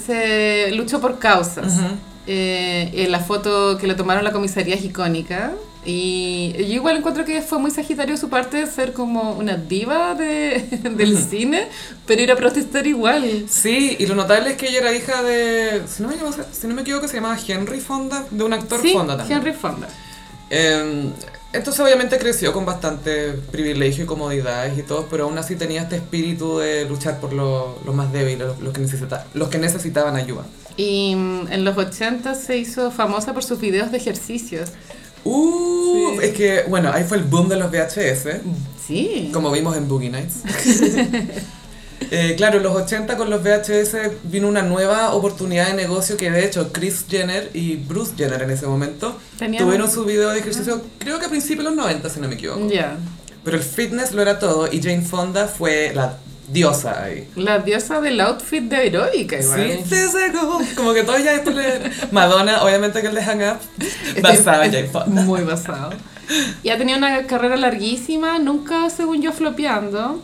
Speaker 2: se luchó por causas.
Speaker 1: Ujú.
Speaker 2: Eh, eh, la foto que le tomaron en la comisaría es icónica. Y yo igual encuentro que fue muy sagitario de su parte ser como una diva de- del cine, pero ir a protestar igual.
Speaker 1: Sí, y lo notable es que ella era hija de, si no me equivoco, si no me equivoco, se llamaba Henry Fonda, de un actor
Speaker 2: Sí,
Speaker 1: Fonda también.
Speaker 2: Henry Fonda.
Speaker 1: Eh, entonces obviamente creció con bastante privilegio y comodidades y todo, pero aún así tenía este espíritu de luchar por lo- los más débiles, los, los que necesita- los que necesitaban ayuda.
Speaker 2: Y mm, en los 80 se hizo famosa por sus videos de ejercicios.
Speaker 1: Uh,
Speaker 2: Sí.
Speaker 1: es que, bueno, ahí fue el boom de los VHS.
Speaker 2: Sí.
Speaker 1: Como vimos en Boogie Nights. Eh, claro, en los 80 con los VHS vino una nueva oportunidad de negocio que de hecho Chris Jenner y Bruce Jenner en ese momento
Speaker 2: Tenían-
Speaker 1: tuvieron su video de ejercicio, creo que a principios de los 90 si no me equivoco.
Speaker 2: Ya.
Speaker 1: Pero el fitness lo era todo y Jane Fonda fue la diosa ahí.
Speaker 2: La diosa del outfit de aeróbica igual.
Speaker 1: Sí, sí, sí, como, como que todos ya después le... Madonna, obviamente que el de Hang
Speaker 2: Este
Speaker 1: Up, basada en Jane Fonda.
Speaker 2: Muy basado. Y ha tenido una carrera larguísima, nunca, según yo, flopeando.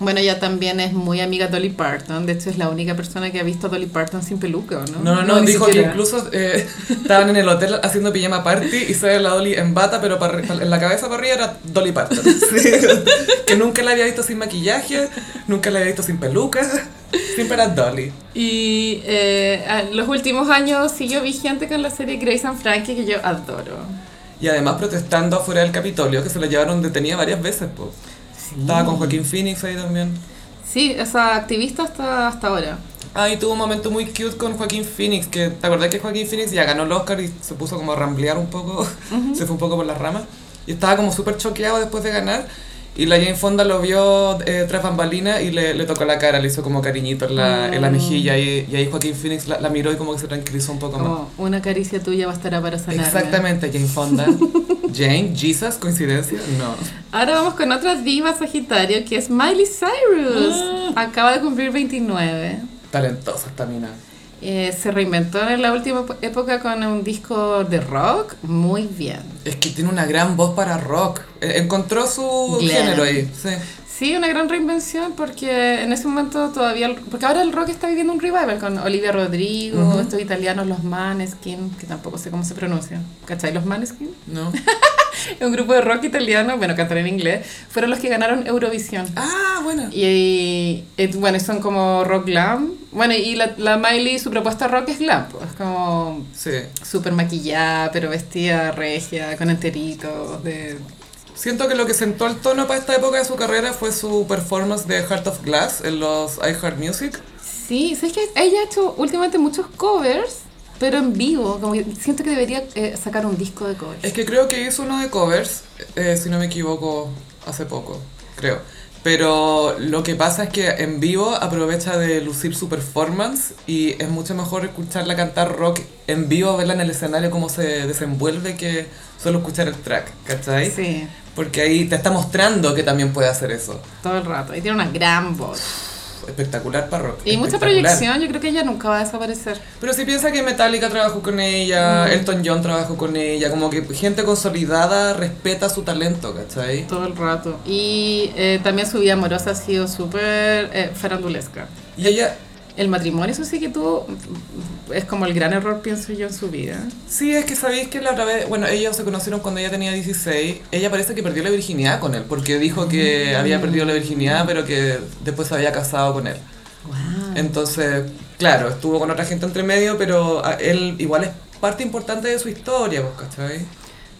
Speaker 2: Bueno, ella también es muy amiga de Dolly Parton. De hecho, es la única persona que ha visto a Dolly Parton sin peluca, ¿o ¿no?
Speaker 1: No, no, no,
Speaker 2: ni
Speaker 1: dijo
Speaker 2: siquiera.
Speaker 1: que incluso eh, estaban en el hotel haciendo pijama party y sale la Dolly en bata, pero para arri- para- en la cabeza para arriba era Dolly Parton. que nunca la había visto sin maquillaje, nunca la había visto sin peluca, siempre era Dolly.
Speaker 2: Y eh, en los últimos años siguió vigente con la serie Grace and Frankie, que yo adoro.
Speaker 1: Y además protestando afuera del Capitolio, que se la llevaron detenida varias veces, pues. Estaba con Joaquín Phoenix ahí también.
Speaker 2: Sí, o sea, activista hasta, hasta ahora.
Speaker 1: Ah, y tuvo un momento muy cute con Joaquín Phoenix, que te acordás que Joaquín Phoenix ya ganó el Oscar y se puso como a ramblear un poco, se fue un poco por las ramas, y estaba como súper choqueado después de ganar, y la Jane Fonda lo vio eh, tras bambalina y le, le tocó la cara, le hizo como cariñito en la, en la mejilla, y, y ahí Joaquín Phoenix la, la miró y como que se tranquilizó un poco más.
Speaker 2: Como una caricia tuya bastará para sanarme.
Speaker 1: Exactamente, Jane Fonda. Jane, Jesus, coincidencia, no.
Speaker 2: Ahora vamos con otra diva sagitario que es Miley Cyrus. Acaba de cumplir 29.
Speaker 1: Talentosa esta mina.
Speaker 2: Eh, se reinventó en la última ep- época con un disco de rock. Muy bien.
Speaker 1: Es que tiene una gran voz para rock. Eh, Encontró su
Speaker 2: Glam.
Speaker 1: género ahí. Sí.
Speaker 2: Sí, una gran reinvención porque en ese momento todavía... el- porque ahora el rock está viviendo un revival con Olivia Rodrigo, estos italianos, los Maneskin, que tampoco sé cómo se pronuncian. ¿Cachai? Los Maneskin.
Speaker 1: ¿No?
Speaker 2: un grupo de rock italiano, bueno, cantan en inglés, fueron los que ganaron Eurovisión.
Speaker 1: Ah, bueno.
Speaker 2: Y, eh, bueno, son como rock glam. Bueno, y la, la Miley, su propuesta rock es glam, pues, es como
Speaker 1: Sí.
Speaker 2: súper maquillada, pero vestida regia, con enteritos, de...
Speaker 1: Siento que lo que sentó el tono para esta época de su carrera fue su performance de Heart of Glass en los iHeart Music.
Speaker 2: Sí, sabes que ella ha hecho últimamente muchos covers, pero en vivo, como que siento que debería eh, sacar un disco de covers.
Speaker 1: Es que creo que hizo uno de covers, eh, si no me equivoco, hace poco, creo. Pero lo que pasa es que en vivo aprovecha de lucir su performance y es mucho mejor escucharla cantar rock en vivo, verla en el escenario cómo se desenvuelve que solo escuchar el track, ¿cachai?
Speaker 2: Sí,
Speaker 1: Porque ahí te está mostrando que también puede hacer eso.
Speaker 2: todo el rato. Y tiene una gran voz.
Speaker 1: Espectacular para rock.
Speaker 2: Y mucha
Speaker 1: espectacular.
Speaker 2: proyección, yo creo que ella nunca va a desaparecer.
Speaker 1: Pero si piensa que Metallica trabajó con ella, Elton John trabajó con ella, como que gente consolidada respeta su talento, ¿cachai?
Speaker 2: Todo el rato. Y eh, también su vida amorosa ha sido súper eh, farandulesca.
Speaker 1: Y ella,
Speaker 2: El matrimonio, eso sí que tuvo, mm, es como el gran error, pienso yo, en su vida.
Speaker 1: sí, es que sabéis que la otra vez, bueno, ellos se conocieron cuando ella tenía 16, ella parece que perdió la virginidad con él, porque dijo que había perdido la virginidad, pero que después se había casado con él. Entonces, claro, estuvo con otra gente entre medio, pero a- él igual es parte importante de su historia, pues, ¿cachai?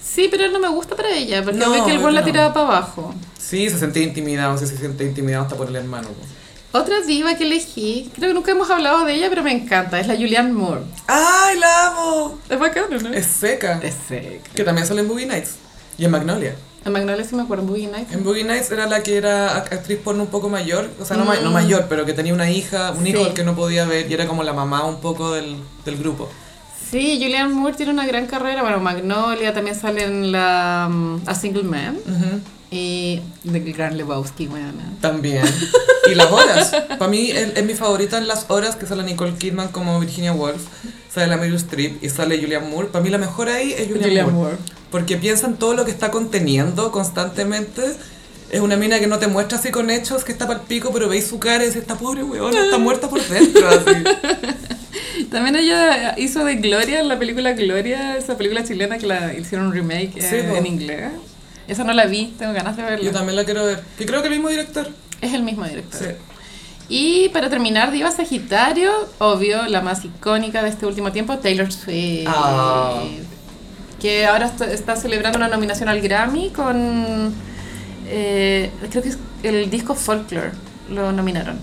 Speaker 2: Sí, pero no me gusta para ella, porque
Speaker 1: No,
Speaker 2: ves que el
Speaker 1: yo
Speaker 2: bol la
Speaker 1: no.
Speaker 2: tiraba para abajo.
Speaker 1: Sí, se sentía intimidado, sí, se siente intimidado hasta por el hermano. pues.
Speaker 2: Otra diva que elegí, creo que nunca hemos hablado de ella, pero me encanta, es la Julianne Moore.
Speaker 1: ¡Ay, la amo!
Speaker 2: Es bacana, ¿no?
Speaker 1: Es seca.
Speaker 2: Es seca.
Speaker 1: Que también sale en Boogie Nights. Y en Magnolia.
Speaker 2: En Magnolia sí me acuerdo, ¿eh? en Boogie Nights.
Speaker 1: En Boogie Nights era la que era act- actriz porno un poco mayor. O sea, no, ma- no
Speaker 2: Mm.
Speaker 1: mayor, pero que tenía una hija, un hijo
Speaker 2: Sí.
Speaker 1: al que no podía ver. Y era como la mamá un poco del, del grupo.
Speaker 2: Sí, Julianne Moore tiene una gran carrera, bueno, Magnolia también sale en la mm, A Single Man
Speaker 1: Ujú.
Speaker 2: y el Gran Lebowski, bueno.
Speaker 1: También. Y las horas. Para mí es, es mi favorita en las horas que sale Nicole Kidman como Virginia Woolf. Sale la Meryl Streep y sale Julianne Moore. Para mí la mejor ahí es Julianne,
Speaker 2: Julianne
Speaker 1: Moore.
Speaker 2: Moore.
Speaker 1: Porque piensa en todo lo que está conteniendo constantemente. Es una mina que no te muestra así con hechos, que está para pico, pero veis su cara y dice, esta pobre weona está muerta por dentro. Así.
Speaker 2: También ella hizo de Gloria en la película Gloria, esa película chilena que la hicieron un remake eh,
Speaker 1: Sí, po.
Speaker 2: en inglés. Esa no la vi, tengo ganas de verla.
Speaker 1: Yo también la quiero ver. Que creo que el mismo director.
Speaker 2: Es el mismo director.
Speaker 1: Sí.
Speaker 2: Y para terminar, Diva Sagitario, obvio, la más icónica de este último tiempo, Taylor Swift.
Speaker 1: Ah.
Speaker 2: Que ahora está, está celebrando una nominación al Grammy con. eh, creo que es el disco Folklore, lo nominaron.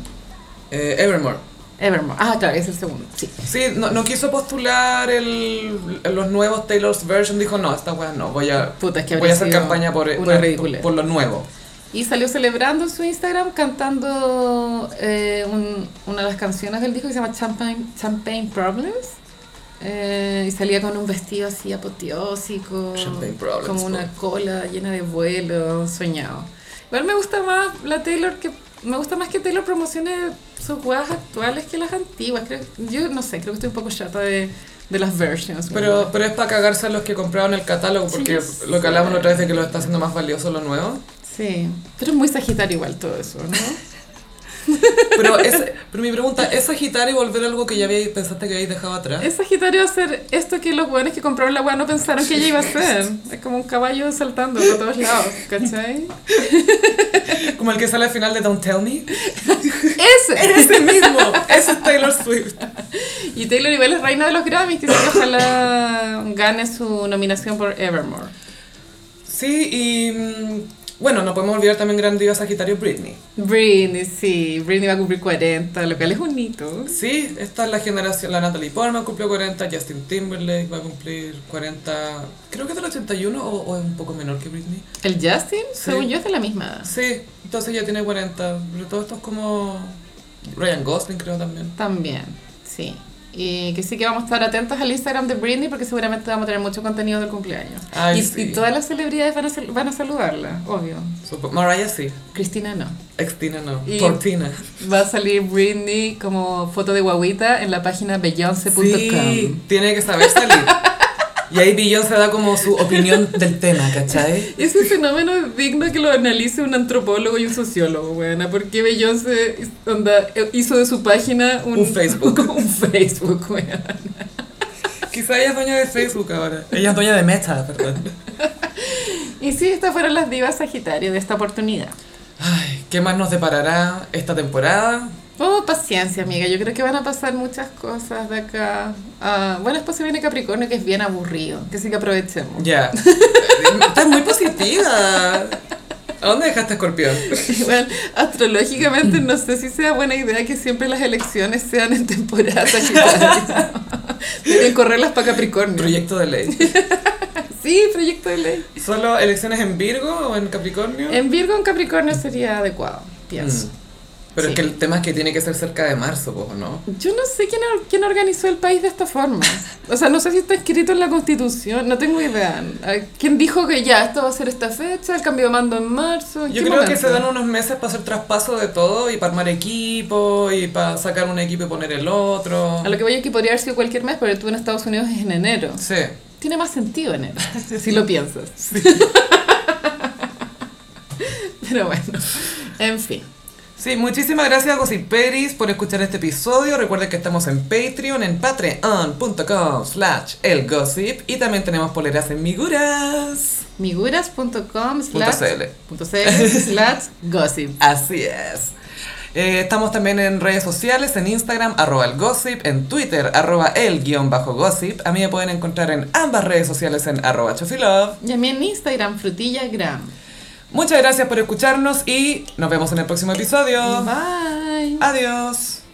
Speaker 1: Eh, Evermore.
Speaker 2: Evermore. Ah, claro, es el segundo. Sí.
Speaker 1: Sí, no, no quiso postular el, los nuevos Taylor's Version. Dijo, no, esta weá no. Voy a,
Speaker 2: Puta, es que
Speaker 1: voy
Speaker 2: habría
Speaker 1: a hacer
Speaker 2: sido
Speaker 1: campaña por,
Speaker 2: una
Speaker 1: por,
Speaker 2: ridiculez.
Speaker 1: por lo nuevo.
Speaker 2: Y salió celebrando en su Instagram cantando eh, un- una de las canciones del disco que se llama Champagne, Champagne Problems. Eh, y salía con un vestido así apoteósico,
Speaker 1: Champagne Problems,
Speaker 2: como una
Speaker 1: po.
Speaker 2: cola llena de vuelos, soñado. Igual me gusta más la Taylor que me gusta más que Taylor promocione sus weas actuales que las antiguas. Creo, yo no sé, creo que estoy un poco chata de, de las versions.
Speaker 1: Pero, pero es para cagarse a los que compraron el catálogo, porque
Speaker 2: Sí,
Speaker 1: lo que
Speaker 2: sí.
Speaker 1: hablamos la otra vez de que lo está haciendo más valioso lo nuevo.
Speaker 2: sí, pero es muy Sagitario igual todo eso, ¿no?
Speaker 1: Pero, es- pero mi pregunta, ¿es Sagitario volver a algo que ya había, pensaste que habéis dejado atrás?
Speaker 2: Es Sagitario hacer esto que los hueones que compraron la hueá no pensaron que ella iba a hacer. Es como un caballo saltando por todos lados, ¿cachai?
Speaker 1: Como el que sale al final de Don't Tell Me.
Speaker 2: ¡Ese!
Speaker 1: Ese mismo, ese es Taylor Swift.
Speaker 2: Y Taylor Ibel es reina de los Grammys, que sí que ojalá gane su nominación por Evermore.
Speaker 1: Sí, y mm, bueno, no podemos olvidar también gran diva Sagitario Britney.
Speaker 2: Britney, sí. Britney va a cumplir 40, lo cual es un hito.
Speaker 1: Sí, esta es la generación, la Natalie Portman cumplió 40, Justin Timberlake va a cumplir 40, creo que es del 81 o, o es un poco menor que Britney.
Speaker 2: ¿El Justin?
Speaker 1: Sí.
Speaker 2: Según yo es de la misma edad.
Speaker 1: Sí, entonces ya tiene 40, pero todo esto es como Ryan Gosling creo también.
Speaker 2: También, sí. Y que sí que vamos a estar atentos al Instagram de Britney porque seguramente vamos a tener mucho contenido del cumpleaños.
Speaker 1: Ay,
Speaker 2: y,
Speaker 1: sí.
Speaker 2: y todas las celebridades van a, sal- van a saludarla, obvio.
Speaker 1: Supo- Mariah sí,
Speaker 2: Cristina no.
Speaker 1: Extina no,
Speaker 2: Y-
Speaker 1: Cortina.
Speaker 2: Va a salir Britney como foto de guaguita en la página beyoncé.com.
Speaker 1: Sí, tiene que saber salir. Y ahí Beyoncé da como su opinión del tema, ¿cachai?
Speaker 2: Ese fenómeno es digno que lo analice un antropólogo y un sociólogo, buena, porque Beyoncé onda, hizo de su página un,
Speaker 1: Un Facebook.
Speaker 2: un Facebook, weona.
Speaker 1: Quizá ella es dueña de Facebook ahora. Ella es dueña de Meta, perdón.
Speaker 2: Y sí, estas fueron las divas Sagitario de esta oportunidad.
Speaker 1: Ay, ¿qué más nos deparará esta temporada?
Speaker 2: Oh, paciencia, amiga. Yo creo que van a pasar muchas cosas de acá. Ah, bueno, después se viene Capricornio, que es bien aburrido. Que sí que aprovechemos.
Speaker 1: Ya. Estás muy positiva. ¿A dónde dejaste a Escorpión?
Speaker 2: Igual, astrológicamente no sé si sea buena idea que siempre las elecciones sean en temporada Sagitario. Deben correrlas para Capricornio.
Speaker 1: Proyecto de ley.
Speaker 2: Sí, proyecto de ley.
Speaker 1: ¿Solo elecciones en Virgo o en Capricornio?
Speaker 2: En Virgo, en Capricornio sería adecuado, pienso.
Speaker 1: Mm. Pero
Speaker 2: Sí.
Speaker 1: es que el tema es que tiene que ser cerca de marzo, po, ¿no?
Speaker 2: Yo no sé quién, or- quién organizó el país de esta forma. O sea, no sé si está escrito en la constitución, no tengo idea. A- ¿Quién dijo que ya, esto va a ser esta fecha, el cambio de mando en marzo? ¿En
Speaker 1: Yo
Speaker 2: qué
Speaker 1: creo que
Speaker 2: momento?
Speaker 1: se dan unos meses para hacer traspaso de todo y para armar equipo y para sacar un equipo y poner el otro.
Speaker 2: A lo que voy es que podría haber sido cualquier mes, pero tú en Estados Unidos es en enero.
Speaker 1: Sí.
Speaker 2: Tiene más sentido enero, si lo piensas. pero bueno, en fin.
Speaker 1: Sí, muchísimas gracias a Gossiperis por escuchar este episodio. Recuerden que estamos en Patreon, en patreon.com slash elgossip y también tenemos poleras en miguras.
Speaker 2: Miguras.com slash
Speaker 1: CL.
Speaker 2: punto CL slash gossip.
Speaker 1: Así es. Eh, estamos también en redes sociales, en Instagram, arroba el gossip, en Twitter, arroba el guión bajo gossip. A mí me pueden encontrar en ambas redes sociales en arroba chofilove.
Speaker 2: Y a mí en Instagram, frutillagram.
Speaker 1: Muchas gracias por escucharnos y nos vemos en el próximo episodio.
Speaker 2: Bye.
Speaker 1: Adiós.